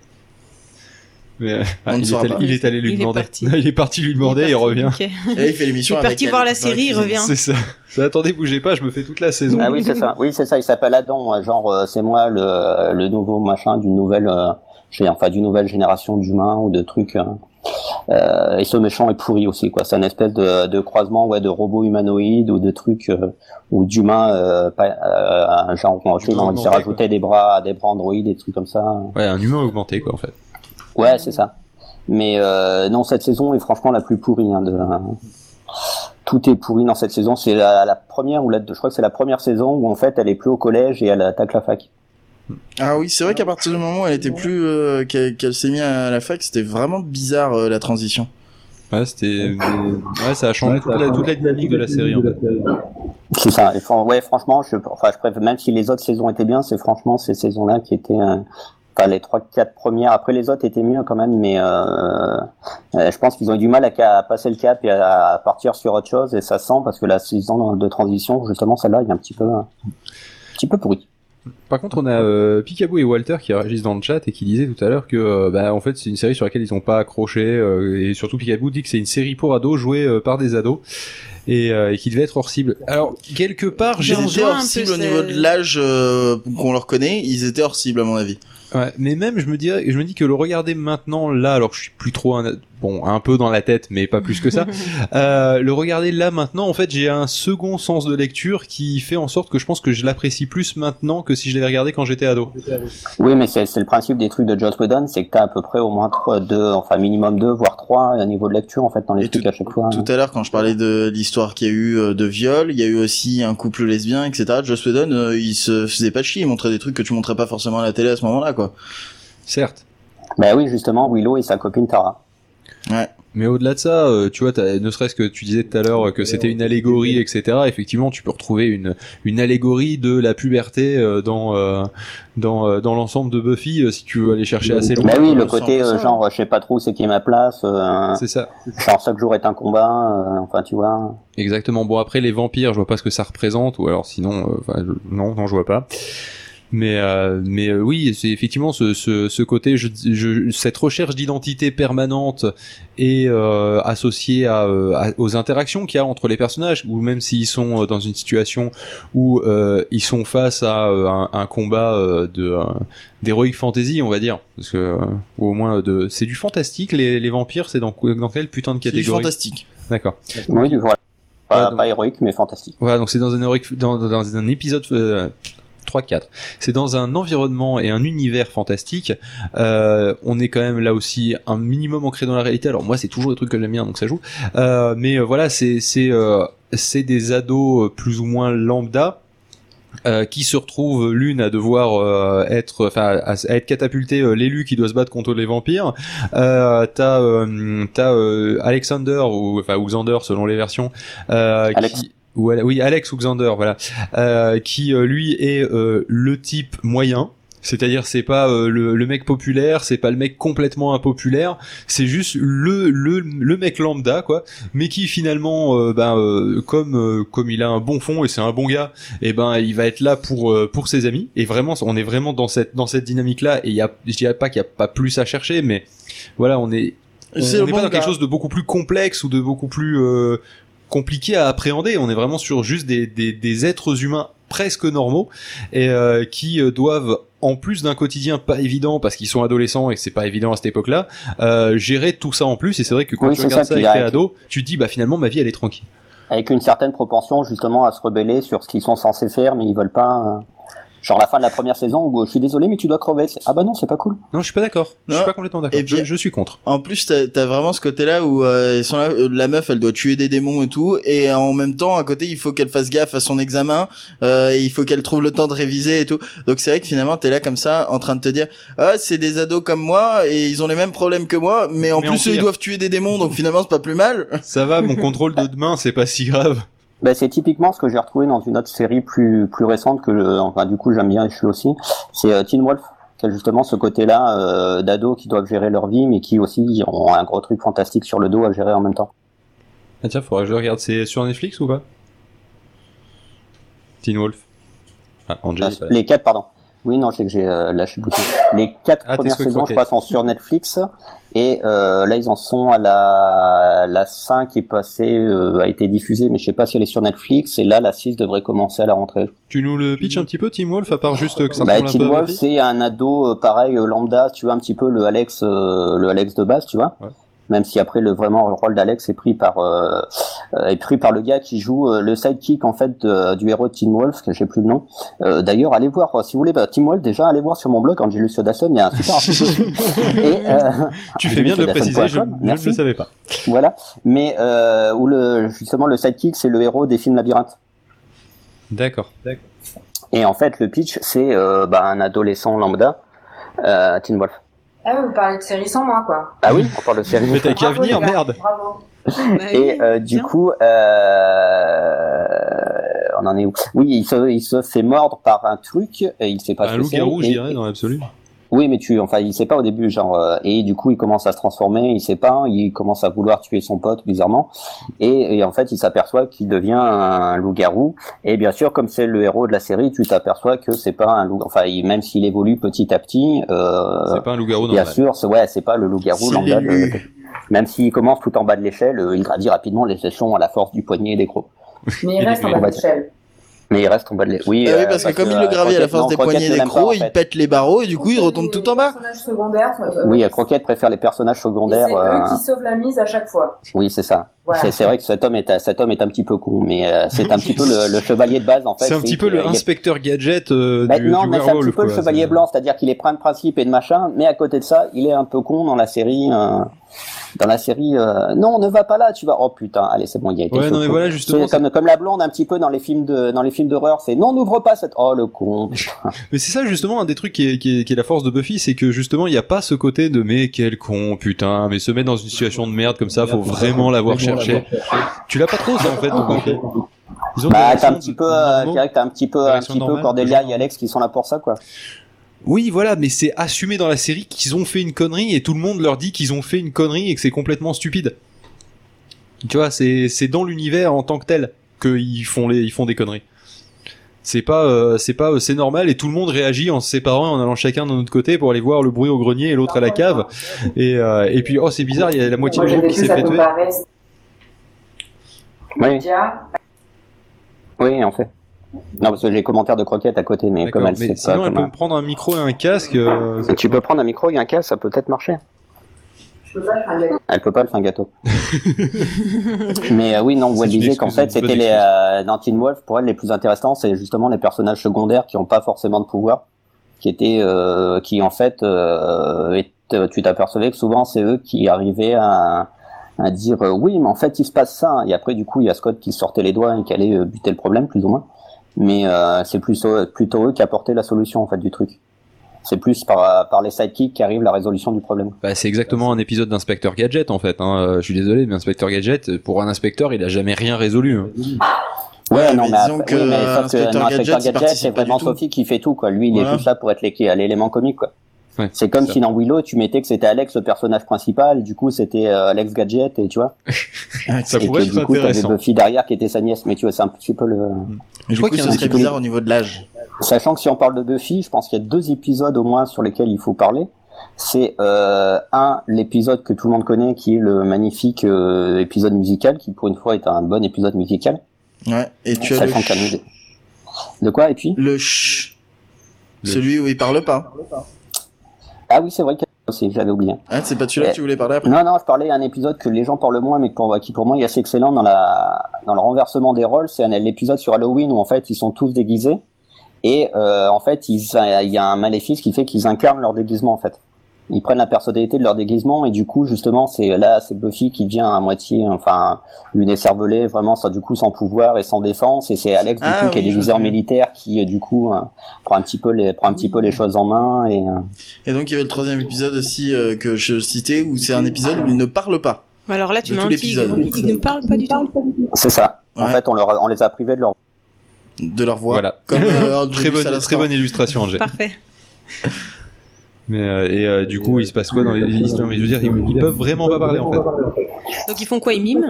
Speaker 1: Mais, euh, ah,
Speaker 3: On ne
Speaker 1: il, est
Speaker 3: saura
Speaker 1: allé,
Speaker 3: pas.
Speaker 1: il est allé lui
Speaker 2: Il est
Speaker 1: demander.
Speaker 2: parti.
Speaker 1: il est parti lui demander et il revient.
Speaker 2: Ok.
Speaker 3: Et là, il fait
Speaker 2: Je
Speaker 3: l'émission
Speaker 2: suis
Speaker 3: avec
Speaker 2: parti
Speaker 3: elle,
Speaker 2: voir la
Speaker 3: dans
Speaker 2: série, il
Speaker 3: cuisine.
Speaker 2: revient.
Speaker 1: C'est ça. Ça, Attendez, bougez pas, je me fais toute la saison.
Speaker 4: Ah oui, c'est ça. Oui, c'est ça. Il s'appelle Adam. euh, Genre, euh, c'est moi le, le nouveau machin d'une nouvelle, euh, j'ai- enfin d'une nouvelle génération d'humains ou de trucs. hein. Euh, et ce méchant est pourri aussi, quoi. C'est un espèce de, de croisement, ouais, de robots humanoïdes ou de trucs euh, ou d'humains, euh, pas, euh, genre on
Speaker 1: Humains
Speaker 4: s'est
Speaker 1: augmentés,
Speaker 4: rajouté des bras, des bras androïdes, des trucs comme ça. hein.
Speaker 1: Ouais, un humain augmenté, quoi, en fait.
Speaker 4: Ouais, c'est ça. Mais euh, non, cette saison est franchement la plus pourrie. hein, de... Tout est pourri dans cette saison. C'est la, la première ou la deux. Je crois que c'est la première saison où en fait elle est plus au collège et elle attaque la fac.
Speaker 3: Ah oui, c'est vrai qu'à partir du moment où elle était plus, euh, qu'elle qu'elle s'est mise à la fac, c'était vraiment bizarre euh, la transition.
Speaker 1: Ouais, c'était. Ouais, ça a changé toute, la, toute la dynamique de la série, en fait.
Speaker 4: C'est ça. Et fran- ouais, franchement, je, enfin, je préfère, même si les autres saisons étaient bien, c'est franchement ces saisons-là qui étaient. euh, Enfin, les trois, quatre premières. Après, les autres étaient mieux quand même, mais euh, euh, je pense qu'ils ont eu du mal à, ca- à passer le cap et à, à partir sur autre chose. Et ça sent parce que la saison de transition, justement, celle-là, il est un petit peu, un petit peu pourrie.
Speaker 1: Par contre, on a euh, Picaboo et Walter qui réagissent dans le chat et qui disaient tout à l'heure que, euh, bah, en fait, c'est une série sur laquelle ils n'ont pas accroché. euh, et surtout, Picaboo dit que c'est une série pour ados jouée euh, par des ados et, euh, et qui devait être hors cible. Alors, quelque part, j'ai
Speaker 3: Ils
Speaker 2: on
Speaker 3: étaient
Speaker 2: voit un
Speaker 3: hors
Speaker 2: peu
Speaker 3: cible au
Speaker 2: ce-
Speaker 3: niveau de l'âge euh, qu'on leur connaît, ils étaient hors cible à mon avis.
Speaker 1: Ouais, mais même je me dirais, je me dis que le regarder maintenant là, alors je suis plus trop un, bon un peu dans la tête, mais pas plus que ça. euh, le regarder là maintenant, en fait, j'ai un second sens de lecture qui fait en sorte que je pense que je l'apprécie plus maintenant que si je l'avais regardé quand j'étais ado.
Speaker 4: Oui, mais c'est c'est le principe des trucs de Joss Whedon, c'est que t'as à peu près au moins trois, deux, enfin minimum deux, voire trois à niveau de lecture en fait dans les
Speaker 3: Et
Speaker 4: trucs à chaque fois.
Speaker 3: Tout à l'heure, quand je parlais de l'histoire qu'il y a eu euh, de viol, il y a eu aussi un couple lesbien, etc. Joss Whedon, euh, il se faisait pas chier, il montrait des trucs que tu montrais pas forcément à la télé à ce moment-là, quoi.
Speaker 1: Certes.
Speaker 4: Bah oui, justement, Willow et sa copine Tara.
Speaker 1: Mais au-delà de ça, euh, tu vois, t'as- ne serait-ce que tu disais tout à l'heure euh, que c'était une allégorie, etc. Effectivement, tu peux retrouver une une allégorie de la puberté euh, dans euh, dans euh, dans l'ensemble de Buffy euh, si tu veux aller chercher assez loin.
Speaker 4: Bah oui, le
Speaker 3: on
Speaker 4: côté
Speaker 3: sent
Speaker 4: euh,
Speaker 3: ça.
Speaker 4: genre je sais pas trop où c'est qui est ma place, euh,
Speaker 1: C'est ça.
Speaker 4: genre chaque jour est un combat, euh, enfin tu vois.
Speaker 1: Exactement. Bon après les vampires, je vois pas ce que ça représente, ou alors sinon, euh, enfin, je- non, non, je vois pas. Mais euh, mais euh, oui, c'est effectivement ce, ce, ce côté, je, je- cette recherche d'identité permanente et euh, associée à, euh, à- aux interactions qu'il y a entre les personnages, ou même s'ils sont euh, dans une situation où euh, ils sont face à euh, un, un combat euh, de euh, d'heroic fantasy, on va dire, parce que euh, ou au moins de, c'est du fantastique. Les, les vampires, c'est dans, dans quelle putain de
Speaker 3: C'est du
Speaker 1: catégorie
Speaker 3: fantastique.
Speaker 1: D'accord.
Speaker 4: Oui, du voilà.
Speaker 1: Ouais,
Speaker 4: Pas,
Speaker 1: donc-
Speaker 4: pas héroïque mais fantastique.
Speaker 1: Voilà, donc c'est dans un, auric- dans, dans un épisode euh, 3-4. C'est dans un environnement et un univers fantastique. Euh, on est quand même là aussi un minimum ancré dans la réalité. Alors moi, c'est toujours des trucs que j'aime bien, donc ça joue. Euh, mais euh, voilà, c'est c'est euh, c'est des ados euh, plus ou moins lambda. euh, qui se retrouvent l'une à devoir euh, être, enfin, à, à être catapultée euh, l'élu qui doit se battre contre les vampires. Euh, t'as euh, t'as euh, Alexander ou enfin ou Xander selon les versions. Euh,
Speaker 4: Alex.
Speaker 1: Qui, ou Ale- oui, Alex ou Xander, voilà, euh, qui euh, lui est euh, le type moyen. C'est-à-dire c'est pas euh, le, le mec populaire, c'est pas le mec complètement impopulaire, c'est juste le, le le mec lambda quoi, mais qui finalement euh, ben euh, comme euh, comme il a un bon fond et c'est un bon gars, et ben il va être là pour euh, pour ses amis et vraiment on est vraiment dans cette dans cette dynamique là et il y a je dirais pas qu'il y a pas plus à chercher mais voilà, on est on
Speaker 3: C'est
Speaker 1: n'est
Speaker 3: le
Speaker 1: pas
Speaker 3: bon bah.
Speaker 1: dans quelque
Speaker 3: gars.
Speaker 1: chose de beaucoup plus complexe ou de beaucoup plus euh, compliqué à appréhender. On est vraiment sur juste des, des, des êtres humains presque normaux et euh, qui euh, doivent en plus d'un quotidien pas évident parce qu'ils sont adolescents et que c'est pas évident à cette époque-là, euh, gérer tout ça en plus et c'est vrai que quand
Speaker 4: Oui,
Speaker 1: tu
Speaker 4: c'est
Speaker 1: regardes
Speaker 4: ça,
Speaker 1: ça,
Speaker 4: puis
Speaker 1: avec
Speaker 4: il
Speaker 1: tes
Speaker 4: y a-
Speaker 1: ados, tu te dis bah finalement ma vie elle est tranquille.
Speaker 4: Avec une certaine propension justement à se rebeller sur ce qu'ils sont censés faire mais ils veulent pas. euh, Genre la fin de la première saison où euh, je suis désolé mais tu dois crever. C'est- Ah bah non, c'est pas cool.
Speaker 1: Non, je suis pas d'accord. Je suis
Speaker 3: Non. Eh
Speaker 1: pas complètement d'accord.
Speaker 3: Et puis-
Speaker 1: Je, je suis contre.
Speaker 3: En plus, t'as as vraiment ce côté-là où euh, ils sont là, euh, la meuf, elle doit tuer des démons et tout, et en même temps, à côté, il faut qu'elle fasse gaffe à son examen, euh, il faut qu'elle trouve le temps de réviser et tout. Donc c'est vrai que finalement, t'es là comme ça, en train de te dire, ah, c'est des ados comme moi et ils ont les mêmes problèmes que moi, mais en
Speaker 1: Mais en
Speaker 3: plus, eux, ils
Speaker 1: pire.
Speaker 3: doivent tuer des démons, donc finalement, c'est pas plus mal.
Speaker 1: Ça va, mon contrôle de demain, c'est pas si grave.
Speaker 4: Bah, c'est typiquement ce que j'ai retrouvé dans une autre série plus plus récente que je- enfin du coup j'aime bien et je suis aussi. C'est euh, Teen Wolf qui a justement ce côté-là euh, d'ados qui doivent gérer leur vie mais qui aussi ont un gros truc fantastique sur le dos à gérer en même temps.
Speaker 1: Ah tiens, faudra que je regarde. C'est sur Netflix ou pas Teen Wolf. Ah, Angel.
Speaker 4: Ah,
Speaker 1: est pas là.
Speaker 4: les quatre, pardon. Oui, non, je sais que j'ai euh, lâché le bouton. Les quatre
Speaker 1: Ah, t'es
Speaker 4: premières
Speaker 1: sur le
Speaker 4: saisons, je
Speaker 1: croquet.
Speaker 4: crois, sont sur Netflix. Et euh, là, ils en sont à la la 5 qui est passée, euh, a été diffusée, mais je sais pas si elle est sur Netflix. Et là, la 6 devrait commencer à la rentrée.
Speaker 1: Tu nous le pitch un petit peu, Teen Wolf, à part juste que ça
Speaker 4: Bah,
Speaker 1: ressemble un peu
Speaker 4: Teen
Speaker 1: à
Speaker 4: Wolf,
Speaker 1: Buffy
Speaker 4: c'est un ado euh, pareil euh, lambda, tu vois un petit peu le Alex, euh, le Alex de base, tu vois.
Speaker 1: Ouais.
Speaker 4: Même si après le vraiment le rôle d'Alex est pris par euh, euh, est pris par le gars qui joue euh, le sidekick en fait de- du héros de Teen Wolf, que j'ai plus le nom. Euh, D'ailleurs, allez voir euh, si vous voulez bah, Teen Wolf déjà, allez voir sur mon blog Angelus Dawson, il y a un super article. dessus. Et, euh,
Speaker 1: Tu fais bien de le préciser, je, je
Speaker 4: angelusdawson.com,
Speaker 1: ne le
Speaker 4: merci.
Speaker 1: savais pas.
Speaker 4: Voilà, mais euh, où le justement le sidekick c'est le héros des films Labyrinthe.
Speaker 1: D'accord.
Speaker 4: Et en fait, le pitch, c'est euh, bah, un adolescent lambda, euh, Teen Wolf.
Speaker 6: Ah, vous parlez de série sans moi, quoi.
Speaker 4: Ah oui, on parle de série.
Speaker 1: Mais t'as qu'à
Speaker 6: Bravo,
Speaker 1: venir,
Speaker 6: les gars.
Speaker 1: merde
Speaker 6: Bravo.
Speaker 2: Bah,
Speaker 4: Et euh, du
Speaker 2: Bien.
Speaker 4: coup, euh, on en est où Oui, il se, il se fait mordre par un truc, et il sait pas
Speaker 1: Un
Speaker 4: ce que c'est.
Speaker 1: loup-garou, je
Speaker 4: et-
Speaker 1: dirais, dans l'absolu.
Speaker 4: Oui, mais tu, enfin, il sait pas au début, genre, euh, et du coup, il commence à se transformer, il sait pas, il commence à vouloir tuer son pote, bizarrement, et, et en fait, il s'aperçoit qu'il devient un loup-garou, et bien sûr, comme c'est le héros de la série, tu t'aperçois que c'est pas un loup, enfin, il- même s'il évolue petit à petit, euh,
Speaker 1: C'est pas un loup-garou
Speaker 4: bien
Speaker 1: normal.
Speaker 4: sûr, c'est, ouais, c'est pas le loup-garou
Speaker 3: C'est Ah
Speaker 4: lambda,
Speaker 3: l'élu.
Speaker 4: de- même s'il commence tout en bas de l'échelle, euh, il gravit rapidement les échelons à la force du poignet et des crocs.
Speaker 6: Mais il reste en
Speaker 1: Il
Speaker 4: est
Speaker 6: bas
Speaker 4: bien.
Speaker 6: d'échelle.
Speaker 4: Mais il reste en bas de l'échelle. Oui,
Speaker 3: Ah
Speaker 4: euh,
Speaker 3: oui, parce que comme il
Speaker 4: euh,
Speaker 3: le gravit à la
Speaker 4: Croquette,
Speaker 3: force
Speaker 4: non,
Speaker 3: des
Speaker 4: Croquette
Speaker 3: poignées
Speaker 4: ne
Speaker 3: des
Speaker 4: l'aime pas, en
Speaker 3: crocs, il
Speaker 4: fait.
Speaker 3: pète les barreaux et du coup, il retombe tout en bas.
Speaker 6: Les personnages secondaires. euh,
Speaker 4: Oui, euh, Croquette préfère les personnages
Speaker 6: C'est
Speaker 4: secondaires.
Speaker 6: eux
Speaker 4: euh,
Speaker 6: qui sauvent la mise à chaque fois.
Speaker 4: Oui, c'est ça.
Speaker 6: Voilà.
Speaker 4: C'est- C'est vrai que cet homme est un- cet homme est un petit peu con, mais euh, c'est un petit peu le, le chevalier de base en fait.
Speaker 1: C'est un petit peu
Speaker 4: qu'il-
Speaker 1: le
Speaker 4: il est-
Speaker 1: inspecteur gadget euh,
Speaker 4: Bah,
Speaker 1: du,
Speaker 4: non,
Speaker 1: du
Speaker 4: mais c'est un
Speaker 1: werewolf,
Speaker 4: petit peu le
Speaker 1: quoi.
Speaker 4: chevalier
Speaker 1: C'est-
Speaker 4: blanc, c'est-à-dire qu'il est plein de principes et de machin, mais à côté de ça, il est un peu con dans la série. euh, dans la série, euh, non, ne va pas là, tu vas. Oh putain, allez, c'est bon, il y a été.
Speaker 1: Ouais,
Speaker 4: ce
Speaker 1: non, mais
Speaker 4: con.
Speaker 1: voilà, justement,
Speaker 4: C'est Comme, comme la blonde, un petit peu dans les films de dans les films d'horreur, c'est non, n'ouvre pas cette. Oh le con.
Speaker 1: Mais c'est ça justement un des trucs qui est, qui est, qui est la force de Buffy, c'est que justement il n'y a pas ce côté de mais quel con putain, mais se mettre dans une situation de merde comme ça, faut vraiment l'avoir cherché. Tu l'as pas trop ça en fait dans Buffy. Ils ont des
Speaker 4: Bah, t'as un
Speaker 1: réactions
Speaker 4: petit
Speaker 1: de-
Speaker 4: peu, euh,
Speaker 1: de-
Speaker 4: je dirais que t'as un petit peu, un
Speaker 1: Réaction
Speaker 4: petit peu
Speaker 1: normale,
Speaker 4: Cordelia
Speaker 1: genre.
Speaker 4: et Alex qui sont là pour ça, quoi.
Speaker 1: Oui, voilà, mais c'est assumé dans la série qu'ils ont fait une connerie et tout le monde leur dit qu'ils ont fait une connerie et que c'est complètement stupide. Tu vois, c'est c'est dans l'univers en tant que tel qu'ils font les ils font des conneries. C'est pas euh, c'est pas euh, c'est normal et tout le monde réagit en se séparant et en allant chacun de notre côté pour aller voir le bruit au grenier et l'autre à la cave et euh, et puis oh c'est bizarre il y a la moitié
Speaker 6: Moi,
Speaker 1: du
Speaker 6: j'ai
Speaker 1: groupe qui
Speaker 6: vécu
Speaker 1: s'est
Speaker 6: ça
Speaker 1: fait tuer.
Speaker 6: comparer.
Speaker 4: Oui.
Speaker 6: Déjà,
Speaker 4: Oui, en fait. Non, parce que j'ai les commentaires de croquettes à côté, mais
Speaker 1: D'accord,
Speaker 4: comme elle
Speaker 1: mais
Speaker 4: sait pas
Speaker 1: sinon elle peut
Speaker 4: comment-
Speaker 1: me prendre un micro et un casque. euh,
Speaker 4: Tu peux prendre un micro et un casque, ça peut peut-être marcher.
Speaker 6: je peux pas faire un gâteau.
Speaker 4: Elle peut pas le faire un gâteau. mais euh, oui, non,
Speaker 1: C'est
Speaker 4: vous
Speaker 1: une
Speaker 4: disait
Speaker 1: excuse,
Speaker 4: qu'en
Speaker 1: une
Speaker 4: fait, c'était
Speaker 1: bonne
Speaker 4: les
Speaker 1: excuse.
Speaker 4: euh, dans Teen Wolf pour elle les plus intéressants, c'est justement les personnages secondaires qui n'ont pas forcément de pouvoir, qui étaient, euh, qui en fait, euh, est- euh, tu t'apercevais que souvent c'est eux qui arrivaient à à dire euh, oui mais en fait il se passe ça et après du coup il y a Scott qui sortait les doigts et qui allait euh, buter le problème plus ou moins mais euh, c'est plus plutôt eux qui apportaient la solution en fait du truc c'est plus par par les sidekicks qui arrive la résolution du problème
Speaker 1: Bah, c'est exactement un épisode d'Inspecteur Gadget en fait. Hein. Euh, Je suis désolé, mais Inspecteur Gadget, euh, pour un inspecteur, il a jamais rien résolu. hein.
Speaker 4: Ouais,
Speaker 3: Ouais,
Speaker 4: non,
Speaker 3: mais
Speaker 4: mais,
Speaker 3: disons
Speaker 4: après-
Speaker 3: que,
Speaker 4: oui, mais
Speaker 3: euh,
Speaker 4: sauf que
Speaker 3: Inspecteur
Speaker 4: non,
Speaker 3: Gadget,
Speaker 4: Inspecteur
Speaker 3: il
Speaker 4: Gadget,
Speaker 3: participe
Speaker 4: c'est
Speaker 3: pas
Speaker 4: vraiment
Speaker 3: du tout.
Speaker 4: Sophie qui fait tout, quoi. Lui, il
Speaker 3: Voilà.
Speaker 4: est juste là pour être l'équi- l'élément comique, quoi.
Speaker 1: Ouais,
Speaker 4: c'est comme
Speaker 1: ça.
Speaker 4: si dans Willow, tu mettais que c'était Alex le personnage principal, et du coup, c'était euh, Alex Gadget, et tu vois.
Speaker 1: Ça
Speaker 4: et
Speaker 1: pourrait
Speaker 4: que, du
Speaker 1: être
Speaker 4: coup, t'avais
Speaker 1: intéressant.
Speaker 4: Buffy derrière qui était sa nièce, mais tu vois, c'est un petit peu le.
Speaker 1: Je
Speaker 3: Du
Speaker 1: crois
Speaker 3: coup,
Speaker 1: qu'il y a
Speaker 3: ce
Speaker 1: un
Speaker 3: serait
Speaker 4: petit-
Speaker 3: bizarre au niveau de l'âge.
Speaker 4: Sachant que si on parle de Buffy, je pense qu'il y a deux épisodes au moins sur lesquels il faut parler. C'est euh, un l'épisode que tout le monde connaît, qui est le magnifique euh, épisode musical, qui pour une fois est un bon épisode musical.
Speaker 3: Ouais. Et tu as le
Speaker 4: Sachant qu'un
Speaker 3: ch-
Speaker 4: de quoi et puis
Speaker 3: le ch.
Speaker 1: Le
Speaker 3: Celui où il parle pas.
Speaker 4: ah oui c'est vrai qu'il y a aussi j'avais oublié
Speaker 3: Hein, c'est pas celui-là
Speaker 4: Eh.
Speaker 3: que tu voulais parler après.
Speaker 4: Non, non, je parlais d'un épisode que les gens parlent moins, mais pour, qui pour moi est assez excellent dans, la, dans le renversement des rôles. C'est un- l'épisode sur Halloween où en fait ils sont tous déguisés. Et euh, en fait, ils- il y a un maléfice qui fait qu'ils incarnent leur déguisement en fait. Ils prennent la personnalité de leur déguisement et du coup justement c'est là c'est Buffy qui devient à moitié enfin une écervelée vraiment ça du coup sans pouvoir et sans défense et c'est Alex du
Speaker 3: Ah
Speaker 4: coup qui est
Speaker 3: oui, je
Speaker 4: déguisé en
Speaker 3: sais.
Speaker 4: militaire qui euh, du coup euh, prend un petit peu les prend un petit peu les choses en main et euh,
Speaker 3: Et donc il y avait le troisième épisode aussi euh, que je citais où c'est un épisode où il ne parle pas.
Speaker 2: Bah, Alors là, tu
Speaker 3: De
Speaker 2: m'as
Speaker 3: tout
Speaker 2: un petit.
Speaker 3: l'épisode.
Speaker 2: Il ne parle pas du tout.
Speaker 4: c'est ça. En
Speaker 3: Ouais.
Speaker 4: fait on leur a- on les a privés de leur
Speaker 3: de leur voix.
Speaker 1: Voilà.
Speaker 3: Comme euh, Angelus
Speaker 1: très
Speaker 3: à
Speaker 1: bonne,
Speaker 3: l'instant.
Speaker 1: très bonne illustration, Angèle.
Speaker 2: Parfait.
Speaker 1: Mais euh, et euh, du coup, il se passe quoi dans les histoires Mais je veux dire, ils, ils peuvent vraiment pas parler en fait.
Speaker 2: Donc ils font quoi Ils miment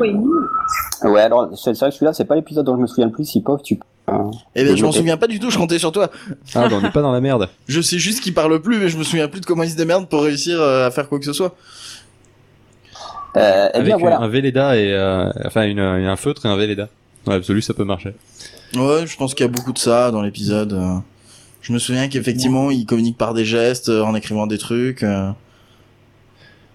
Speaker 4: Ouais, alors c'est c'est vrai que celui-là, c'est pas l'épisode dont je me souviens le plus. Si pauvre, tu. euh,
Speaker 3: Eh ben je m'en souviens pas du tout, je comptais sur toi.
Speaker 1: Ah, bah, on n'est pas dans la merde.
Speaker 3: Je sais juste qu'il parle plus mais je me souviens plus de comment il se démerde pour réussir euh, à faire quoi que ce soit.
Speaker 4: euh, eh
Speaker 1: Avec
Speaker 4: bien
Speaker 1: une-
Speaker 4: voilà.
Speaker 1: un Véleda et euh, enfin une, un feutre et un Véleda. Dans l'absolu, ça peut marcher.
Speaker 3: Ouais, je pense qu'il y a beaucoup de ça dans l'épisode. euh. Je me souviens qu'effectivement, il communique par des gestes, euh, en écrivant des trucs. euh.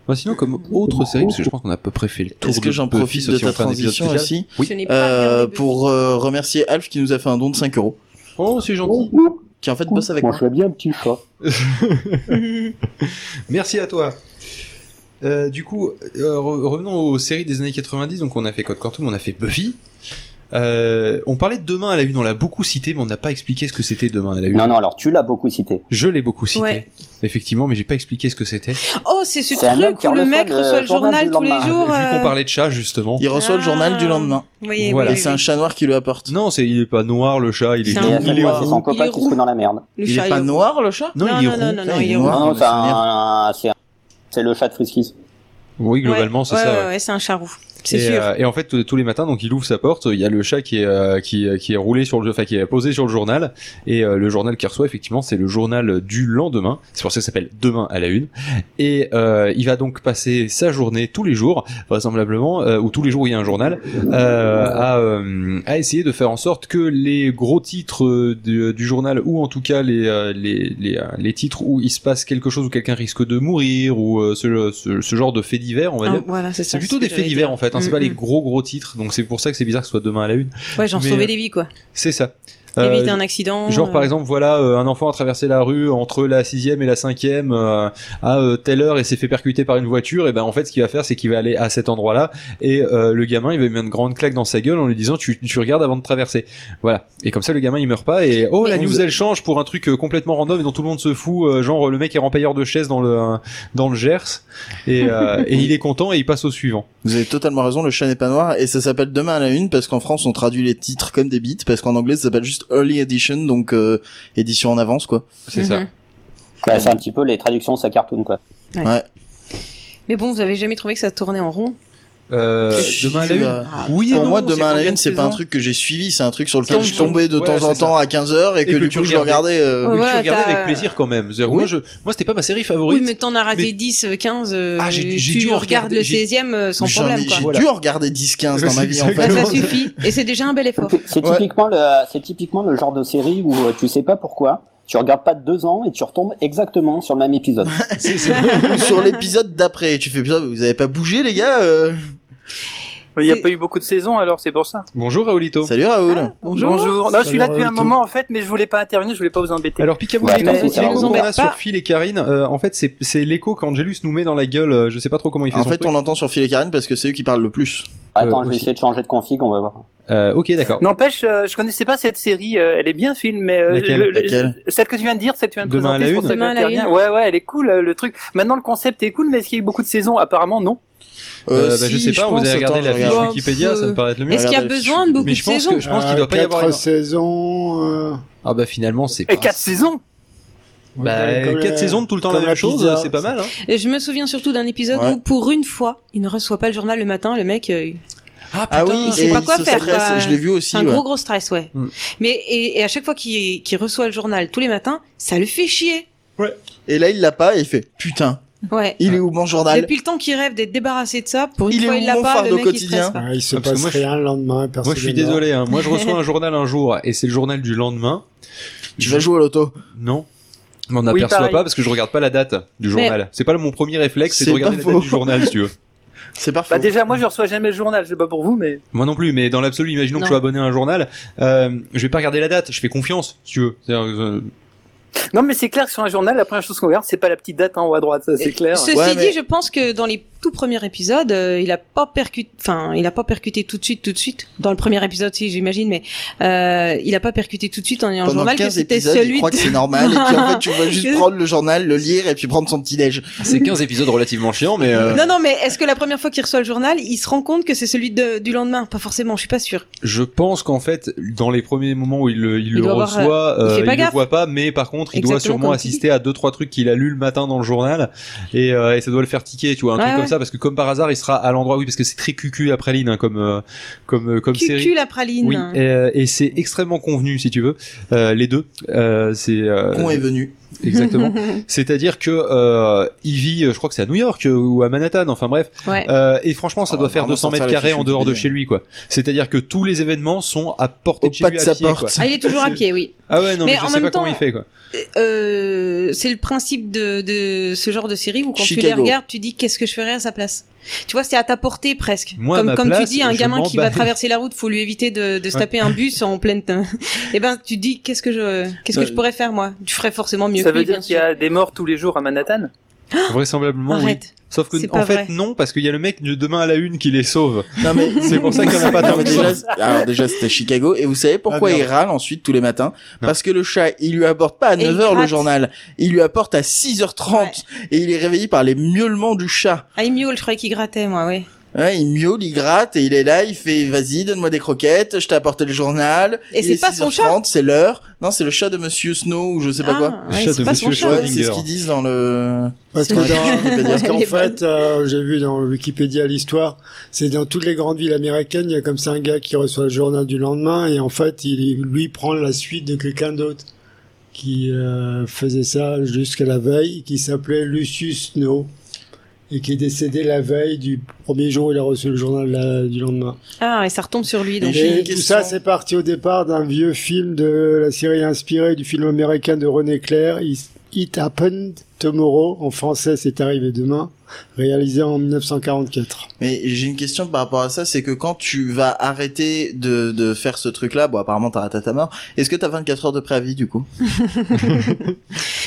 Speaker 1: Bon, sinon, comme autre série, parce que je pense qu'on a à peu près fait le tour.
Speaker 3: Est-ce que
Speaker 1: de
Speaker 3: j'en
Speaker 1: Buffy,
Speaker 3: profite
Speaker 1: sauf
Speaker 3: de
Speaker 1: si on
Speaker 3: ta
Speaker 1: fait un épisode
Speaker 3: transition
Speaker 1: spécial.
Speaker 3: aussi
Speaker 1: Ah, Oui.
Speaker 2: Je n'ai pas regardé
Speaker 3: euh,
Speaker 2: Buffy.
Speaker 3: pour euh, remercier Alf qui nous a fait un don de 5 euros,
Speaker 1: Oh, c'est gentil.
Speaker 3: qui en fait bosse avec
Speaker 4: Moi,
Speaker 3: moi.
Speaker 4: je suis bien un petit chat.
Speaker 1: Merci à toi. Euh, du coup, euh, re- revenons aux séries des années 90. Donc, on a fait Code Quantum, on a fait Buffy. Euh, on parlait de Demain à la Une, on l'a beaucoup cité, mais on n'a pas expliqué ce que c'était Demain à la Une.
Speaker 4: Non, non. Alors, tu l'as beaucoup cité.
Speaker 1: Je l'ai beaucoup cité,
Speaker 2: Ouais.
Speaker 1: effectivement, mais j'ai pas expliqué ce que c'était.
Speaker 2: Oh, c'est ce
Speaker 4: C'est un homme
Speaker 2: truc
Speaker 4: qui euh,
Speaker 2: où le
Speaker 4: reçoit
Speaker 2: mec
Speaker 4: le
Speaker 2: reçoit le
Speaker 4: journal
Speaker 2: journal
Speaker 4: du
Speaker 2: tous les
Speaker 4: lendemain.
Speaker 1: Vu
Speaker 2: jours.
Speaker 1: qu'on
Speaker 2: euh,
Speaker 1: parlait de chat, justement.
Speaker 3: Il reçoit le
Speaker 2: Ah.
Speaker 3: journal du lendemain.
Speaker 2: Oui,
Speaker 1: Voilà.
Speaker 3: Et
Speaker 2: oui,
Speaker 3: c'est
Speaker 2: oui.
Speaker 3: un chat noir qui le apporte.
Speaker 1: Non, c'est il est pas noir le chat, il est
Speaker 2: C'est un
Speaker 4: Et
Speaker 1: jaune,
Speaker 4: à
Speaker 2: roux.
Speaker 1: il
Speaker 4: chaque
Speaker 1: est
Speaker 4: fois,
Speaker 1: roux.
Speaker 4: c'est son
Speaker 2: Il
Speaker 4: copain
Speaker 2: est
Speaker 4: qui se fout
Speaker 2: roux.
Speaker 4: dans la merde.
Speaker 2: Le
Speaker 3: il
Speaker 2: chat
Speaker 3: est pas
Speaker 2: roux.
Speaker 3: noir le chat
Speaker 1: Non,
Speaker 2: Non,
Speaker 1: il est
Speaker 2: non,
Speaker 1: roux.
Speaker 2: non, non,
Speaker 3: Putain,
Speaker 2: non,
Speaker 3: il
Speaker 2: il
Speaker 3: est
Speaker 2: est
Speaker 3: noir.
Speaker 2: roux.
Speaker 4: Non, non,
Speaker 3: Ah, mais
Speaker 4: c'est
Speaker 3: c'est
Speaker 1: euh,
Speaker 4: un, c'est un- c'est le chat de Friskies.
Speaker 1: Oui, globalement, c'est
Speaker 2: Ouais,
Speaker 1: ça. ouais.
Speaker 2: ouais, ouais, c'est un chat roux. C'est
Speaker 1: Et,
Speaker 2: sûr.
Speaker 1: euh, et en fait, tous les matins, donc il ouvre sa porte, il y a le chat qui est euh, qui, qui est roulé sur le, enfin qui est posé sur le journal, et euh, le journal qu'il reçoit effectivement, c'est le journal du lendemain. C'est pour ça que ça s'appelle Demain à la une. Et euh, il va donc passer sa journée tous les jours, vraisemblablement, euh, ou tous les jours où il y a un journal, euh, à, euh, à essayer de faire en sorte que les gros titres euh, du, du journal, ou en tout cas les euh, les, les, euh, les titres où il se passe quelque chose où quelqu'un risque de mourir ou euh, ce, ce, ce genre de faits divers, on va
Speaker 2: Ah,
Speaker 1: dire.
Speaker 2: voilà, c'est ça,
Speaker 1: C'est plutôt
Speaker 2: ce que
Speaker 1: des faits
Speaker 2: j'allais
Speaker 1: divers
Speaker 2: dire.
Speaker 1: en fait, hein, c'est
Speaker 2: Mm,
Speaker 1: pas les
Speaker 2: mm.
Speaker 1: gros gros titres, donc c'est pour ça que c'est bizarre que ce soit demain à la une.
Speaker 2: Ouais, genre
Speaker 1: Mais,
Speaker 2: sauver
Speaker 1: euh,
Speaker 2: des vies, quoi.
Speaker 1: C'est ça. Euh,
Speaker 2: Éviter un accident.
Speaker 1: Genre
Speaker 2: euh,
Speaker 1: par exemple voilà euh, un enfant a traversé la rue entre la sixième et la cinquième euh, à euh, telle heure et s'est fait percuter par une voiture et ben en fait ce qu'il va faire c'est qu'il va aller à cet endroit là et euh, le gamin il va lui mettre une grande claque dans sa gueule en lui disant tu, tu regardes avant de traverser voilà et comme ça le gamin il meurt pas et oh la
Speaker 2: Mais-
Speaker 1: news elle change pour un truc euh, complètement random et dont tout le monde se fout euh, genre le mec est rempailleur de chaises dans le euh, dans le Gers et, euh, et il est content et il passe au suivant
Speaker 3: Vous avez totalement raison, le chat n'est pas noir et ça s'appelle Demain à la une parce qu'en France on traduit les titres comme des beats parce qu'en anglais ça s'appelle juste Early Edition donc euh, édition en avance quoi.
Speaker 1: c'est ça
Speaker 2: mhm.
Speaker 4: Ouais, Bah, c'est un petit peu les traductions de sa cartoon, quoi.
Speaker 2: Mais bon, vous avez jamais trouvé que ça tournait en rond
Speaker 1: Euh,
Speaker 3: Si,
Speaker 1: demain à la
Speaker 3: tu
Speaker 1: une.
Speaker 3: vas-
Speaker 1: Oui, et
Speaker 3: Pour
Speaker 1: non,
Speaker 3: moi
Speaker 1: c'est
Speaker 3: Demain à la
Speaker 1: combien
Speaker 3: une
Speaker 1: de
Speaker 3: c'est pas un
Speaker 1: saisons
Speaker 3: truc que j'ai suivi, c'est un truc sur lequel
Speaker 1: Tombe
Speaker 3: je tombais de
Speaker 1: sur-
Speaker 3: temps
Speaker 1: ouais,
Speaker 3: en
Speaker 1: c'est
Speaker 3: temps à 15h et, que,
Speaker 1: que
Speaker 3: du
Speaker 1: tu
Speaker 3: coup je le
Speaker 1: regardais.
Speaker 3: regardais euh,
Speaker 1: que
Speaker 2: Ouais,
Speaker 1: hein. tu regardais
Speaker 2: t'as-
Speaker 1: avec plaisir quand même. C'est-à-dire, Moi, je, moi, c'était pas ma série
Speaker 2: Oui,
Speaker 1: favorite.
Speaker 2: mais t'en as raté
Speaker 1: mais-
Speaker 2: 10, euh, 15. euh,
Speaker 1: Ah, j'ai- j'ai
Speaker 2: tu
Speaker 1: dû
Speaker 2: regardes
Speaker 1: regarder-
Speaker 2: le
Speaker 1: j'ai-
Speaker 2: 16e euh, sans
Speaker 3: j'en ai-
Speaker 2: problème, quoi.
Speaker 3: j'ai
Speaker 1: Voilà.
Speaker 3: dû en regarder 10-15 dans ma vie en
Speaker 1: C'est
Speaker 3: fait.
Speaker 2: Ah, ça
Speaker 1: Exactement.
Speaker 2: suffit. Et c'est déjà un bel
Speaker 8: Oh.
Speaker 2: effort.
Speaker 4: C'est
Speaker 3: Ouais.
Speaker 4: typiquement le, c'est typiquement le genre de série où euh, tu sais pas pourquoi. Tu regardes pas de deux ans et tu retombes exactement sur le même épisode.
Speaker 1: C'est- c'est-
Speaker 3: Ou sur l'épisode d'après, tu fais putain vous avez pas bougé les gars euh
Speaker 8: Il n'y a
Speaker 2: C'est-
Speaker 8: pas eu beaucoup de saisons, alors c'est pour ça.
Speaker 1: Bonjour Raoulito.
Speaker 3: Salut Raoul.
Speaker 2: Bonjour.
Speaker 8: Non, je
Speaker 7: Salut,
Speaker 8: suis là depuis un
Speaker 7: Raoul, tout.
Speaker 8: moment, en Bah, fait, mais je voulais pas intervenir, je voulais pas vous embêter.
Speaker 1: Alors Picabou,
Speaker 4: Ouais,
Speaker 1: l'écho
Speaker 4: mais ça nous
Speaker 1: l'écho qu'on
Speaker 2: embête
Speaker 1: a sur
Speaker 2: pas.
Speaker 1: Phil et Karine, euh, en fait c'est c'est l'écho qu'Angelus nous met dans la gueule, euh, je sais pas trop comment il fait
Speaker 3: En
Speaker 1: son
Speaker 3: fait,
Speaker 1: truc.
Speaker 3: on l'entend sur Phil et Karine parce que c'est eux qui parlent le plus.
Speaker 4: Attends, je vais
Speaker 1: aussi.
Speaker 4: essayer de changer de config, on va voir.
Speaker 1: Euh, ok d'accord.
Speaker 8: N'empêche, euh, je connaissais pas cette série, euh, elle est bien film, mais euh,
Speaker 1: Laquelle
Speaker 8: le- le-
Speaker 3: Laquelle
Speaker 8: celle que tu viens de dire, celle que tu viens de
Speaker 1: Demain à la
Speaker 8: présenter, c'est pour
Speaker 1: une.
Speaker 2: Demain
Speaker 8: ça que
Speaker 2: à la
Speaker 8: j'interviens.
Speaker 2: une.
Speaker 8: Ouais, ouais, elle est cool, euh, le truc. Maintenant, le concept est cool, mais est-ce qu'il y a eu beaucoup de saisons Apparemment, non.
Speaker 1: Euh,
Speaker 3: si,
Speaker 1: bah, je sais pas, vous
Speaker 3: pense,
Speaker 1: avez regardé
Speaker 3: attends,
Speaker 1: la
Speaker 3: je
Speaker 1: fiche
Speaker 3: regarde.
Speaker 2: regarde.
Speaker 1: Wikipédia, ça me paraît être le mieux.
Speaker 2: Est-ce qu'il y a
Speaker 3: Regardez,
Speaker 2: besoin
Speaker 3: je-
Speaker 2: de beaucoup
Speaker 1: Mais
Speaker 2: de
Speaker 1: je pense
Speaker 2: saisons
Speaker 1: que je pense
Speaker 3: Ah,
Speaker 1: qu'il doit pas y avoir.
Speaker 7: Ah, Quatre
Speaker 1: énorme-
Speaker 7: saisons. euh,
Speaker 1: Ah bah finalement c'est.
Speaker 8: Et
Speaker 1: pas-
Speaker 8: quatre saisons
Speaker 1: Bah,
Speaker 7: comme la-
Speaker 1: quatre saisons de tout le temps la
Speaker 7: comme
Speaker 1: même chose,
Speaker 7: pizza.
Speaker 1: c'est pas mal. Hein.
Speaker 2: Et Je me souviens surtout d'un épisode
Speaker 3: Ouais.
Speaker 2: où, pour une fois, il ne reçoit pas le journal le matin. Le mec, euh,
Speaker 3: Ah oui,
Speaker 2: il sait
Speaker 3: et
Speaker 2: pas quoi
Speaker 3: se
Speaker 2: faire,
Speaker 3: stresse,
Speaker 2: quoi.
Speaker 3: Je l'ai vu
Speaker 2: c'est
Speaker 3: aussi.
Speaker 2: un
Speaker 3: ouais.
Speaker 2: gros gros stress, ouais.
Speaker 1: Mm.
Speaker 2: Mais et, et à chaque fois qu'il qu'il reçoit le journal tous les matins, ça le fait chier.
Speaker 3: Et là, il l'a pas et il fait putain.
Speaker 2: Ouais.
Speaker 3: Il est où mon journal
Speaker 2: Depuis le temps qu'il rêve d'être débarrassé de ça, pour une
Speaker 3: Il est
Speaker 2: fois
Speaker 3: où
Speaker 2: il l'a
Speaker 3: mon
Speaker 2: pas, le
Speaker 3: fardeau
Speaker 2: mec il
Speaker 3: quotidien
Speaker 2: stresse pas.
Speaker 7: ouais, il se
Speaker 1: Ah, parce que
Speaker 7: passe
Speaker 1: moi, je-
Speaker 7: rien le lendemain.
Speaker 1: Moi
Speaker 7: personne
Speaker 1: je suis
Speaker 7: ne meurt.
Speaker 1: désolé, hein. moi je reçois un journal un jour et c'est le journal du lendemain.
Speaker 3: Tu vas jouer à l'auto.
Speaker 1: Non. Mais on
Speaker 8: Oui,
Speaker 1: n'aperçoit
Speaker 8: pareil.
Speaker 1: pas parce que je regarde pas la date du journal. C'est pas mon premier réflexe, c'est de
Speaker 3: C'est
Speaker 1: regarder
Speaker 3: pas
Speaker 1: la date
Speaker 3: faux.
Speaker 1: du journal, si tu veux.
Speaker 3: C'est parfait.
Speaker 8: Bah déjà, moi je reçois jamais le journal, je sais pas pour vous, mais
Speaker 1: Moi non plus, mais dans l'absolu, imaginons
Speaker 9: Non.
Speaker 1: que je sois abonné à un journal, euh, je vais pas regarder la date, je fais confiance, si tu veux. C'est-à-dire que, euh,
Speaker 8: non, mais c'est clair que sur un journal, la première chose qu'on regarde, c'est pas la petite date en haut à droite, ça c'est clair.
Speaker 9: Ceci
Speaker 3: Ouais, mais-
Speaker 9: dit, je pense que dans les tout premiers épisodes, euh, il a pas percuté, enfin, il a pas percuté tout de suite, tout de suite. Dans le premier épisode, si j'imagine, mais euh, il a pas percuté tout de suite en ayant le
Speaker 3: Pendant
Speaker 9: journal que
Speaker 3: 15
Speaker 9: c'était
Speaker 3: épisodes, il
Speaker 9: celui.
Speaker 3: croit
Speaker 9: de-
Speaker 3: que c'est normal, et puis en fait, tu vas juste prendre le journal, le lire, et puis prendre son petit-déj.
Speaker 1: C'est 15 épisodes relativement chiants, mais... euh,
Speaker 9: Non, non, mais est-ce que la première fois qu'il reçoit le journal, il se rend compte que c'est celui de- du lendemain Pas forcément, je suis pas sûre.
Speaker 1: Je pense qu'en fait, dans les premiers moments où il, le- il
Speaker 9: Il
Speaker 1: le
Speaker 9: doit avoir,
Speaker 1: reçoit, euh,
Speaker 9: il fait
Speaker 1: il
Speaker 9: pas
Speaker 1: le
Speaker 9: gaffe.
Speaker 1: voit pas, mais par contre, il doit
Speaker 9: Exactement
Speaker 1: sûrement
Speaker 9: comme tu
Speaker 1: assister à deux trois trucs qu'il a lu le matin dans le journal, et, euh, et ça doit le faire tiquer, tu vois, un
Speaker 9: Ouais,
Speaker 1: truc
Speaker 9: ouais.
Speaker 1: comme ça, parce que comme par hasard, il sera à l'endroit, oui, parce que c'est très cucu après Lynn, hein, comme euh, comme euh, comme série.
Speaker 9: Cucu la praline.
Speaker 1: Oui, et, euh, et c'est extrêmement convenu, si tu veux, euh, les deux. Euh, c'est euh,
Speaker 3: Con est venu.
Speaker 1: exactement. C'est-à-dire que euh, il vit, euh, je crois que c'est à New York euh, ou à Manhattan, enfin bref.
Speaker 9: Ouais.
Speaker 1: Euh, et franchement, ça
Speaker 3: On
Speaker 1: doit
Speaker 3: va
Speaker 1: faire
Speaker 3: Ah, vraiment
Speaker 1: 200
Speaker 3: sortir
Speaker 1: mètres
Speaker 3: les
Speaker 1: carrés
Speaker 3: fichus
Speaker 1: en
Speaker 3: du
Speaker 1: dehors de
Speaker 3: pays.
Speaker 1: chez lui, quoi. C'est-à-dire que tous les événements sont à portée
Speaker 3: Au
Speaker 1: de chez
Speaker 3: pas
Speaker 1: lui
Speaker 3: de
Speaker 1: à
Speaker 3: sa
Speaker 1: pied, quoi.
Speaker 3: porte.
Speaker 9: Ah, il est toujours à pied, oui.
Speaker 1: Ah ouais, non, mais,
Speaker 9: Mais
Speaker 1: je
Speaker 9: en
Speaker 1: sais
Speaker 9: même
Speaker 1: pas comment
Speaker 9: temps,
Speaker 1: il fait, quoi.
Speaker 9: Euh, c'est le principe de, de ce genre de série où quand tu les
Speaker 3: Chicago.
Speaker 9: regardes, tu dis qu'est-ce que je ferais à sa place. Tu vois, c'est à ta portée presque.
Speaker 1: Moi, à
Speaker 9: comme
Speaker 1: ma
Speaker 9: comme
Speaker 1: place,
Speaker 9: tu dis, un
Speaker 1: je
Speaker 9: gamin
Speaker 1: m'en
Speaker 9: qui va
Speaker 1: bats.
Speaker 9: traverser la route, faut lui éviter de, de se taper un bus en pleine. Et ben, tu dis qu'est-ce que je qu'est-ce que je pourrais faire moi Tu ferais forcément mieux
Speaker 8: ça
Speaker 9: que
Speaker 8: veut
Speaker 9: lui,
Speaker 8: dire
Speaker 9: bien
Speaker 8: qu'il y
Speaker 9: sûr.
Speaker 8: a des morts tous les jours à Manhattan
Speaker 1: Vraisemblablement, oui.
Speaker 9: Arrête.
Speaker 1: Sauf que,
Speaker 9: C'est
Speaker 1: en
Speaker 9: pas
Speaker 1: fait,
Speaker 9: vrai.
Speaker 1: non, parce qu'il y a le mec de demain à la une qui les sauve.
Speaker 3: Non, mais
Speaker 1: C'est pour ça qu'il y en a pas
Speaker 3: Non,
Speaker 1: tant
Speaker 3: mais
Speaker 1: que
Speaker 3: déjà,
Speaker 1: ça.
Speaker 3: c'est- alors déjà c'était Chicago et vous savez pourquoi
Speaker 1: Ah,
Speaker 3: il
Speaker 1: merde.
Speaker 3: râle ensuite tous les matins
Speaker 1: Non.
Speaker 3: parce que le chat il lui apporte pas à
Speaker 9: Et il
Speaker 3: 9h le
Speaker 9: gratte.
Speaker 3: journal il lui apporte à 6h30 et il est réveillé par les miaulements du chat
Speaker 9: Ah, il miaule, je croyais qu'il grattait moi, oui.
Speaker 3: Ouais, il miaule il gratte et il est là il fait vas-y donne-moi des croquettes je t'ai apporté le journal
Speaker 9: Et
Speaker 3: Il
Speaker 9: c'est
Speaker 3: est
Speaker 9: pas son
Speaker 3: 6h30, c'est l'heure non c'est le chat de monsieur Snow ou je sais pas quoi
Speaker 9: Ah, ouais,
Speaker 1: Chat de
Speaker 9: c'est pas son
Speaker 1: Monsieur
Speaker 9: chat.
Speaker 1: Schwartz.
Speaker 3: Ouais, c'est ce qu'ils disent dans le
Speaker 7: Parce que
Speaker 9: C'est
Speaker 3: vrai. Je vais
Speaker 7: dans,
Speaker 3: pas
Speaker 7: parce
Speaker 9: dire.
Speaker 7: qu'en
Speaker 9: Elle est
Speaker 7: fait, euh, j'ai vu dans Wikipédia l'histoire, c'est dans toutes les grandes villes américaines, il y a comme ça un gars qui reçoit le journal du lendemain et en fait, il lui prend la suite de quelqu'un d'autre qui euh, faisait ça jusqu'à la veille, qui s'appelait Lucius Snow et qui est décédé la veille du premier jour où il a reçu le journal la- du lendemain.
Speaker 9: Ah, et ça retombe sur lui. Donc.
Speaker 3: Et- j'ai une
Speaker 7: Et tout
Speaker 3: question.
Speaker 7: ça, c'est parti au départ d'un vieux film de la série inspirée du film américain de René Clair, Is- It Happened Tomorrow, en français c'est arrivé demain, réalisé en 1944.
Speaker 3: Mais j'ai une question par rapport à ça, c'est que quand tu vas arrêter de, de faire ce truc-là, bon apparemment t'arrêtes à ta mort, est-ce que t'as 24 heures de préavis du coup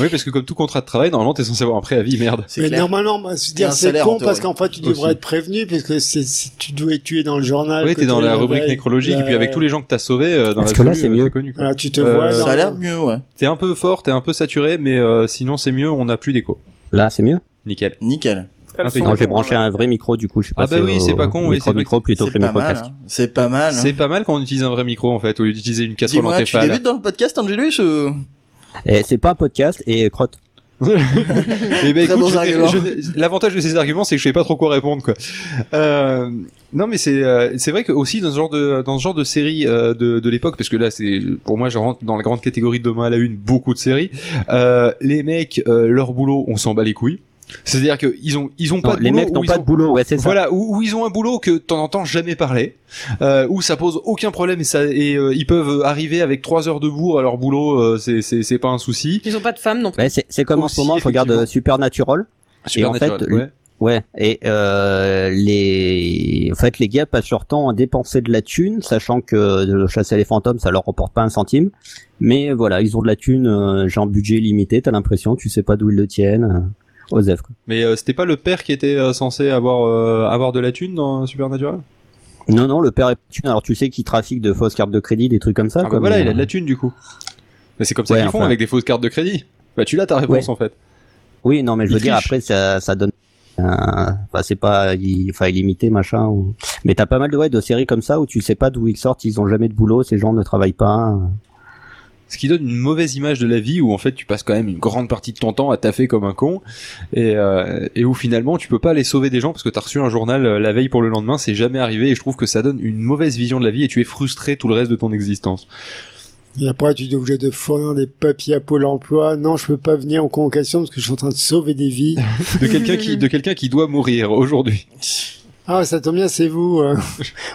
Speaker 1: Oui, parce que comme tout contrat de travail, normalement, t'es censé avoir un préavis, merde.
Speaker 3: C'est
Speaker 7: Mais
Speaker 3: clair.
Speaker 7: normalement, bah, se dire
Speaker 3: un
Speaker 7: c'est
Speaker 3: salaire, en
Speaker 7: con
Speaker 3: théorie.
Speaker 7: parce qu'en fait tu devrais
Speaker 1: Aussi.
Speaker 7: être prévenu parce que c'est c'est- tu dois tu es dans le
Speaker 3: Ah,
Speaker 7: journal.
Speaker 1: Oui,
Speaker 7: que
Speaker 1: t'es dans
Speaker 7: t'es
Speaker 1: la rubrique
Speaker 7: veille.
Speaker 1: nécrologique, et puis
Speaker 7: Euh,
Speaker 1: avec tous les gens que t'as sauvés, euh, dans
Speaker 4: Parce
Speaker 1: la
Speaker 4: que là, c'est mieux.
Speaker 1: connu, quoi.
Speaker 7: Voilà, tu te
Speaker 1: Euh,
Speaker 7: vois.
Speaker 3: Ça
Speaker 7: dans
Speaker 3: a l'air
Speaker 7: le-
Speaker 3: mieux, ouais.
Speaker 1: T'es un peu fort, t'es un peu saturé, mais euh, sinon, c'est mieux, on n'a plus d'écho.
Speaker 4: Là, c'est mieux.
Speaker 1: Nickel.
Speaker 3: Nickel.
Speaker 1: Ils
Speaker 4: Non,
Speaker 1: sont
Speaker 4: j'ai branché un vrai micro du coup. Je suis
Speaker 1: Ah bah
Speaker 4: passé
Speaker 1: oui,
Speaker 4: au-
Speaker 1: c'est pas con, oui,
Speaker 4: au micro,
Speaker 1: c'est vrai que
Speaker 4: micro plutôt que
Speaker 3: C'est
Speaker 4: le
Speaker 3: pas,
Speaker 4: micro
Speaker 3: mal,
Speaker 4: casque.
Speaker 3: hein. c'est pas mal. hein.
Speaker 1: C'est pas mal quand on utilise un vrai micro, en fait, au lieu d'utiliser une casserole
Speaker 3: Dis-moi, tu
Speaker 1: antéphale.
Speaker 3: débutes dans le podcast, Angelus ou...
Speaker 1: hein.
Speaker 4: Et c'est pas un podcast et crotte.
Speaker 1: Eh ben,
Speaker 3: Très
Speaker 1: écoute,
Speaker 3: bons
Speaker 1: je-
Speaker 3: arguments.
Speaker 1: je- l'avantage de ces arguments, c'est que je sais pas trop quoi répondre, quoi. Euh, non, mais c'est euh, c'est vrai que aussi dans ce genre de dans ce genre de série euh, de, de l'époque, parce que là, c'est pour moi, je rentre dans la grande catégorie de demain à la une, beaucoup de séries. euh, les mecs, euh, leur boulot, on s'en bat les couilles. C'est-à-dire que ils ont ils ont
Speaker 4: Non,
Speaker 1: pas de
Speaker 4: les
Speaker 1: boulot,
Speaker 4: mecs
Speaker 1: ou
Speaker 4: n'ont
Speaker 1: ils
Speaker 4: pas
Speaker 1: ont-
Speaker 4: de boulot, ouais, c'est ça.
Speaker 1: Voilà, où, où ils ont un boulot que t'en entends jamais parler, euh, où ça pose aucun problème et, ça, et euh, ils peuvent arriver avec trois heures de bourre à leur boulot, euh, c'est- c'est c'est pas un souci.
Speaker 9: Ils ont pas de femme non plus.
Speaker 4: Ouais, c'est c'est comme en
Speaker 1: Aussi,
Speaker 4: ce moment, je regarde
Speaker 1: effectivement.
Speaker 4: euh, Supernatural. en fait,
Speaker 1: Supernatural, ouais.
Speaker 4: Ouais, et euh, les, en fait, les gars passent leur temps à dépenser de la thune, sachant que de chasser les fantômes, ça leur rapporte pas un centime. Mais voilà, ils ont de la thune, euh, genre budget limité, t'as l'impression, tu sais pas d'où ils le tiennent. euh, Osef, quoi.
Speaker 1: Mais euh, c'était pas le père qui était euh, censé avoir euh, avoir de la thune dans Supernatural
Speaker 4: Non, non, le père est thune, alors tu sais qu'il trafique de fausses cartes de crédit, des trucs comme ça.
Speaker 1: Ah bah
Speaker 4: comme,
Speaker 1: voilà,
Speaker 4: euh,
Speaker 1: il a de la thune du coup. Mais c'est comme ça
Speaker 4: Ouais,
Speaker 1: qu'ils font
Speaker 4: enfin.
Speaker 1: avec des fausses cartes de crédit. Bah tu l'as ta réponse en fait.
Speaker 4: Oui, non, mais je
Speaker 1: Il
Speaker 4: veux dire,
Speaker 1: triche.
Speaker 4: après, ça, ça donne. euh, Enfin, c'est pas il- enfin, illimité, machin. ou- Mais t'as pas mal de, ouais, de séries comme ça où tu sais pas d'où ils sortent, ils ont jamais de boulot, ces gens ne travaillent pas.
Speaker 1: Ce qui donne une mauvaise image de la vie où en fait tu passes quand même une grande partie de ton temps à taffer comme un con et, euh, et où finalement tu peux pas aller sauver des gens parce que t'as reçu un journal euh, la veille pour le lendemain, c'est jamais arrivé et je trouve que ça donne une mauvaise vision de la vie et tu es frustré tout le reste de ton existence.
Speaker 7: Et après, tu es obligé de fournir des papiers à Pôle Emploi. Non, je peux pas venir en convocation parce que je suis en train de sauver des vies.
Speaker 1: De quelqu'un qui de quelqu'un qui doit mourir aujourd'hui.
Speaker 7: Ah, ça tombe bien, c'est vous. euh.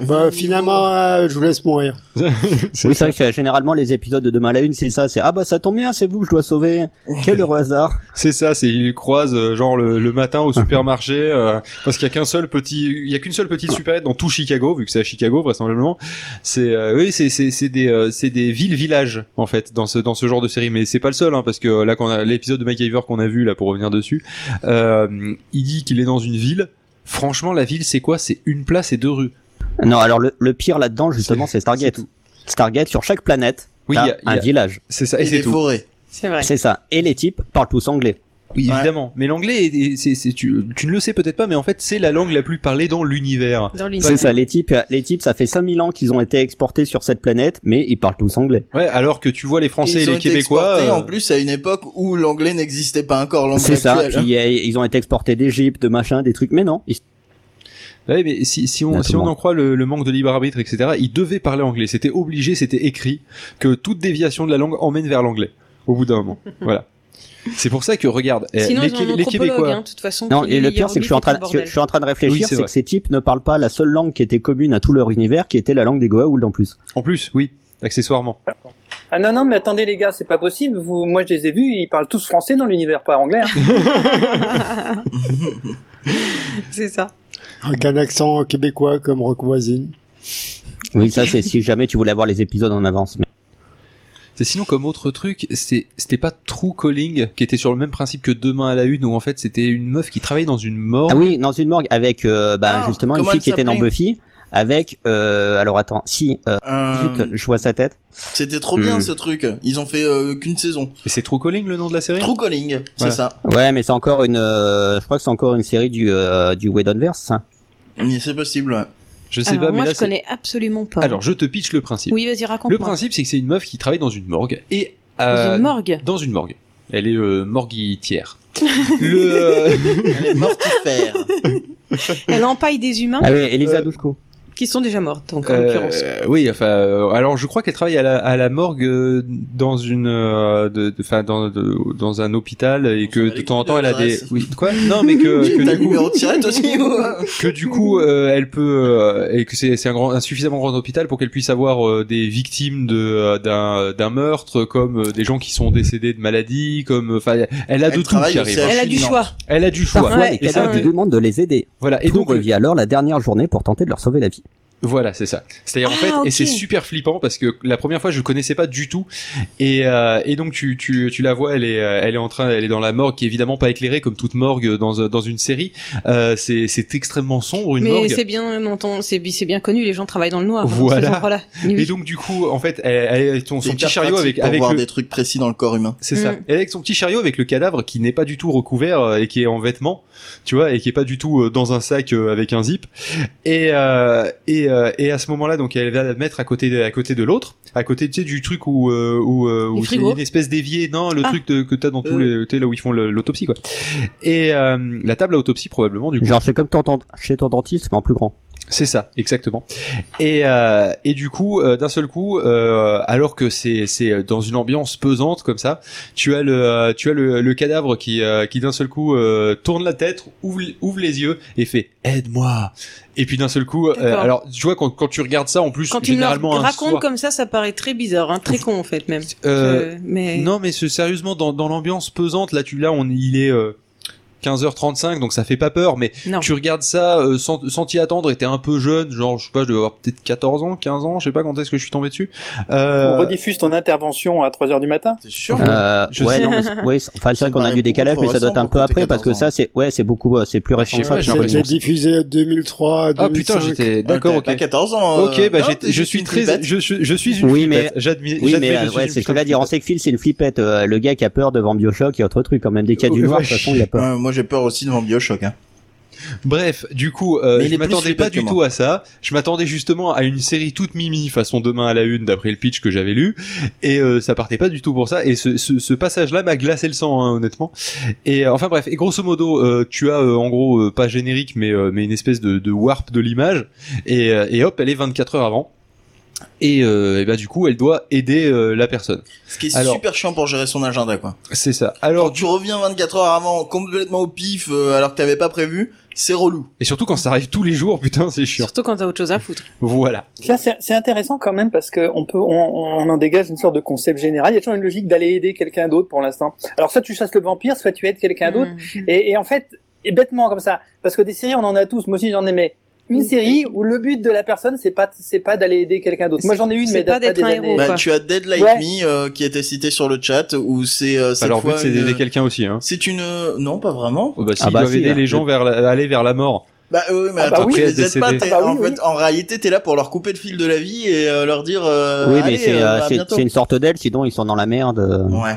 Speaker 7: bah, finalement, euh, je vous laisse mourir.
Speaker 1: C'est
Speaker 4: Oui, c'est vrai que euh, généralement les épisodes de Demain à la Une, c'est ça, c'est ah bah ça tombe bien, c'est vous que je dois sauver. Quel heureux hasard.
Speaker 1: C'est ça, c'est ils croisent euh, genre le, le matin au supermarché euh, parce qu'il y a qu'un seul petit, il y a qu'une seule petite supérette dans tout Chicago vu que c'est à Chicago vraisemblablement. C'est euh, oui, c'est c'est c'est des euh, c'est des villes villages en fait dans ce dans ce genre de série, mais c'est pas le seul hein, parce que euh, là qu'on a l'épisode de MacGyver qu'on a vu là pour revenir dessus, euh, il dit qu'il est dans une ville. Franchement, la ville c'est quoi C'est une place et deux rues.
Speaker 4: Non, alors le, le pire là-dedans justement, c'est Stargate. Stargate sur chaque planète,
Speaker 1: Oui,
Speaker 4: t'as
Speaker 1: il y a- il y
Speaker 4: un
Speaker 1: a-
Speaker 4: village.
Speaker 1: C'est ça et,
Speaker 3: Et
Speaker 1: c'est
Speaker 3: des
Speaker 1: tout.
Speaker 3: forêts.
Speaker 2: C'est vrai.
Speaker 4: C'est ça. Et les types parlent tous anglais.
Speaker 1: Oui,
Speaker 3: Ouais.
Speaker 1: évidemment. Mais l'anglais, est- est- c'est- c'est- tu, tu ne le sais peut-être pas, mais en fait, c'est la langue la plus parlée dans l'univers.
Speaker 2: Dans
Speaker 4: C'est
Speaker 2: l'univers.
Speaker 4: ça. Les types, les types, ça fait 5000 ans qu'ils ont été exportés sur cette planète, mais ils parlent tous anglais.
Speaker 1: Ouais, alors que tu vois les Français et
Speaker 3: Ils ont
Speaker 1: les
Speaker 3: été
Speaker 1: Québécois.
Speaker 3: exportés,
Speaker 1: euh,
Speaker 3: en plus à une époque où l'anglais n'existait pas encore l'anglais
Speaker 4: C'est ça.
Speaker 3: actuel, hein.
Speaker 4: Puis, euh, ils ont été exportés d'Égypte, de machin, des trucs. Mais non, ils-
Speaker 1: Ouais, mais si, si on, si on
Speaker 4: Exactement.
Speaker 1: en croit le, le manque de libre arbitre, etc., ils devaient parler anglais. C'était obligé, c'était écrit que toute déviation de la langue emmène vers l'anglais. Au bout d'un moment. voilà. C'est pour ça que, regarde, eh,
Speaker 9: Sinon,
Speaker 1: les,
Speaker 9: ils ont
Speaker 1: Qué-
Speaker 9: un
Speaker 1: les
Speaker 9: anthropologue,
Speaker 1: Québécois.
Speaker 9: hein, de toute façon.
Speaker 4: non.
Speaker 9: qui
Speaker 4: Et
Speaker 9: lit
Speaker 4: le
Speaker 9: les
Speaker 4: pire, c'est que je suis en train, de,
Speaker 9: hiéroglyphes
Speaker 4: je,
Speaker 9: et tout le
Speaker 4: je suis en train de
Speaker 1: Oui,
Speaker 4: réfléchir,
Speaker 1: c'est
Speaker 4: c'est
Speaker 1: vrai.
Speaker 4: que ces types ne parlent pas la seule langue qui était commune à tout leur univers, qui était la langue des Goa'uld en plus.
Speaker 1: En plus, oui, accessoirement.
Speaker 8: Ah non, non, mais attendez les gars, c'est pas possible. Vous, moi je les ai vus, ils parlent tous français dans l'univers, pas anglais. hein.
Speaker 2: C'est ça.
Speaker 7: Avec un accent québécois comme Rock Voisine.
Speaker 4: Oui, ça, c'est si jamais tu voulais avoir les épisodes en avance. Mais...
Speaker 1: C'est sinon comme autre truc, c'est- c'était pas True Calling qui était sur le même principe que Demain à la Une où en fait c'était une meuf qui travaillait dans une morgue.
Speaker 4: Ah oui, dans une morgue avec euh, bah,
Speaker 3: Ah,
Speaker 4: justement une
Speaker 3: comment
Speaker 4: fille
Speaker 3: elle
Speaker 4: qui était dans
Speaker 3: s'appelait
Speaker 4: Buffy, avec euh, alors attends, si euh,
Speaker 3: Euh,
Speaker 4: zut, je vois sa tête.
Speaker 3: C'était trop bien
Speaker 4: Hmm.
Speaker 3: ce truc. Ils ont fait euh, qu'une saison.
Speaker 1: Et c'est True Calling le nom de la série
Speaker 3: True Calling, c'est
Speaker 1: Voilà.
Speaker 3: ça.
Speaker 4: Ouais, mais c'est encore une, euh, je crois que c'est encore une série du euh, du Whedonverse. hein.
Speaker 3: Mais c'est possible. ouais.
Speaker 1: Je sais
Speaker 9: Alors,
Speaker 1: pas, mais
Speaker 9: moi,
Speaker 1: là
Speaker 9: je
Speaker 1: c'est-
Speaker 9: connais absolument pas.
Speaker 1: Alors je te pitch le principe.
Speaker 9: oui, vas-y, raconte.
Speaker 1: Le principe, c'est que c'est une meuf qui travaille dans une morgue et euh,
Speaker 9: Une morgue.
Speaker 1: dans une morgue. Elle est euh, morguitière. le euh,
Speaker 3: Elle est mortifère.
Speaker 9: Elle empaille des humains
Speaker 4: Ah oui, Elisa
Speaker 1: Euh,
Speaker 4: Dushku.
Speaker 9: qui sont déjà morts, donc en
Speaker 1: euh,
Speaker 9: l'occurrence.
Speaker 1: oui, enfin, euh, alors je crois qu'elle travaille à la, à la morgue euh, dans une, euh, de, de- enfin, dans, de- dans un hôpital et que de temps en temps elle a des, oui, quoi Non, mais que,
Speaker 3: T'as
Speaker 1: que
Speaker 3: le
Speaker 1: du coup,
Speaker 3: numéro de tirette aussi ou
Speaker 1: que du coup, euh, elle peut euh, et que c'est c'est un grand, un suffisamment grand hôpital pour qu'elle puisse avoir euh, des victimes de euh, d'un d'un meurtre, comme euh, des gens qui sont décédés de maladies, comme, enfin, elle a
Speaker 3: Elle
Speaker 1: de tout
Speaker 3: travaille
Speaker 1: qui
Speaker 3: au
Speaker 1: arrive. hein.
Speaker 3: CHU.
Speaker 9: Elle a du
Speaker 3: non.
Speaker 9: choix.
Speaker 1: Elle a du choix.
Speaker 4: Parfois,
Speaker 9: Ouais,
Speaker 1: et
Speaker 4: les
Speaker 1: ça,
Speaker 4: cadavres
Speaker 1: ouais.
Speaker 4: lui demandent de les aider.
Speaker 1: Voilà.
Speaker 4: Et
Speaker 1: Et
Speaker 4: Tout
Speaker 1: donc,
Speaker 4: revit alors la dernière journée pour tenter de leur sauver la vie.
Speaker 1: Voilà, c'est ça. C'est-à-dire en
Speaker 9: Ah,
Speaker 1: fait,
Speaker 9: ok.
Speaker 1: et c'est super flippant parce que la première fois je connaissais pas du tout, et, euh, et donc tu, tu, tu la vois, elle est, euh, elle est en train, elle est dans la morgue qui est évidemment pas éclairée comme toute morgue dans, euh, dans une série. Euh, c'est, c'est extrêmement sombre une
Speaker 9: Mais
Speaker 1: morgue.
Speaker 9: c'est bien, euh, menton, c'est bi- c'est bien connu, les gens travaillent dans le noir. hein,
Speaker 1: Voilà.
Speaker 9: ce genre-là. Oui,
Speaker 1: Et
Speaker 9: oui.
Speaker 1: donc du coup, en fait, elle, elle- son, son
Speaker 3: C'est
Speaker 1: petit
Speaker 3: hyper
Speaker 1: chariot
Speaker 3: pratique
Speaker 1: avec
Speaker 3: pour
Speaker 1: avec
Speaker 3: voir
Speaker 1: le-
Speaker 3: des trucs précis dans le corps humain.
Speaker 1: C'est ça.
Speaker 9: Mm.
Speaker 1: Et avec son petit chariot avec le cadavre qui n'est pas du tout recouvert euh, et qui est en vêtements, tu vois, et qui est pas du tout euh, dans un sac euh, avec un zip. Et euh, et, euh, et à ce moment-là, donc elle va la mettre à côté à côté de l'autre, à côté tu sais, du truc où euh, où, euh, où
Speaker 9: Les
Speaker 1: c'est
Speaker 9: frigos.
Speaker 1: une espèce d'évier, non, le
Speaker 9: Ah.
Speaker 1: truc de- que t'as dans tous
Speaker 3: Euh.
Speaker 1: les tu sais, là où ils font le- l'autopsie quoi. Et euh, la table à autopsie probablement du coup.
Speaker 4: Genre c'est comme ton, ton- chez ton dentiste, mais en plus grand.
Speaker 1: C'est ça, exactement. Et, euh, et du coup, euh, d'un seul coup, euh, alors que c'est c'est dans une ambiance pesante comme ça, tu as le euh, tu as le, le cadavre qui euh, qui d'un seul coup euh, tourne la tête, ouvre ouvre les yeux et fait aide-moi. Et puis d'un seul coup, euh,
Speaker 9: D'accord.
Speaker 1: alors tu vois quand quand tu regardes ça en plus
Speaker 9: Quand tu me
Speaker 1: généralement
Speaker 9: le
Speaker 1: un
Speaker 9: racontes
Speaker 1: soir-
Speaker 9: comme ça, ça paraît très bizarre, hein, très con en fait même.
Speaker 1: Euh,
Speaker 9: Euh, mais
Speaker 1: non mais ce- sérieusement dans dans l'ambiance pesante là tu là on il est euh, 15h35 donc ça fait pas peur mais
Speaker 9: non.
Speaker 1: tu regardes ça euh, sans sans t'y attendre et t'es un peu jeune, genre je sais pas, je devais avoir peut-être 14 ans, 15 ans, je sais pas quand est-ce que je suis tombé dessus.
Speaker 8: On
Speaker 1: Euh,
Speaker 8: rediffuse ton intervention à 3 heures du matin.
Speaker 3: C'est sûr.
Speaker 1: Ah,
Speaker 4: Euh,
Speaker 1: Je
Speaker 4: ouais,
Speaker 1: sais.
Speaker 4: non, mais c'est- oui, c'est- enfin, c'est
Speaker 3: Ça
Speaker 4: vrai qu'on a
Speaker 3: paraît
Speaker 4: du
Speaker 3: beaucoup
Speaker 4: décalage,
Speaker 3: trop
Speaker 4: mais ça doit être un
Speaker 3: récent
Speaker 4: peu
Speaker 3: pour
Speaker 4: après
Speaker 3: tes
Speaker 4: parce que
Speaker 3: 14
Speaker 4: ça, c'est, ouais, c'est beaucoup, euh, c'est plus récent.
Speaker 1: je sais pas, j'ai
Speaker 7: C'était
Speaker 1: l'impression.
Speaker 7: diffusé 2003
Speaker 1: Ah putain,
Speaker 7: 2005.
Speaker 1: j'étais d'accord,
Speaker 3: T'as
Speaker 1: ok.
Speaker 3: pas 14 ans. euh,
Speaker 1: Ok, bah
Speaker 3: non, t'es
Speaker 1: j'étais- je
Speaker 3: juste
Speaker 1: suis
Speaker 3: une
Speaker 1: très,
Speaker 3: pipette.
Speaker 1: je suis, je suis une
Speaker 4: Oui,
Speaker 1: flippette. J'admire,
Speaker 4: Oui,
Speaker 1: j'admire, je
Speaker 4: mais euh,
Speaker 1: suis
Speaker 4: ouais,
Speaker 1: une
Speaker 4: c'est ce que
Speaker 1: putain de
Speaker 4: là dire en
Speaker 1: flippette.
Speaker 4: fil, c'est une flippette. euh, le gars qui a peur devant Bioshock et autre truc, quand même. Dès qu'il y a
Speaker 1: Oh,
Speaker 4: du noir, de
Speaker 1: vache.
Speaker 4: toute façon, il a peur.
Speaker 3: Ouais, moi j'ai peur aussi devant Bioshock. Hein.
Speaker 1: Bref, du coup, euh,
Speaker 3: Mais il
Speaker 1: je
Speaker 3: est plus
Speaker 1: m'attendais pas
Speaker 3: flippette
Speaker 1: du
Speaker 3: que
Speaker 1: tout à ça. Je m'attendais justement à une série toute mimi façon demain à la une d'après le pitch que j'avais lu, et euh, ça partait pas du tout pour ça. Et ce, ce, ce passage-là m'a glacé le sang, hein, honnêtement. Et euh, enfin bref, et grosso modo, euh, tu as euh, en gros euh, pas générique, mais euh, mais une espèce de, de warp de l'image, et, euh, et hop, elle est 24 heures avant. Et, euh, et bah, du coup, elle doit aider euh, la personne.
Speaker 3: Ce qui est
Speaker 1: Alors-
Speaker 3: super chiant pour gérer son agenda, quoi.
Speaker 1: C'est ça.
Speaker 3: Quand
Speaker 1: Alors,
Speaker 3: tu reviens 24 heures avant, complètement au pif, euh, alors que t'avais pas prévu, c'est relou.
Speaker 1: et surtout quand ça arrive tous les jours, putain, c'est chiant.
Speaker 9: Surtout quand t'as autre chose à foutre.
Speaker 1: Voilà.
Speaker 8: Ça, c'est c'est intéressant quand même parce que on peut, on, on en dégage une sorte de concept général. Il y a toujours une logique d'aller aider quelqu'un d'autre pour l'instant. Alors soit tu chasses le vampire, soit tu aides quelqu'un d'autre.
Speaker 9: Mm.
Speaker 8: Et, et en fait, et bêtement comme ça, parce que des séries, on en a tous. Moi aussi, j'en ai, mais une série où le but de la personne, c'est pas, c'est pas d'aller aider quelqu'un d'autre. Moi, j'en ai une,
Speaker 9: C'est
Speaker 8: mais elle date
Speaker 9: pas d'être
Speaker 8: des
Speaker 9: un
Speaker 8: années.
Speaker 9: héros.
Speaker 3: Bah,
Speaker 9: quoi.
Speaker 3: tu as Dead Like
Speaker 8: Ouais.
Speaker 3: Me euh, qui était cité sur le chat où c'est euh, cette
Speaker 1: Alors, en
Speaker 3: fois
Speaker 1: fait, c'est
Speaker 3: une-
Speaker 1: d'aider quelqu'un aussi, hein.
Speaker 3: C'est une euh, non pas vraiment.
Speaker 1: Oh, Bah, s'ils
Speaker 4: bah,
Speaker 1: doivent
Speaker 4: si,
Speaker 1: aider
Speaker 4: là.
Speaker 1: les gens vers la- à aller vers la mort.
Speaker 3: Bah oui, mais
Speaker 8: Ah bah
Speaker 3: attends,
Speaker 8: oui,
Speaker 3: tu les
Speaker 1: décédé.
Speaker 3: aides pas. t'es-
Speaker 8: Ah bah oui,
Speaker 3: en
Speaker 8: oui.
Speaker 3: fait, en réalité, t'es là pour leur couper le fil de la vie et euh, leur dire. euh,
Speaker 4: oui, mais
Speaker 3: allez,
Speaker 4: c'est
Speaker 3: euh,
Speaker 4: euh,
Speaker 3: à
Speaker 4: c'est-
Speaker 3: bientôt.
Speaker 4: c'est une sorte d'aide, sinon ils sont dans la merde. euh.
Speaker 3: Ouais.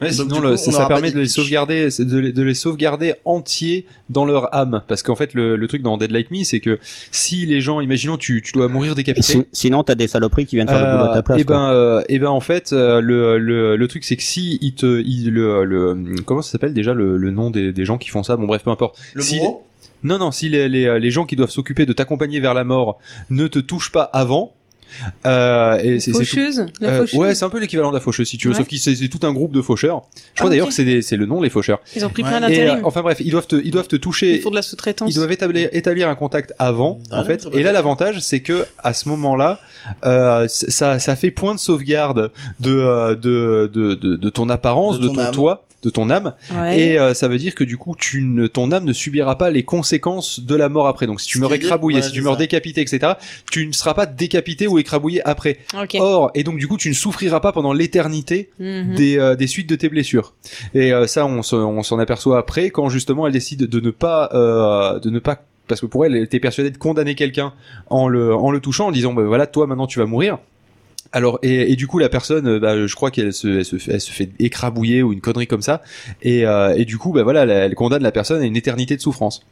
Speaker 1: Ouais,
Speaker 3: Donc,
Speaker 1: sinon,
Speaker 3: du
Speaker 1: le-
Speaker 3: coup,
Speaker 1: ça,
Speaker 3: on
Speaker 1: ça
Speaker 3: aura pas
Speaker 1: permet de les
Speaker 3: dit-
Speaker 1: sauvegarder, c'est de les, de les sauvegarder entiers dans leur âme. Parce qu'en fait, le, le truc dans Dead Like Me, c'est que si les gens, imaginons, tu, tu dois mourir décapité.
Speaker 4: Si- sinon, t'as des saloperies qui viennent faire le boulot à ta place.
Speaker 1: et ben, euh, eh ben en fait, euh, le, le, le truc c'est que si il te, il, le, le, comment ça s'appelle déjà le, le nom des, des gens qui font ça Bon bref, peu importe.
Speaker 3: Le
Speaker 1: Si-
Speaker 3: bourreau.
Speaker 1: Non non, si les, les, les gens qui doivent s'occuper de t'accompagner vers la mort ne te touchent pas avant, euh, et c'est c'est tout.
Speaker 9: Faucheuse, la
Speaker 1: Euh,
Speaker 9: faucheuse.
Speaker 1: ouais, c'est un peu l'équivalent de la faucheuse si tu veux,
Speaker 9: Ouais.
Speaker 1: sauf que c'est c'est tout un groupe de faucheurs. Je crois
Speaker 9: Ah,
Speaker 1: d'ailleurs
Speaker 9: ok.
Speaker 1: que c'est des- c'est le nom les faucheurs.
Speaker 9: Ils ont pris
Speaker 3: Ouais.
Speaker 9: plein
Speaker 1: Et, euh,
Speaker 9: d'intérim.
Speaker 1: enfin bref, ils doivent te, ils doivent te toucher.
Speaker 9: Ils font de la sous-traitance.
Speaker 1: Ils doivent établir, établir un contact avant,
Speaker 3: Ah,
Speaker 1: en fait.
Speaker 3: ça va
Speaker 1: Et là,
Speaker 3: bien.
Speaker 1: l'avantage, c'est que à ce moment-là, euh, c- ça, ça fait point de sauvegarde de euh, de, de, de, de ton apparence,
Speaker 3: De
Speaker 1: de ton,
Speaker 3: ton âme.
Speaker 1: toi, de ton âme.
Speaker 9: Ouais.
Speaker 1: Et euh, ça veut dire que du coup, tu ne, ton âme ne subira pas les conséquences de la mort après. Donc, si tu
Speaker 3: Ce
Speaker 1: meurs
Speaker 3: qui veut dire-
Speaker 1: écrabouillé,
Speaker 3: ouais,
Speaker 1: si tu
Speaker 3: c'est
Speaker 1: meurs
Speaker 3: ça.
Speaker 1: décapité, etc., tu ne seras pas décapité ou écrabouillé après.
Speaker 9: Ok.
Speaker 1: Or, et donc du coup, tu ne souffriras pas pendant l'éternité
Speaker 9: Mhm.
Speaker 1: oh, des, euh, des suites de tes blessures. Et euh, ça, on se- on s'en aperçoit après quand justement elle décide de ne pas, euh, de ne pas, parce que pour elle, elle était persuadée de condamner quelqu'un en le, en le touchant, en disant, bah, voilà, toi maintenant tu vas mourir. Alors et, et du coup la personne, euh, bah, je crois qu'elle se, elle se, fait- elle se fait écrabouiller ou une connerie comme ça. Et, euh, et du coup, bah voilà, elle, elle condamne la personne à une éternité de souffrance.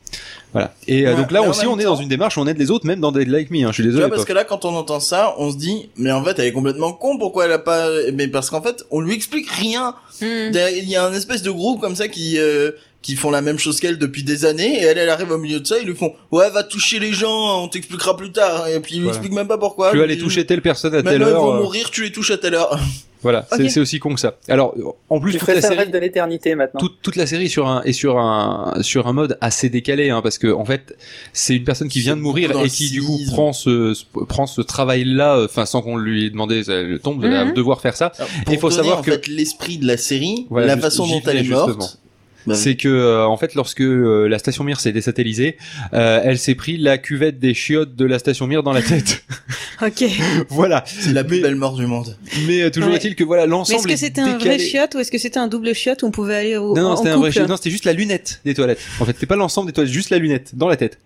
Speaker 1: Voilà. Et euh,
Speaker 3: Ouais,
Speaker 1: donc là
Speaker 3: mais en
Speaker 1: aussi,
Speaker 3: même
Speaker 1: on est
Speaker 3: temps-
Speaker 1: dans une démarche, où on aide les autres, même dans Dead Like Me. Hein, je suis
Speaker 3: Tu
Speaker 1: désolé.
Speaker 3: vois, parce
Speaker 1: Pop.
Speaker 3: que là, quand on entend ça, on se dit, mais en fait, elle est complètement con. Pourquoi elle a pas Mais parce qu'en fait, on lui explique rien.
Speaker 2: Mm.
Speaker 9: Mhm.
Speaker 3: Derrière, Il y a un espèce de groupe comme ça qui euh, qui font la même chose qu'elle depuis des années. Et elle, elle arrive au milieu de ça. Ils lui font, ouais, va toucher les gens. hein, On t'expliquera plus tard. Et puis il lui
Speaker 1: Voilà.
Speaker 3: explique même pas pourquoi.
Speaker 1: Tu vas aller
Speaker 3: Il-
Speaker 1: toucher telle personne à telle
Speaker 3: Maintenant, ils
Speaker 1: heure.
Speaker 3: vont
Speaker 1: euh,
Speaker 3: mourir. Tu les touches à telle heure.
Speaker 1: Voilà, c'est-
Speaker 9: Ok.
Speaker 1: c'est aussi con que ça. Alors, en plus,
Speaker 8: Tu
Speaker 1: toute la,
Speaker 8: ferais ça le
Speaker 1: série,
Speaker 8: reste de l'éternité maintenant.
Speaker 1: toute, toute la série est sur un, est sur un, sur un mode assez décalé, hein, parce que, en fait, c'est une personne qui vient de
Speaker 3: beaucoup
Speaker 1: mourir
Speaker 3: dans
Speaker 1: et
Speaker 3: le
Speaker 1: qui, du coup,
Speaker 3: cynisme.
Speaker 1: prend ce, ce- prend ce travail-là, euh, enfin, sans qu'on lui ait demandé, ça le tombe, elle va
Speaker 9: Mhm.
Speaker 1: devoir faire ça.
Speaker 8: Bah
Speaker 3: Alors,
Speaker 1: Il faut
Speaker 3: donner,
Speaker 1: savoir
Speaker 3: en
Speaker 1: que-
Speaker 3: fait l'esprit de la série,
Speaker 1: Voilà,
Speaker 3: la
Speaker 1: juste-
Speaker 3: façon
Speaker 1: j'y
Speaker 3: dont elle est
Speaker 1: venais, justement.
Speaker 3: morte. Bah,
Speaker 1: C'est que, euh, en fait, lorsque euh, la station Mir s'est désatellisée, euh, elle s'est pris la cuvette des chiottes de la station Mir dans la tête.
Speaker 9: Ok.
Speaker 1: voilà.
Speaker 3: c'est la plus
Speaker 1: mais-
Speaker 3: belle mort du monde.
Speaker 1: Mais euh, toujours
Speaker 9: Ouais.
Speaker 1: est-il que, voilà,
Speaker 9: Mais
Speaker 1: l'ensemble.
Speaker 9: est-ce que
Speaker 1: est
Speaker 9: c'était un vrai
Speaker 1: décalé.
Speaker 9: chiotte ou est-ce que c'était un double chiotte où on pouvait aller au,
Speaker 1: Non, non,
Speaker 9: en
Speaker 1: c'était un
Speaker 9: couple
Speaker 1: vrai chiotte. Non, c'était juste la lunette des toilettes. En fait, c'était pas l'ensemble des toilettes, juste la lunette dans la tête.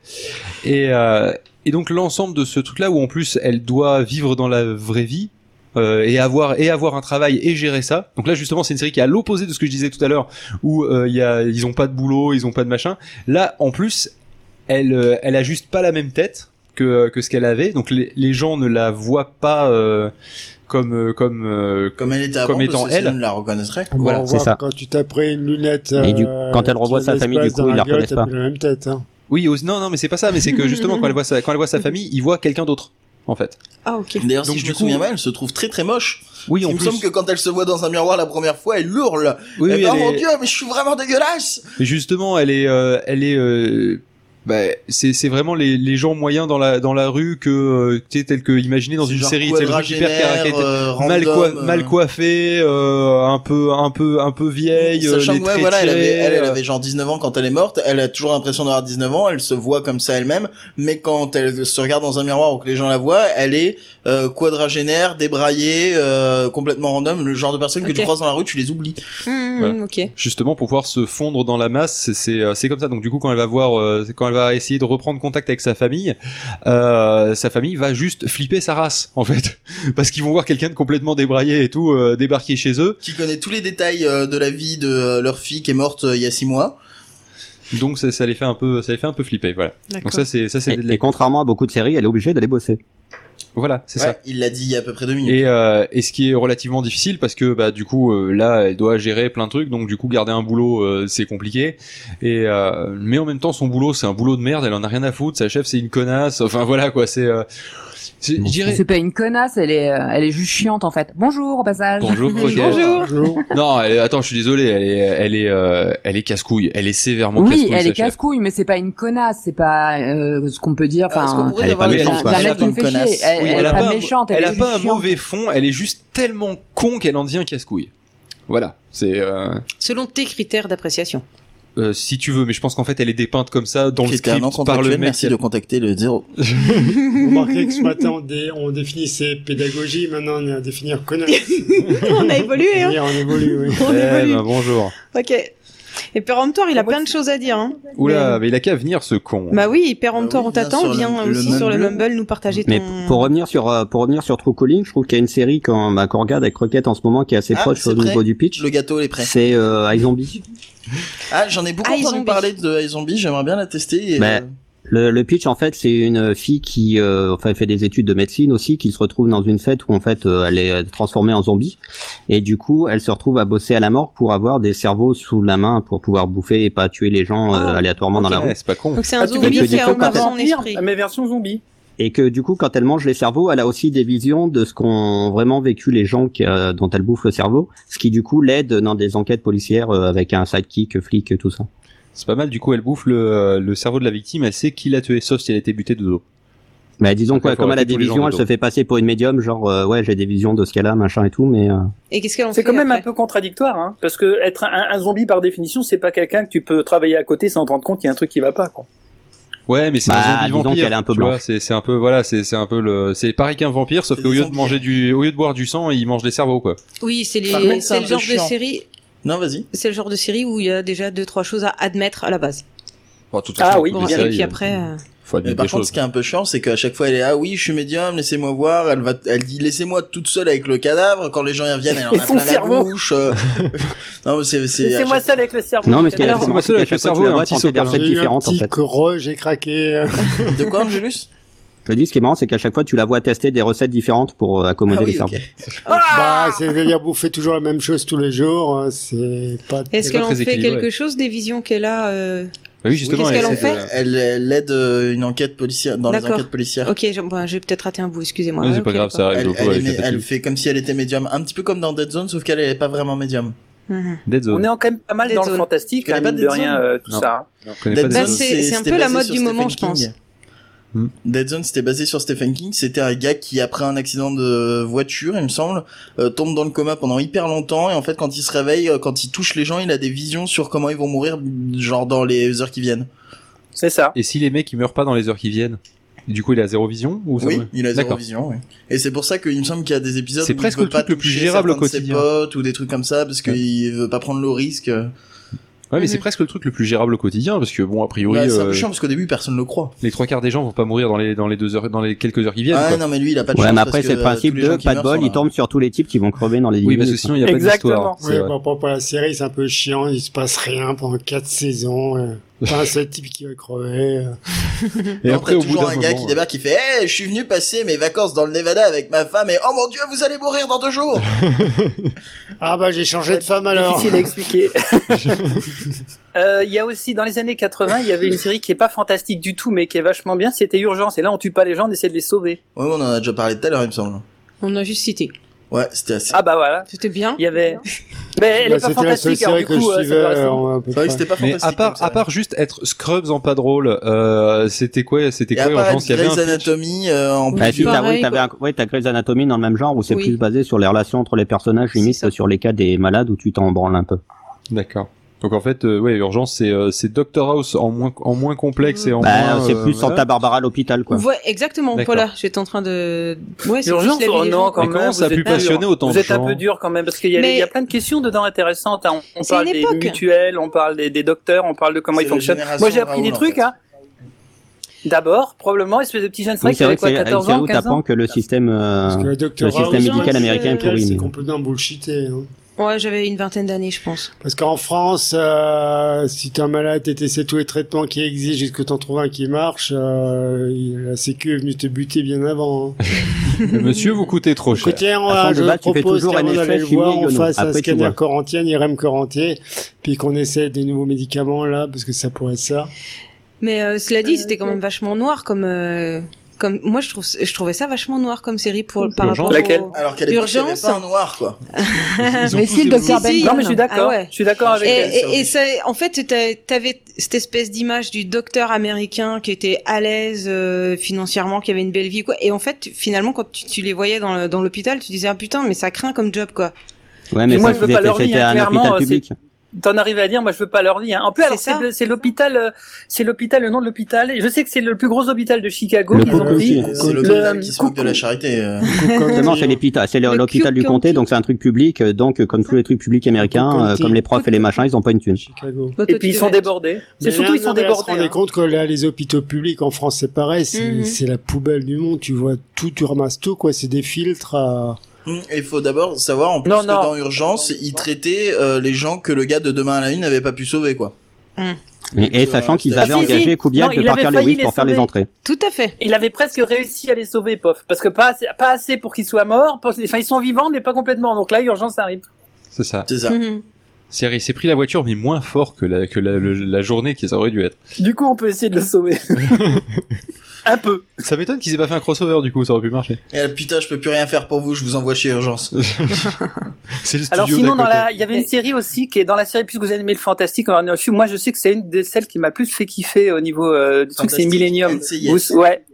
Speaker 1: Et, euh, et donc l'ensemble de ce truc-là, où en plus elle doit vivre dans la vraie vie. euh, et avoir et avoir un travail et gérer ça. Donc là justement c'est une série qui est à l'opposé de ce que je disais tout à l'heure où euh, il y a ils ont pas de boulot, ils ont pas de machin. Là en plus elle euh, elle a juste pas la même tête que que ce qu'elle avait. Donc les, les gens ne la voient pas euh, comme euh, comme euh,
Speaker 3: Comme elle était avant,
Speaker 1: Comme étant
Speaker 3: parce que sinon,
Speaker 1: elle.
Speaker 3: on la reconnaîtrait.
Speaker 7: On
Speaker 1: Voilà,
Speaker 7: va
Speaker 4: c'est
Speaker 7: voir
Speaker 4: ça.
Speaker 7: Quand tu t'as pris une lunette.
Speaker 4: Et du-
Speaker 7: euh,
Speaker 4: quand elle revoit
Speaker 7: qui
Speaker 4: sa
Speaker 7: laisse
Speaker 4: famille, du
Speaker 7: place
Speaker 4: coup,
Speaker 7: dans
Speaker 4: ils
Speaker 7: la
Speaker 4: la
Speaker 7: gueule,
Speaker 4: reconnaissent
Speaker 7: t'as
Speaker 4: pas.
Speaker 7: plus La même tête. Hein.
Speaker 1: Oui, aux- non, non, mais c'est pas ça. Mais c'est que justement, quand elle voit sa, quand elle voit sa famille, il voit quelqu'un d'autre, en fait.
Speaker 9: Ah, ok.
Speaker 3: D'ailleurs,
Speaker 1: Donc,
Speaker 3: si je
Speaker 1: du
Speaker 3: me
Speaker 1: coup-
Speaker 3: souviens bien, elle se trouve très très moche.
Speaker 1: Oui, en
Speaker 3: Il me
Speaker 1: plus.
Speaker 3: semble que quand elle se voit dans un miroir la première fois, elle hurle.
Speaker 1: Oui,
Speaker 3: Eh
Speaker 1: oui,
Speaker 3: ben,
Speaker 1: elle
Speaker 3: mon
Speaker 1: est-
Speaker 3: dieu, mais je suis vraiment dégueulasse.
Speaker 1: mais justement, elle est, euh, elle est. euh, bah, c'est, c'est vraiment les, les gens moyens dans la dans la rue que euh, tu sais, tel que imaginé dans une
Speaker 3: Genre
Speaker 1: série, c'est le truc hyper
Speaker 3: quadragénaire,
Speaker 1: caricaturé,
Speaker 3: euh, random,
Speaker 1: mal, coi-
Speaker 3: euh,
Speaker 1: mal coiffé, euh, un peu un peu un peu vieille, euh,
Speaker 3: Sachant
Speaker 1: les
Speaker 3: que, ouais,
Speaker 1: traits
Speaker 3: voilà, elle avait,
Speaker 1: tirés,
Speaker 3: elle, elle
Speaker 1: euh,
Speaker 3: avait genre 19 ans quand elle est morte, elle a toujours l'impression d'avoir 19 ans, elle se voit comme ça elle-même, mais quand elle se regarde dans un miroir ou que les gens la voient, elle est euh, quadragénaire, débraillée, euh, complètement random, le genre de personne
Speaker 9: Ok.
Speaker 3: que tu croises dans la rue, tu les oublies.
Speaker 9: Mhm,
Speaker 1: Voilà.
Speaker 9: Ok.
Speaker 1: justement pour pouvoir se fondre dans la masse c'est c'est, euh, c'est comme ça donc du coup quand elle va voir euh, quand elle va essayer de reprendre contact avec sa famille euh, sa famille va juste flipper sa race en fait parce qu'ils vont voir quelqu'un de complètement débraillé et tout euh, débarquer chez eux
Speaker 3: Qui connaît tous les détails euh, de la vie de euh, leur fille qui est morte euh, il y a 6 mois.
Speaker 1: donc ça, ça les fait un peu ça les fait un peu flipper voilà donc
Speaker 9: D'accord.
Speaker 1: ça c'est ça c'est
Speaker 4: Et, et contrairement à beaucoup de séries, elle est obligée d'aller bosser.
Speaker 1: Voilà, c'est
Speaker 3: Ouais,
Speaker 1: ça.
Speaker 3: Il l'a dit il y a à peu près deux minutes.
Speaker 1: Et, euh, et ce qui est relativement difficile parce que bah du coup euh, là elle doit gérer plein de trucs donc du coup garder un boulot euh, c'est compliqué et euh, mais en même temps son boulot c'est un boulot de merde elle en a rien à foutre sa chef c'est une connasse enfin voilà quoi c'est euh, c'est- je dirais
Speaker 10: C'est pas une connasse, elle est, euh, elle est juste chiante en fait. Bonjour au passage.
Speaker 1: bonjour ok.
Speaker 7: Bonjour.
Speaker 1: non elle est- attends je suis désolé elle est elle est euh, elle est casse couille elle est sévèrement casse
Speaker 10: Oui,
Speaker 1: couille
Speaker 10: elle
Speaker 1: sa
Speaker 10: est
Speaker 1: chef.
Speaker 10: casse-couille, mais c'est pas une connasse, c'est pas euh, ce qu'on peut dire.
Speaker 3: Alors, Ah, est-ce qu'on
Speaker 10: Enfin,
Speaker 3: pourrait
Speaker 10: elle
Speaker 1: elle est
Speaker 3: avoir
Speaker 1: pas
Speaker 3: le-
Speaker 1: méchante,
Speaker 3: la-
Speaker 1: quoi.
Speaker 3: la
Speaker 10: la mec
Speaker 3: lettre
Speaker 10: qui me
Speaker 3: comme
Speaker 10: fait chier,
Speaker 3: connasse
Speaker 10: elle,
Speaker 1: Oui,
Speaker 10: elle
Speaker 1: elle
Speaker 10: est
Speaker 1: a
Speaker 10: pas,
Speaker 1: pas un-
Speaker 10: méchante, elle,
Speaker 1: elle
Speaker 10: est
Speaker 1: a
Speaker 10: juste
Speaker 1: pas un
Speaker 10: chiante.
Speaker 1: mauvais fond elle est juste tellement con qu'elle en devient casse couille voilà c'est euh,
Speaker 9: Selon tes critères d'appréciation.
Speaker 1: euh, si tu veux mais je pense qu'en fait elle est dépeinte comme ça dans le
Speaker 3: Qui était un
Speaker 1: script
Speaker 3: enfant
Speaker 1: par le
Speaker 3: actuel,
Speaker 1: mec
Speaker 3: merci de contacter le zéro.
Speaker 7: Vous remarquez que ce matin, on, dé- on définissait pédagogie, maintenant on est à définir connasse.
Speaker 2: On a évolué, hein.
Speaker 7: C'est-à-dire, On évolue, oui.
Speaker 2: On
Speaker 1: Eh
Speaker 2: évolue.
Speaker 1: ben, bonjour
Speaker 2: Ok. Et péremptoire, il a plein de choses à dire. Hein.
Speaker 1: Oula, mais il a qu'à venir ce con.
Speaker 2: Bah oui,
Speaker 3: Bah
Speaker 2: péremptoire,
Speaker 3: oui,
Speaker 2: on t'attend.
Speaker 3: viens sur
Speaker 2: Viens
Speaker 3: le- le
Speaker 2: aussi sur le
Speaker 3: Mumble.
Speaker 2: Mumble nous partager
Speaker 4: Mais
Speaker 2: ton.
Speaker 4: pour revenir sur euh, pour revenir sur True Calling, je trouve qu'il y a une série qu'on bah, qu'on regarde avec Rocket en ce moment qui est assez
Speaker 3: Ah,
Speaker 4: proche
Speaker 3: c'est
Speaker 4: au niveau
Speaker 3: prêt.
Speaker 4: du pitch.
Speaker 3: Le gâteau, il est prêt.
Speaker 4: C'est euh, iZombie.
Speaker 3: Ah, j'en ai beaucoup entendu
Speaker 2: iZombie.
Speaker 3: parler de iZombie, j'aimerais bien la tester. et, euh,
Speaker 4: Mais- Le, le pitch, en fait, c'est une fille qui euh, enfin, elle fait des études de médecine aussi, qui se retrouve dans une fête où en fait euh, elle est euh, transformée en zombie, et du coup elle se retrouve à bosser à la mort pour avoir des cerveaux sous la main pour pouvoir bouffer et pas tuer les gens euh,
Speaker 2: Ah,
Speaker 4: aléatoirement dans la rue.
Speaker 1: Ouais, Eh, c'est pas con.
Speaker 2: Donc c'est un
Speaker 8: Ah, tu veux
Speaker 2: zombie
Speaker 4: que
Speaker 2: qui a
Speaker 4: des
Speaker 2: encore
Speaker 4: copains
Speaker 2: son esprit.
Speaker 8: mais version zombie.
Speaker 4: Et que du coup, quand elle mange les cerveaux, elle a aussi des visions de ce qu'ont vraiment vécu les gens qui, euh, dont elle bouffe le cerveau, ce qui du coup l'aide dans des enquêtes policières euh, avec un sidekick, flic, et tout ça.
Speaker 1: C'est pas mal, du coup, elle bouffe le, euh, le cerveau de la victime, elle sait qui l'a tué, sauf si elle a été butée de dos.
Speaker 4: Mais disons
Speaker 1: Donc,
Speaker 4: quoi,
Speaker 1: il faut
Speaker 4: comme elle a
Speaker 1: arrêter
Speaker 4: des
Speaker 1: tous les gens
Speaker 4: visions, elle
Speaker 1: dedans.
Speaker 4: se fait passer pour une médium, genre euh, ouais j'ai des visions de ce qu'elle a, machin et tout, mais euh,
Speaker 2: Et qu'est-ce qu'elle en fait
Speaker 8: C'est quand même un
Speaker 2: après
Speaker 8: peu contradictoire, hein, parce que être un, un zombie par définition, c'est pas quelqu'un que tu peux travailler à côté sans te rendre compte qu'il y a un truc qui va pas. Quoi.
Speaker 1: Ouais, mais c'est
Speaker 4: Bah,
Speaker 1: un zombie
Speaker 4: disons
Speaker 1: vampire.
Speaker 4: qu'elle est un peu
Speaker 1: tu vois,
Speaker 4: blanche.
Speaker 1: C'est c'est un peu, voilà, c'est c'est un peu le, c'est pareil qu'un vampire, sauf
Speaker 3: C'est
Speaker 1: qu'au
Speaker 3: des
Speaker 1: lieu de
Speaker 3: zombies.
Speaker 1: manger du, au lieu de boire du sang, il mange des cerveaux, quoi.
Speaker 9: Oui, c'est
Speaker 3: Par contre,
Speaker 9: les,
Speaker 3: c'est
Speaker 9: c'est
Speaker 3: un
Speaker 9: le
Speaker 3: peu
Speaker 9: genre de
Speaker 3: chiant.
Speaker 9: série,
Speaker 3: Non, vas-y.
Speaker 9: c'est le genre de série où il y a déjà deux trois choses à admettre à la base.
Speaker 1: Enfin, de toute
Speaker 8: Ah oui,
Speaker 1: les
Speaker 9: Bon,
Speaker 8: bien
Speaker 1: séries,
Speaker 9: et puis
Speaker 1: euh,
Speaker 9: après, euh,
Speaker 1: Faut
Speaker 3: Mais
Speaker 1: admettre
Speaker 3: Bah, par
Speaker 1: des
Speaker 3: contre,
Speaker 1: choses.
Speaker 3: ce qui est un peu chiant, c'est qu'à chaque fois, elle est ah oui, je suis médium, laissez-moi voir. Elle va, elle dit laissez-moi toute seule avec le cadavre. Quand les gens y reviennent, elle en
Speaker 8: Et
Speaker 3: a
Speaker 8: son
Speaker 3: plein la
Speaker 8: cerveau.
Speaker 3: bouche. euh. non, mais c'est, c'est.
Speaker 8: Laissez-moi seul avec le cerveau.
Speaker 4: non mais ce qui est
Speaker 1: Alors,
Speaker 4: c'est
Speaker 1: moi, seul avec
Speaker 4: qu'à
Speaker 1: le
Speaker 4: chaque fois
Speaker 1: cerveau
Speaker 4: que tu la
Speaker 1: et un
Speaker 4: vois,
Speaker 1: petit
Speaker 4: t'en fais des
Speaker 1: sopalin.
Speaker 4: recettes
Speaker 7: J'ai eu un
Speaker 4: différentes en
Speaker 7: petit
Speaker 4: fait.
Speaker 7: creux, j'ai craqué.
Speaker 3: De quoi, Angelus
Speaker 4: Je dis ce qui est marrant, c'est qu'à chaque fois tu la vois tester des recettes différentes pour euh, accommoder
Speaker 3: Ah
Speaker 4: les
Speaker 3: oui,
Speaker 4: cerveaux.
Speaker 3: ok.
Speaker 2: Ah
Speaker 7: bah, c'est-à-dire bouffer toujours la même chose tous les jours, euh, c'est pas.
Speaker 9: est-ce
Speaker 1: C'est
Speaker 9: qu'elle
Speaker 1: pas
Speaker 9: en
Speaker 1: très
Speaker 9: fait
Speaker 1: équilibré.
Speaker 9: quelque chose des visions qu'elle a euh,
Speaker 1: Bah oui, justement,
Speaker 9: Qu'est-ce qu'elle en
Speaker 1: essaie de-
Speaker 9: fait
Speaker 3: Elle, elle aide euh, une enquête policière dans les
Speaker 9: D'accord.
Speaker 3: enquêtes policières.
Speaker 9: Ok, j'ai bon, j'ai peut-être raté un bout, excusez-moi.
Speaker 1: Ouais,
Speaker 9: Ah,
Speaker 1: c'est pas
Speaker 9: ok,
Speaker 1: grave, ça
Speaker 9: d'accord.
Speaker 1: arrive
Speaker 3: Elle,
Speaker 1: beaucoup
Speaker 3: elle
Speaker 1: avec
Speaker 3: aimait-
Speaker 1: la
Speaker 3: elle
Speaker 1: petite-
Speaker 3: fait comme si elle était médium, un petit peu comme dans Dead Zone, sauf qu'elle n'est pas vraiment médium.
Speaker 9: Mhm.
Speaker 1: Dead
Speaker 8: On
Speaker 1: Zone.
Speaker 8: est en- quand même pas mal
Speaker 9: Des
Speaker 8: dans le
Speaker 9: zones.
Speaker 8: fantastique,
Speaker 3: Je
Speaker 8: hein,
Speaker 3: connais pas
Speaker 8: mine
Speaker 3: des
Speaker 8: de rien,
Speaker 3: zones.
Speaker 8: euh, tout
Speaker 1: Non.
Speaker 8: ça.
Speaker 1: Je connais pas
Speaker 9: Bah,
Speaker 1: Dead Zone.
Speaker 9: c'est- c'est un
Speaker 3: c'était
Speaker 9: peu la
Speaker 3: basé
Speaker 9: mode
Speaker 3: sur
Speaker 9: du moment,
Speaker 3: Stephen
Speaker 9: je
Speaker 3: King.
Speaker 1: pense. Hmm.
Speaker 3: Dead Zone, c'était basé sur Stephen King. C'était un gars qui, après un accident de voiture, il me semble, euh, tombe dans le coma pendant hyper longtemps. Et en fait, quand il se réveille, euh, quand il touche les gens, il a des visions sur comment ils vont mourir, genre dans les heures qui viennent.
Speaker 8: C'est ça.
Speaker 1: Et si les mecs, ils meurent pas dans les heures qui viennent? Du coup, il a zéro vision ou ça
Speaker 3: oui,
Speaker 1: va
Speaker 3: il a zéro
Speaker 1: D'accord.
Speaker 3: vision. oui. Et c'est pour ça qu'il me semble qu'il y a des épisodes
Speaker 1: C'est
Speaker 3: où
Speaker 1: presque
Speaker 3: il veut
Speaker 1: le
Speaker 3: pas
Speaker 1: truc le plus
Speaker 3: toucher
Speaker 1: gérable au
Speaker 3: certains de ses
Speaker 1: quotidien.
Speaker 3: potes ou des trucs comme ça parce
Speaker 1: Ouais.
Speaker 3: qu'il veut pas prendre le risque.
Speaker 1: Ouais, mais c'est
Speaker 9: Mhm.
Speaker 1: presque le truc le plus gérable au quotidien, parce que bon, a priori,
Speaker 3: Bah, c'est un peu
Speaker 1: euh,
Speaker 3: chiant parce qu'au début, personne ne le croit.
Speaker 1: les trois quarts des gens vont pas mourir dans les, dans les deux heures, dans les quelques heures qui viennent,
Speaker 3: ah
Speaker 1: quoi.
Speaker 3: non, mais lui, il a pas de
Speaker 4: Ouais,
Speaker 3: chance
Speaker 4: mais
Speaker 3: parce
Speaker 4: après
Speaker 3: que,
Speaker 4: c'est
Speaker 3: euh,
Speaker 4: le principe
Speaker 3: tous les gens
Speaker 4: de
Speaker 3: qui
Speaker 4: pas de
Speaker 3: meurent
Speaker 4: bol,
Speaker 3: sont
Speaker 4: il
Speaker 3: là.
Speaker 4: tombe sur tous les types qui vont crever dans les
Speaker 1: Oui, parce que sinon, il y a pas d'histoire.
Speaker 8: Exactement.
Speaker 1: c'est
Speaker 7: Oui,
Speaker 1: vrai.
Speaker 7: par rapport à la série, c'est un peu chiant, il se passe rien pendant quatre saisons. euh. Pas un seul type qui va crever. euh.
Speaker 1: Et
Speaker 3: Non,
Speaker 1: après,
Speaker 3: t'as
Speaker 1: au bout
Speaker 3: toujours
Speaker 1: d'un
Speaker 3: un gars
Speaker 1: moment,
Speaker 3: qui
Speaker 1: euh,
Speaker 3: débarque, qui fait Eh, je suis venu passer mes vacances dans le Nevada avec ma femme et oh mon dieu, vous allez mourir dans deux jours
Speaker 7: Ah bah j'ai changé de femme alors.
Speaker 8: Difficile à expliquer. Euh, Il y a aussi, dans les années 80, il y avait une série qui est pas fantastique du tout, mais qui est vachement bien, c'était Urgence. Et là, on tue pas les gens, on essaie de les sauver.
Speaker 3: Ouais, on en a déjà parlé tout à l'heure, il me semble.
Speaker 9: On a juste cité.
Speaker 3: Ouais, c'était assez.
Speaker 8: Ah bah voilà.
Speaker 9: C'était bien.
Speaker 8: Il y avait... Mais elle
Speaker 7: Bah,
Speaker 8: est pas
Speaker 7: c'était la seule
Speaker 8: fantastique, alors
Speaker 7: série
Speaker 8: du
Speaker 7: que je
Speaker 8: coup, euh, ça
Speaker 7: suivais.
Speaker 8: doit rester.
Speaker 7: euh, en- à peu
Speaker 3: C'est vrai que
Speaker 7: près.
Speaker 3: c'était pas
Speaker 1: Mais
Speaker 3: fantastique
Speaker 1: à part,
Speaker 3: comme ça.
Speaker 1: à part juste être Scrubs en pas drôle, euh, c'était quoi, c'était
Speaker 3: Et
Speaker 1: quoi
Speaker 3: à part
Speaker 1: Urgence Il y avait
Speaker 3: Grey's
Speaker 1: un-
Speaker 3: Anatomy euh, en
Speaker 9: Oui,
Speaker 4: Bah,
Speaker 3: plus
Speaker 4: si,
Speaker 3: vieux.
Speaker 4: t'as,
Speaker 9: pareil,
Speaker 4: oui, t'avais un- ouais, t'as Grey's Anatomy dans le même genre où c'est
Speaker 9: Oui.
Speaker 4: plus basé sur les relations entre les personnages, limite
Speaker 9: ça.
Speaker 4: que sur les cas des malades où tu t'en branles un peu.
Speaker 1: D'accord. Donc en fait, euh, ouais, Urgence, c'est euh, c'est Doctor House en moins en moins complexe et en
Speaker 4: Bah,
Speaker 1: moins.
Speaker 4: c'est
Speaker 1: euh,
Speaker 4: plus
Speaker 1: voilà.
Speaker 4: Santa Barbara à l'hôpital, quoi.
Speaker 9: Ouais, exactement.
Speaker 1: D'accord.
Speaker 9: Voilà, j'étais en train de. Ouais, c'est juste
Speaker 8: L'urgence,
Speaker 9: la vie
Speaker 8: oh
Speaker 9: des
Speaker 8: non,
Speaker 9: gens.
Speaker 8: quand
Speaker 1: Mais
Speaker 8: même.
Speaker 1: comment ça a
Speaker 8: vous
Speaker 1: pu
Speaker 8: êtes dur.
Speaker 1: passionner autant
Speaker 8: Vous
Speaker 1: de
Speaker 8: êtes un
Speaker 1: gens
Speaker 8: peu dur quand même, parce qu'il y, a-
Speaker 9: Mais-
Speaker 8: il y a plein de questions dedans intéressantes. hein. On
Speaker 9: C'est
Speaker 8: parle
Speaker 9: une
Speaker 8: des
Speaker 9: époque.
Speaker 8: mutuelles, on parle des, des docteurs, on parle de comment
Speaker 3: C'est
Speaker 8: ils
Speaker 3: la
Speaker 8: fonctionnent.
Speaker 3: génération
Speaker 8: Moi, j'ai appris
Speaker 3: Raoul,
Speaker 8: des
Speaker 3: en
Speaker 8: trucs,
Speaker 3: fait.
Speaker 8: hein. D'abord, probablement, espèce de petit jeune
Speaker 4: Oui,
Speaker 8: strike,
Speaker 4: c'est
Speaker 8: qui
Speaker 4: vrai
Speaker 8: avait
Speaker 4: que c'est
Speaker 8: quoi,
Speaker 4: une
Speaker 8: 14
Speaker 4: série
Speaker 8: ans,
Speaker 4: où
Speaker 8: 15 ans
Speaker 4: t'apprends que le système, euh,
Speaker 7: Parce que le
Speaker 4: le
Speaker 7: docteur
Speaker 4: système
Speaker 7: House,
Speaker 4: médical
Speaker 7: c'est-
Speaker 4: américain est
Speaker 7: c'est
Speaker 4: pourri. mais-
Speaker 7: complètement bullshité. hein.
Speaker 9: Ouais, j'avais une vingtaine d'années, je pense.
Speaker 7: Parce qu'en France, euh, si t'es un malade, t'es c'est tous les traitements qui exigent jusqu'à ce que t'en trouves un qui marche, euh, la sécu est venue te buter bien avant. Hein.
Speaker 1: Le monsieur, vous coûtez trop cher.
Speaker 7: Écoutez, on
Speaker 4: À la fin
Speaker 7: va,
Speaker 4: de
Speaker 7: euh, je
Speaker 4: bas, tu fais
Speaker 7: propose
Speaker 4: toujours un
Speaker 7: qu'avant
Speaker 4: effet
Speaker 7: d'aller le
Speaker 4: chimio
Speaker 7: voir, on
Speaker 4: iono.
Speaker 7: fasse un
Speaker 4: Après, tu
Speaker 7: scanner
Speaker 4: vois.
Speaker 7: corantien, IRM corantier, puis qu'on essaie des nouveaux médicaments là, parce que ça pourrait être ça.
Speaker 9: Mais euh, cela dit, c'était quand même vachement noir comme euh, comme moi je trouve je trouvais ça vachement noir comme série pour par
Speaker 1: Urgence.
Speaker 9: rapport
Speaker 8: Laquelle
Speaker 9: au...
Speaker 3: Alors qu'à l'époque, il y avait
Speaker 9: Urgence.
Speaker 3: pas un noir, quoi.
Speaker 1: Ils ont
Speaker 10: Mais
Speaker 1: tous
Speaker 10: si, le
Speaker 1: développé-
Speaker 10: docteur
Speaker 9: Si, si,
Speaker 10: Ben.
Speaker 8: Non, mais je suis d'accord.
Speaker 9: Ah ouais.
Speaker 8: Je suis d'accord avec
Speaker 9: Et,
Speaker 8: elle.
Speaker 3: Ouais,
Speaker 9: et, et ça, en fait, t'as- t'avais cette espèce d'image du docteur américain qui était à l'aise euh, financièrement, qui avait une belle vie, quoi. Et en fait, finalement, quand tu, tu les voyais dans le- dans l'hôpital, tu disais ah putain, mais ça craint comme job, quoi.
Speaker 4: Ouais, mais
Speaker 8: moi,
Speaker 4: ça,
Speaker 8: je veux
Speaker 4: c'était-
Speaker 8: pas leur vie,
Speaker 4: c'était
Speaker 8: hein,
Speaker 4: un
Speaker 8: clairement,
Speaker 4: hôpital
Speaker 8: euh,
Speaker 4: public.
Speaker 8: T'en arrives à dire, moi je veux pas leur vie. Hein. En plus,
Speaker 9: C'est
Speaker 8: alors,
Speaker 9: ça.
Speaker 8: c'est le- c'est l'hôpital, euh, c'est l'hôpital, le nom de l'hôpital. Et Je sais que c'est le plus gros hôpital de Chicago
Speaker 4: Le
Speaker 8: qu'ils ont
Speaker 4: Coco
Speaker 8: pris.
Speaker 4: Coco.
Speaker 3: C'est l'hôpital
Speaker 8: Le-
Speaker 3: qui se moque de la charité. euh.
Speaker 4: Exactement, c'est l'hôpital, c'est
Speaker 9: Le
Speaker 4: l'hôpital du
Speaker 9: Cube
Speaker 4: comté,
Speaker 9: County.
Speaker 4: donc c'est un truc public. euh, Donc, euh, comme tous les trucs publics
Speaker 7: Cube
Speaker 4: américains, euh,
Speaker 7: County.
Speaker 4: comme les profs et les machins, ils ont pas une thune.
Speaker 7: Chicago.
Speaker 9: Donc,
Speaker 8: Et
Speaker 9: Bah, toi,
Speaker 8: puis
Speaker 9: tu
Speaker 8: ils sont
Speaker 9: devais-
Speaker 8: débordés.
Speaker 7: Mais
Speaker 8: C'est surtout
Speaker 7: là,
Speaker 8: ils sont
Speaker 7: non, mais là,
Speaker 8: débordés.
Speaker 7: On se rendait
Speaker 8: hein.
Speaker 7: compte que là, les hôpitaux publics en France, c'est pareil, c'est
Speaker 9: Mhm.
Speaker 7: c'est la poubelle du monde. Tu vois tout, tu ramasses tout, quoi. C'est des filtres. à-
Speaker 3: Mm, Il faut d'abord savoir en plus
Speaker 8: Non,
Speaker 3: que
Speaker 8: non.
Speaker 3: dans Urgence, ils traitaient euh, les gens que le gars de Demain à la Une n'avait pas pu sauver quoi.
Speaker 4: Et, et
Speaker 3: Euh,
Speaker 4: sachant qu'ils
Speaker 3: Ah,
Speaker 4: avaient
Speaker 8: si, si.
Speaker 4: engagé Koubiak
Speaker 8: Non,
Speaker 4: de
Speaker 8: il
Speaker 4: Parker
Speaker 8: avait failli
Speaker 4: Lewis
Speaker 8: les
Speaker 4: pour faire les
Speaker 8: sauver.
Speaker 4: entrées.
Speaker 9: Tout à fait.
Speaker 8: Il avait presque réussi à les sauver, pof, parce que pas assez, pas assez pour qu'ils soient morts. parce- Enfin, ils sont vivants, mais pas complètement. Donc là, urgence arrive.
Speaker 1: C'est ça.
Speaker 3: C'est ça.
Speaker 8: Hum.
Speaker 9: Mhm.
Speaker 1: C'est il s'est pris la voiture, mais moins fort que la, que la, le- la journée qui ça aurait dû être.
Speaker 8: Du coup, on peut essayer de le sauver. Un peu.
Speaker 1: Ça m'étonne qu'ils aient pas fait un crossover du coup, ça aurait pu marcher.
Speaker 3: Et là, putain, je peux plus rien faire pour vous, je vous envoie chez Urgence.
Speaker 1: C'est le studio
Speaker 8: Alors sinon,
Speaker 1: d'à
Speaker 8: dans
Speaker 1: côté.
Speaker 8: la, il y avait une série aussi qui est dans la série puisque vous aimez le fantastique. on en a reçu. Moi, je sais que c'est une de celles qui m'a plus fait kiffer au niveau euh, du truc, c'est
Speaker 3: Fantastique,
Speaker 8: Millennium.
Speaker 3: NCIS.
Speaker 8: Vous- ouais.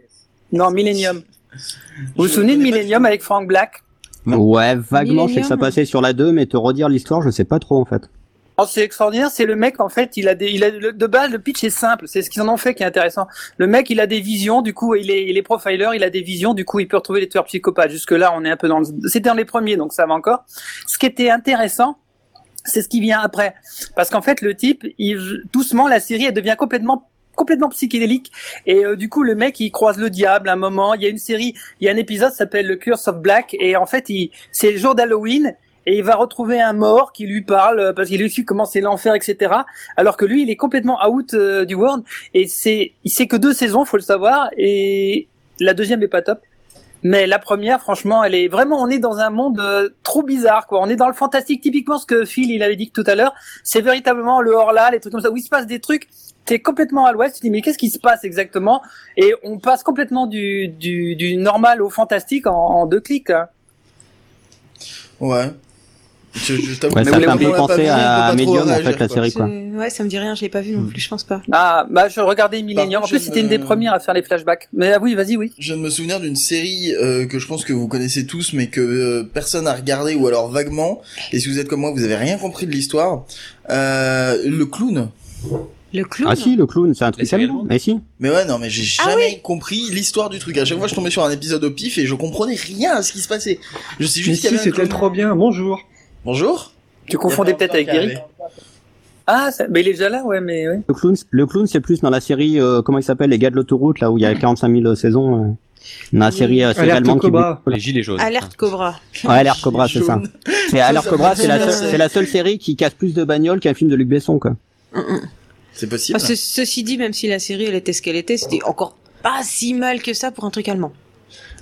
Speaker 8: Non, Millennium. Vous vous
Speaker 3: Je
Speaker 8: souvenez de
Speaker 3: connais pas
Speaker 8: Millennium
Speaker 3: du
Speaker 8: avec Frank Black
Speaker 1: Non.
Speaker 4: Ouais, vaguement, je sais que ça
Speaker 9: Millennium.
Speaker 4: passait sur la 2, mais te redire l'histoire, je sais pas trop en fait.
Speaker 8: Oh, c'est extraordinaire, c'est le mec en fait, il a des, il a le- de base le pitch est simple, c'est ce qu'ils en ont fait qui est intéressant. Le mec, il a des visions, du coup il est, il est profiler, il a des visions, du coup il peut retrouver les tueurs psychopathes. Jusque là, on est un peu dans, le... c'était dans les premiers, donc ça va encore. Ce qui était intéressant, c'est ce qui vient après, parce qu'en fait le type, il, doucement la série, elle devient complètement complètement psychédélique et euh, du coup le mec il croise le diable à un moment il y a une série il y a un épisode ça s'appelle le curse of black et en fait il c'est le jour d'halloween et il va retrouver un mort qui lui parle euh, parce qu'il lui explique comment c'est l'enfer, etc. Alors que lui, il est complètement out euh, du world et c'est, il sait que deux saisons, faut le savoir, et la deuxième est pas top. Mais la première, franchement, elle est vraiment, on est dans un monde euh, trop bizarre, quoi. On est dans le fantastique, typiquement ce que Phil, il avait dit tout à l'heure. C'est véritablement le hors-là, les trucs comme ça, où il se passe des trucs. T'es complètement à l'ouest, tu te dis, mais qu'est-ce qui se passe exactement? Et on passe complètement du, du, du normal au fantastique en, en deux clics. hein.
Speaker 3: Ouais. Je, je t'avoue,
Speaker 4: Ouais,
Speaker 3: mais
Speaker 4: ça
Speaker 3: oui,
Speaker 4: fait un
Speaker 3: on
Speaker 4: peu
Speaker 3: l'a pas vu,
Speaker 4: penser
Speaker 3: on peut
Speaker 4: à
Speaker 3: pas trop
Speaker 4: Medium en fait,
Speaker 3: réagir,
Speaker 4: la
Speaker 3: quoi.
Speaker 4: série quoi.
Speaker 9: Je- Ouais, ça me dit rien. Je l'ai pas vu
Speaker 1: Hmm.
Speaker 9: non plus. Je pense pas.
Speaker 8: Ah, bah je regardais
Speaker 3: Par
Speaker 8: Millennium. En
Speaker 3: contre,
Speaker 8: plus,
Speaker 3: je
Speaker 8: c'était
Speaker 3: me-
Speaker 8: une des premières à faire les flashbacks. Mais ah oui, vas-y, oui.
Speaker 3: Je viens de me souvenir d'une série euh, que je pense que vous connaissez tous, mais que euh, personne n'a regardé ou alors vaguement. Et si vous êtes comme moi, vous avez rien compris de l'histoire. Euh, le clown.
Speaker 9: Le clown.
Speaker 4: Ah si, le clown, c'est un truc
Speaker 1: c'est
Speaker 4: comme ça.
Speaker 1: également-
Speaker 4: Mais si.
Speaker 3: Mais ouais, non, mais j'ai
Speaker 9: Ah
Speaker 3: jamais compris l'histoire du truc. À chaque fois, je tombais sur un épisode au pif et je comprenais rien à ce qui se passait. Je sais
Speaker 11: Mais
Speaker 3: juste qu'il y
Speaker 11: si,
Speaker 3: avait un
Speaker 11: c'était
Speaker 3: clown.
Speaker 11: trop bien, bonjour.
Speaker 3: Bonjour.
Speaker 8: Tu confondais
Speaker 3: Il y a pas
Speaker 8: peut-être avec
Speaker 3: encore
Speaker 8: Derrick. Ah, ça- mais il est déjà là, ouais, mais oui.
Speaker 4: Le clown, le clown, c'est plus dans la série, euh, comment il s'appelle, les gars de l'autoroute, là où il y a 45 000 saisons. euh, Dans la série, euh, série
Speaker 11: Alerte
Speaker 4: allemande qui
Speaker 11: Cobra.
Speaker 1: les gilets jaunes.
Speaker 9: Alerte Cobra.
Speaker 1: Ah,
Speaker 4: Ouais, Alerte Ah, Cobra, c'est ça.
Speaker 3: Jaune.
Speaker 4: C'est Alerte
Speaker 3: ça
Speaker 4: Cobra,
Speaker 3: me
Speaker 4: c'est la,
Speaker 3: dit
Speaker 4: seule-
Speaker 3: rien.
Speaker 4: c'est la seule série qui casse plus de bagnoles qu'un film de Luc Besson, quoi.
Speaker 3: C'est possible.
Speaker 9: Ah, ce- ceci dit, même si la série elle était ce qu'elle était, c'était encore pas si mal que ça pour un truc allemand.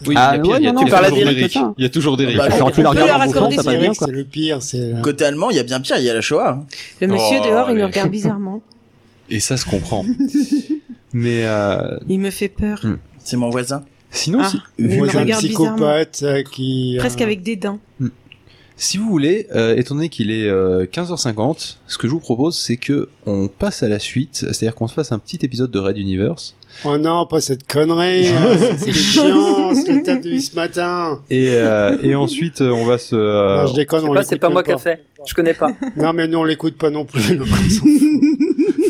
Speaker 1: Oui,
Speaker 4: Ah,
Speaker 1: il y a pire,
Speaker 4: ouais,
Speaker 1: il y a
Speaker 4: non,
Speaker 1: toujours
Speaker 4: non, par la
Speaker 1: d'Eric.
Speaker 4: directe, ça.
Speaker 1: Il y a toujours d'Eric.
Speaker 3: Bah,
Speaker 4: Genre, tu
Speaker 9: on
Speaker 4: la
Speaker 9: peut
Speaker 4: regardes
Speaker 9: leur
Speaker 4: en bouffant,
Speaker 9: accorder
Speaker 4: t'as
Speaker 9: ses
Speaker 4: pas
Speaker 9: règles,
Speaker 4: bien,
Speaker 7: Eric,
Speaker 4: quoi.
Speaker 7: c'est le pire. C'est la-
Speaker 3: Côté allemand, il y a bien pire. Il y a la Shoah. hein.
Speaker 9: Le monsieur
Speaker 1: Oh,
Speaker 9: dehors, il
Speaker 1: allez.
Speaker 9: me regarde bizarrement.
Speaker 1: Et ça se comprend. Mais euh,
Speaker 9: Il me fait peur.
Speaker 3: C'est mon voisin.
Speaker 1: sinon,
Speaker 9: Ah.
Speaker 1: si,
Speaker 9: Il me
Speaker 7: Moi, j'ai un
Speaker 9: regarde
Speaker 7: psychopathe euh, qui.
Speaker 1: Hmm.
Speaker 7: euh,
Speaker 9: Presque avec des dents.
Speaker 1: si vous voulez, euh, étant donné qu'il est euh, 15h50, ce que je vous propose, c'est que on passe à la suite, c'est-à-dire qu'on se fasse un petit épisode de Red Universe.
Speaker 7: Oh non, pas cette connerie. hein, c'est- c'est chiant, c'est le table de vie ce matin.
Speaker 1: Et, euh, et ensuite, euh, on va se. euh,
Speaker 7: non, je déconne,
Speaker 8: Je sais
Speaker 7: on
Speaker 8: pas, c'est
Speaker 7: l'écoute
Speaker 8: pas
Speaker 7: même
Speaker 8: moi qui a fait. Je connais pas.
Speaker 7: Non, mais nous, on l'écoute pas non plus. donc on s'en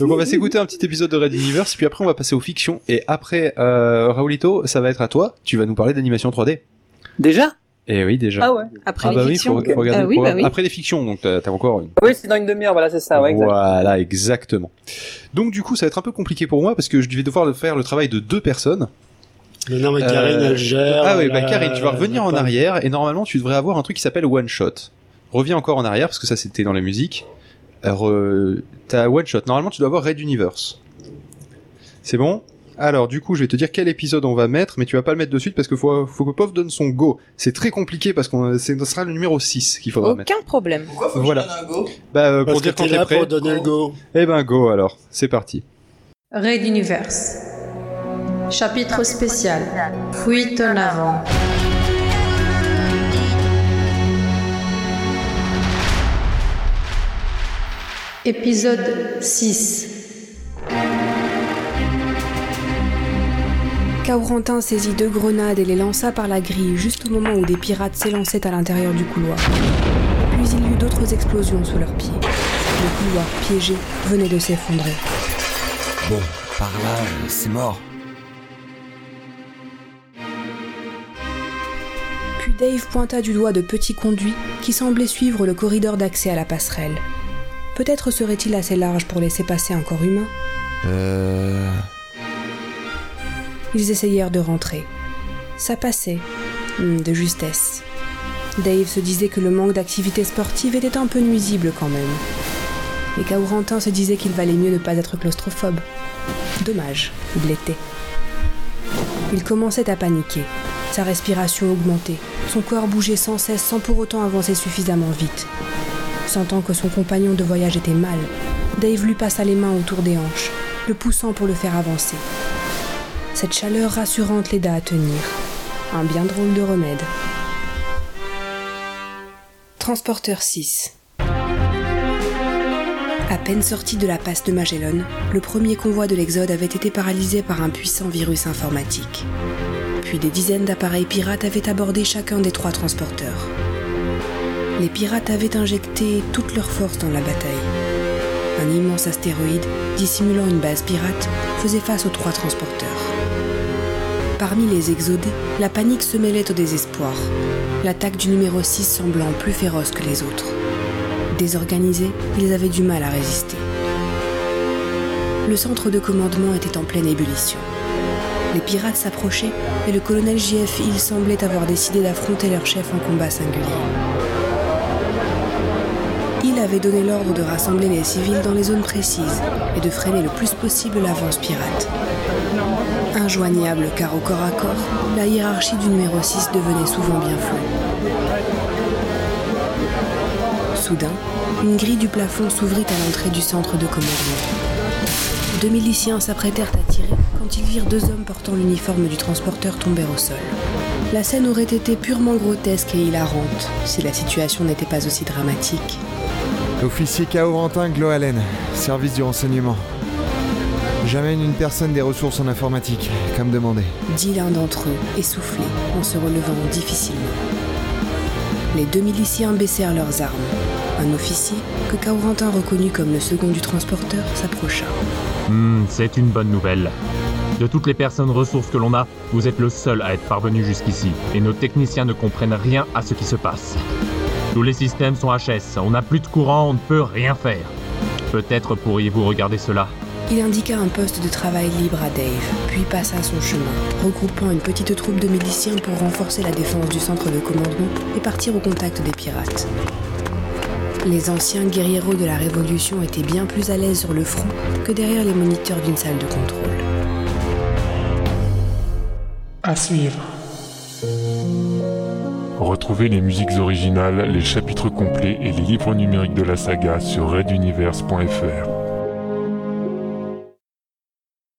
Speaker 1: Donc on va s'écouter un petit épisode de Red Universe, puis après on va passer aux fictions. Et après, euh, Raoulito, ça va être à toi. Tu vas nous parler d'animation 3D.
Speaker 8: Déjà
Speaker 1: Et oui, déjà.
Speaker 8: Ah ouais.
Speaker 9: Après
Speaker 1: Ah
Speaker 9: les
Speaker 1: bah oui,
Speaker 9: fictions.
Speaker 1: faut, faut regarder
Speaker 9: Ah
Speaker 1: le
Speaker 9: oui, bah
Speaker 1: programme.
Speaker 9: oui.
Speaker 1: Après les fictions, donc t'as t'as encore une.
Speaker 8: Oui, c'est dans une demi-heure, voilà, c'est ça. Ouais, exact.
Speaker 1: voilà, exactement. Donc du coup, ça va être un peu compliqué pour moi parce que je vais devoir le faire le travail de deux personnes.
Speaker 7: Oh Mais non, mais
Speaker 1: Euh,
Speaker 7: Karine, elle gère.
Speaker 1: ah oui,
Speaker 7: elle
Speaker 1: bah
Speaker 7: a-
Speaker 1: Karine, tu vas revenir en
Speaker 7: elle a pas-
Speaker 1: arrière et normalement tu devrais avoir un truc qui s'appelle One Shot. reviens encore en arrière, parce que ça c'était dans la musique. Alors, euh, t'as One Shot. Normalement, tu dois avoir Red Universe. C'est bon alors, du coup, je vais te dire quel épisode on va mettre, mais tu vas pas le mettre de suite parce que faut, faut que Pov donne son go. C'est très compliqué parce qu'on, c'est- ce sera le numéro 6 qu'il faudra mettre.
Speaker 2: Aucun problème.
Speaker 3: Pourquoi faut
Speaker 1: Voilà.
Speaker 3: que je donne un go
Speaker 1: Bah, euh, pour
Speaker 7: Parce que
Speaker 1: dire quand
Speaker 7: t'es
Speaker 1: t'es
Speaker 7: là
Speaker 1: prêt.
Speaker 7: pour donner le go.
Speaker 1: Eh ben, go alors. C'est parti.
Speaker 11: Raid Universe. Chapitre spécial. Fuite en avant. Épisode 6.
Speaker 9: Kaurentin saisit deux grenades et les lança par la grille juste au moment où des pirates s'élançaient à l'intérieur du couloir. Puis il y eut d'autres explosions sous leurs pieds. Le couloir piégé venait de s'effondrer.
Speaker 12: Bon, par là, euh, c'est mort.
Speaker 9: Puis Dave pointa du doigt de petits conduits qui semblaient suivre le corridor d'accès à la passerelle. Peut-être serait-il assez large pour laisser passer un corps humain
Speaker 12: Euh...
Speaker 9: Ils essayèrent de rentrer. Ça passait, hmm, de justesse. Dave se disait que le manque d'activité sportive était un peu nuisible quand même. Et Kaurentin se disait qu'il valait mieux ne pas être claustrophobe. Dommage, il l'était. Il commençait à paniquer. Sa respiration augmentait. Son corps bougeait sans cesse sans pour autant avancer suffisamment vite. Sentant que son compagnon de voyage était mal, Dave lui passa les mains autour des hanches, le poussant pour le faire avancer. Cette chaleur rassurante l'aida à tenir. Un bien drôle de remède. Transporteur 6. À peine sorti de la passe de Magellan, le premier convoi de l'Exode avait été paralysé par un puissant virus informatique. Puis des dizaines d'appareils pirates avaient abordé chacun des trois transporteurs. Les pirates avaient injecté toute leur force dans la bataille. Un immense astéroïde, dissimulant une base pirate, faisait face aux trois transporteurs. Parmi les exodés, la panique se mêlait au désespoir, l'attaque du numéro 6 semblant plus féroce que les autres. Désorganisés, ils avaient du mal à résister. Le centre de commandement était en pleine ébullition. Les pirates s'approchaient et le colonel JF Hill semblait avoir décidé d'affronter leur chef en combat singulier. Il avait donné l'ordre de rassembler les civils dans les zones précises et de freiner le plus possible l'avance pirate. Injoignable car au corps à corps, la hiérarchie du numéro 6 devenait souvent bien floue. Soudain, une grille du plafond s'ouvrit à l'entrée du centre de commandement. Deux miliciens s'apprêtèrent à tirer quand ils virent deux hommes portant l'uniforme du transporteur tomber au sol. La scène aurait été purement grotesque et hilarante si la situation n'était pas aussi dramatique.
Speaker 12: Officier Kaorantin Gloalen, service du renseignement. J'amène une personne des ressources en informatique, comme demandé.
Speaker 9: dit l'un d'entre eux, essoufflé, en se relevant difficilement. Les deux miliciens baissèrent leurs armes. Un officier, que Kaurentin reconnut comme le second du transporteur, s'approcha.
Speaker 12: Hmm, c'est une bonne nouvelle. De toutes les personnes ressources que l'on a, vous êtes le seul à être parvenu jusqu'ici, et nos techniciens ne comprennent rien à ce qui se passe. Tous les systèmes sont HS, on n'a plus de courant, on ne peut rien faire. Peut-être pourriez-vous regarder cela.
Speaker 9: Il indiqua un poste de travail libre à Dave, puis passa son chemin, regroupant une petite troupe de miliciens pour renforcer la défense du centre de commandement et partir au contact des pirates. Les anciens guerrieros de la Révolution étaient bien plus à l'aise sur le front que derrière les moniteurs d'une salle de contrôle.
Speaker 11: À suivre.
Speaker 12: Retrouvez les musiques originales, les chapitres complets et les livres numériques de la saga sur raiduniverse.fr.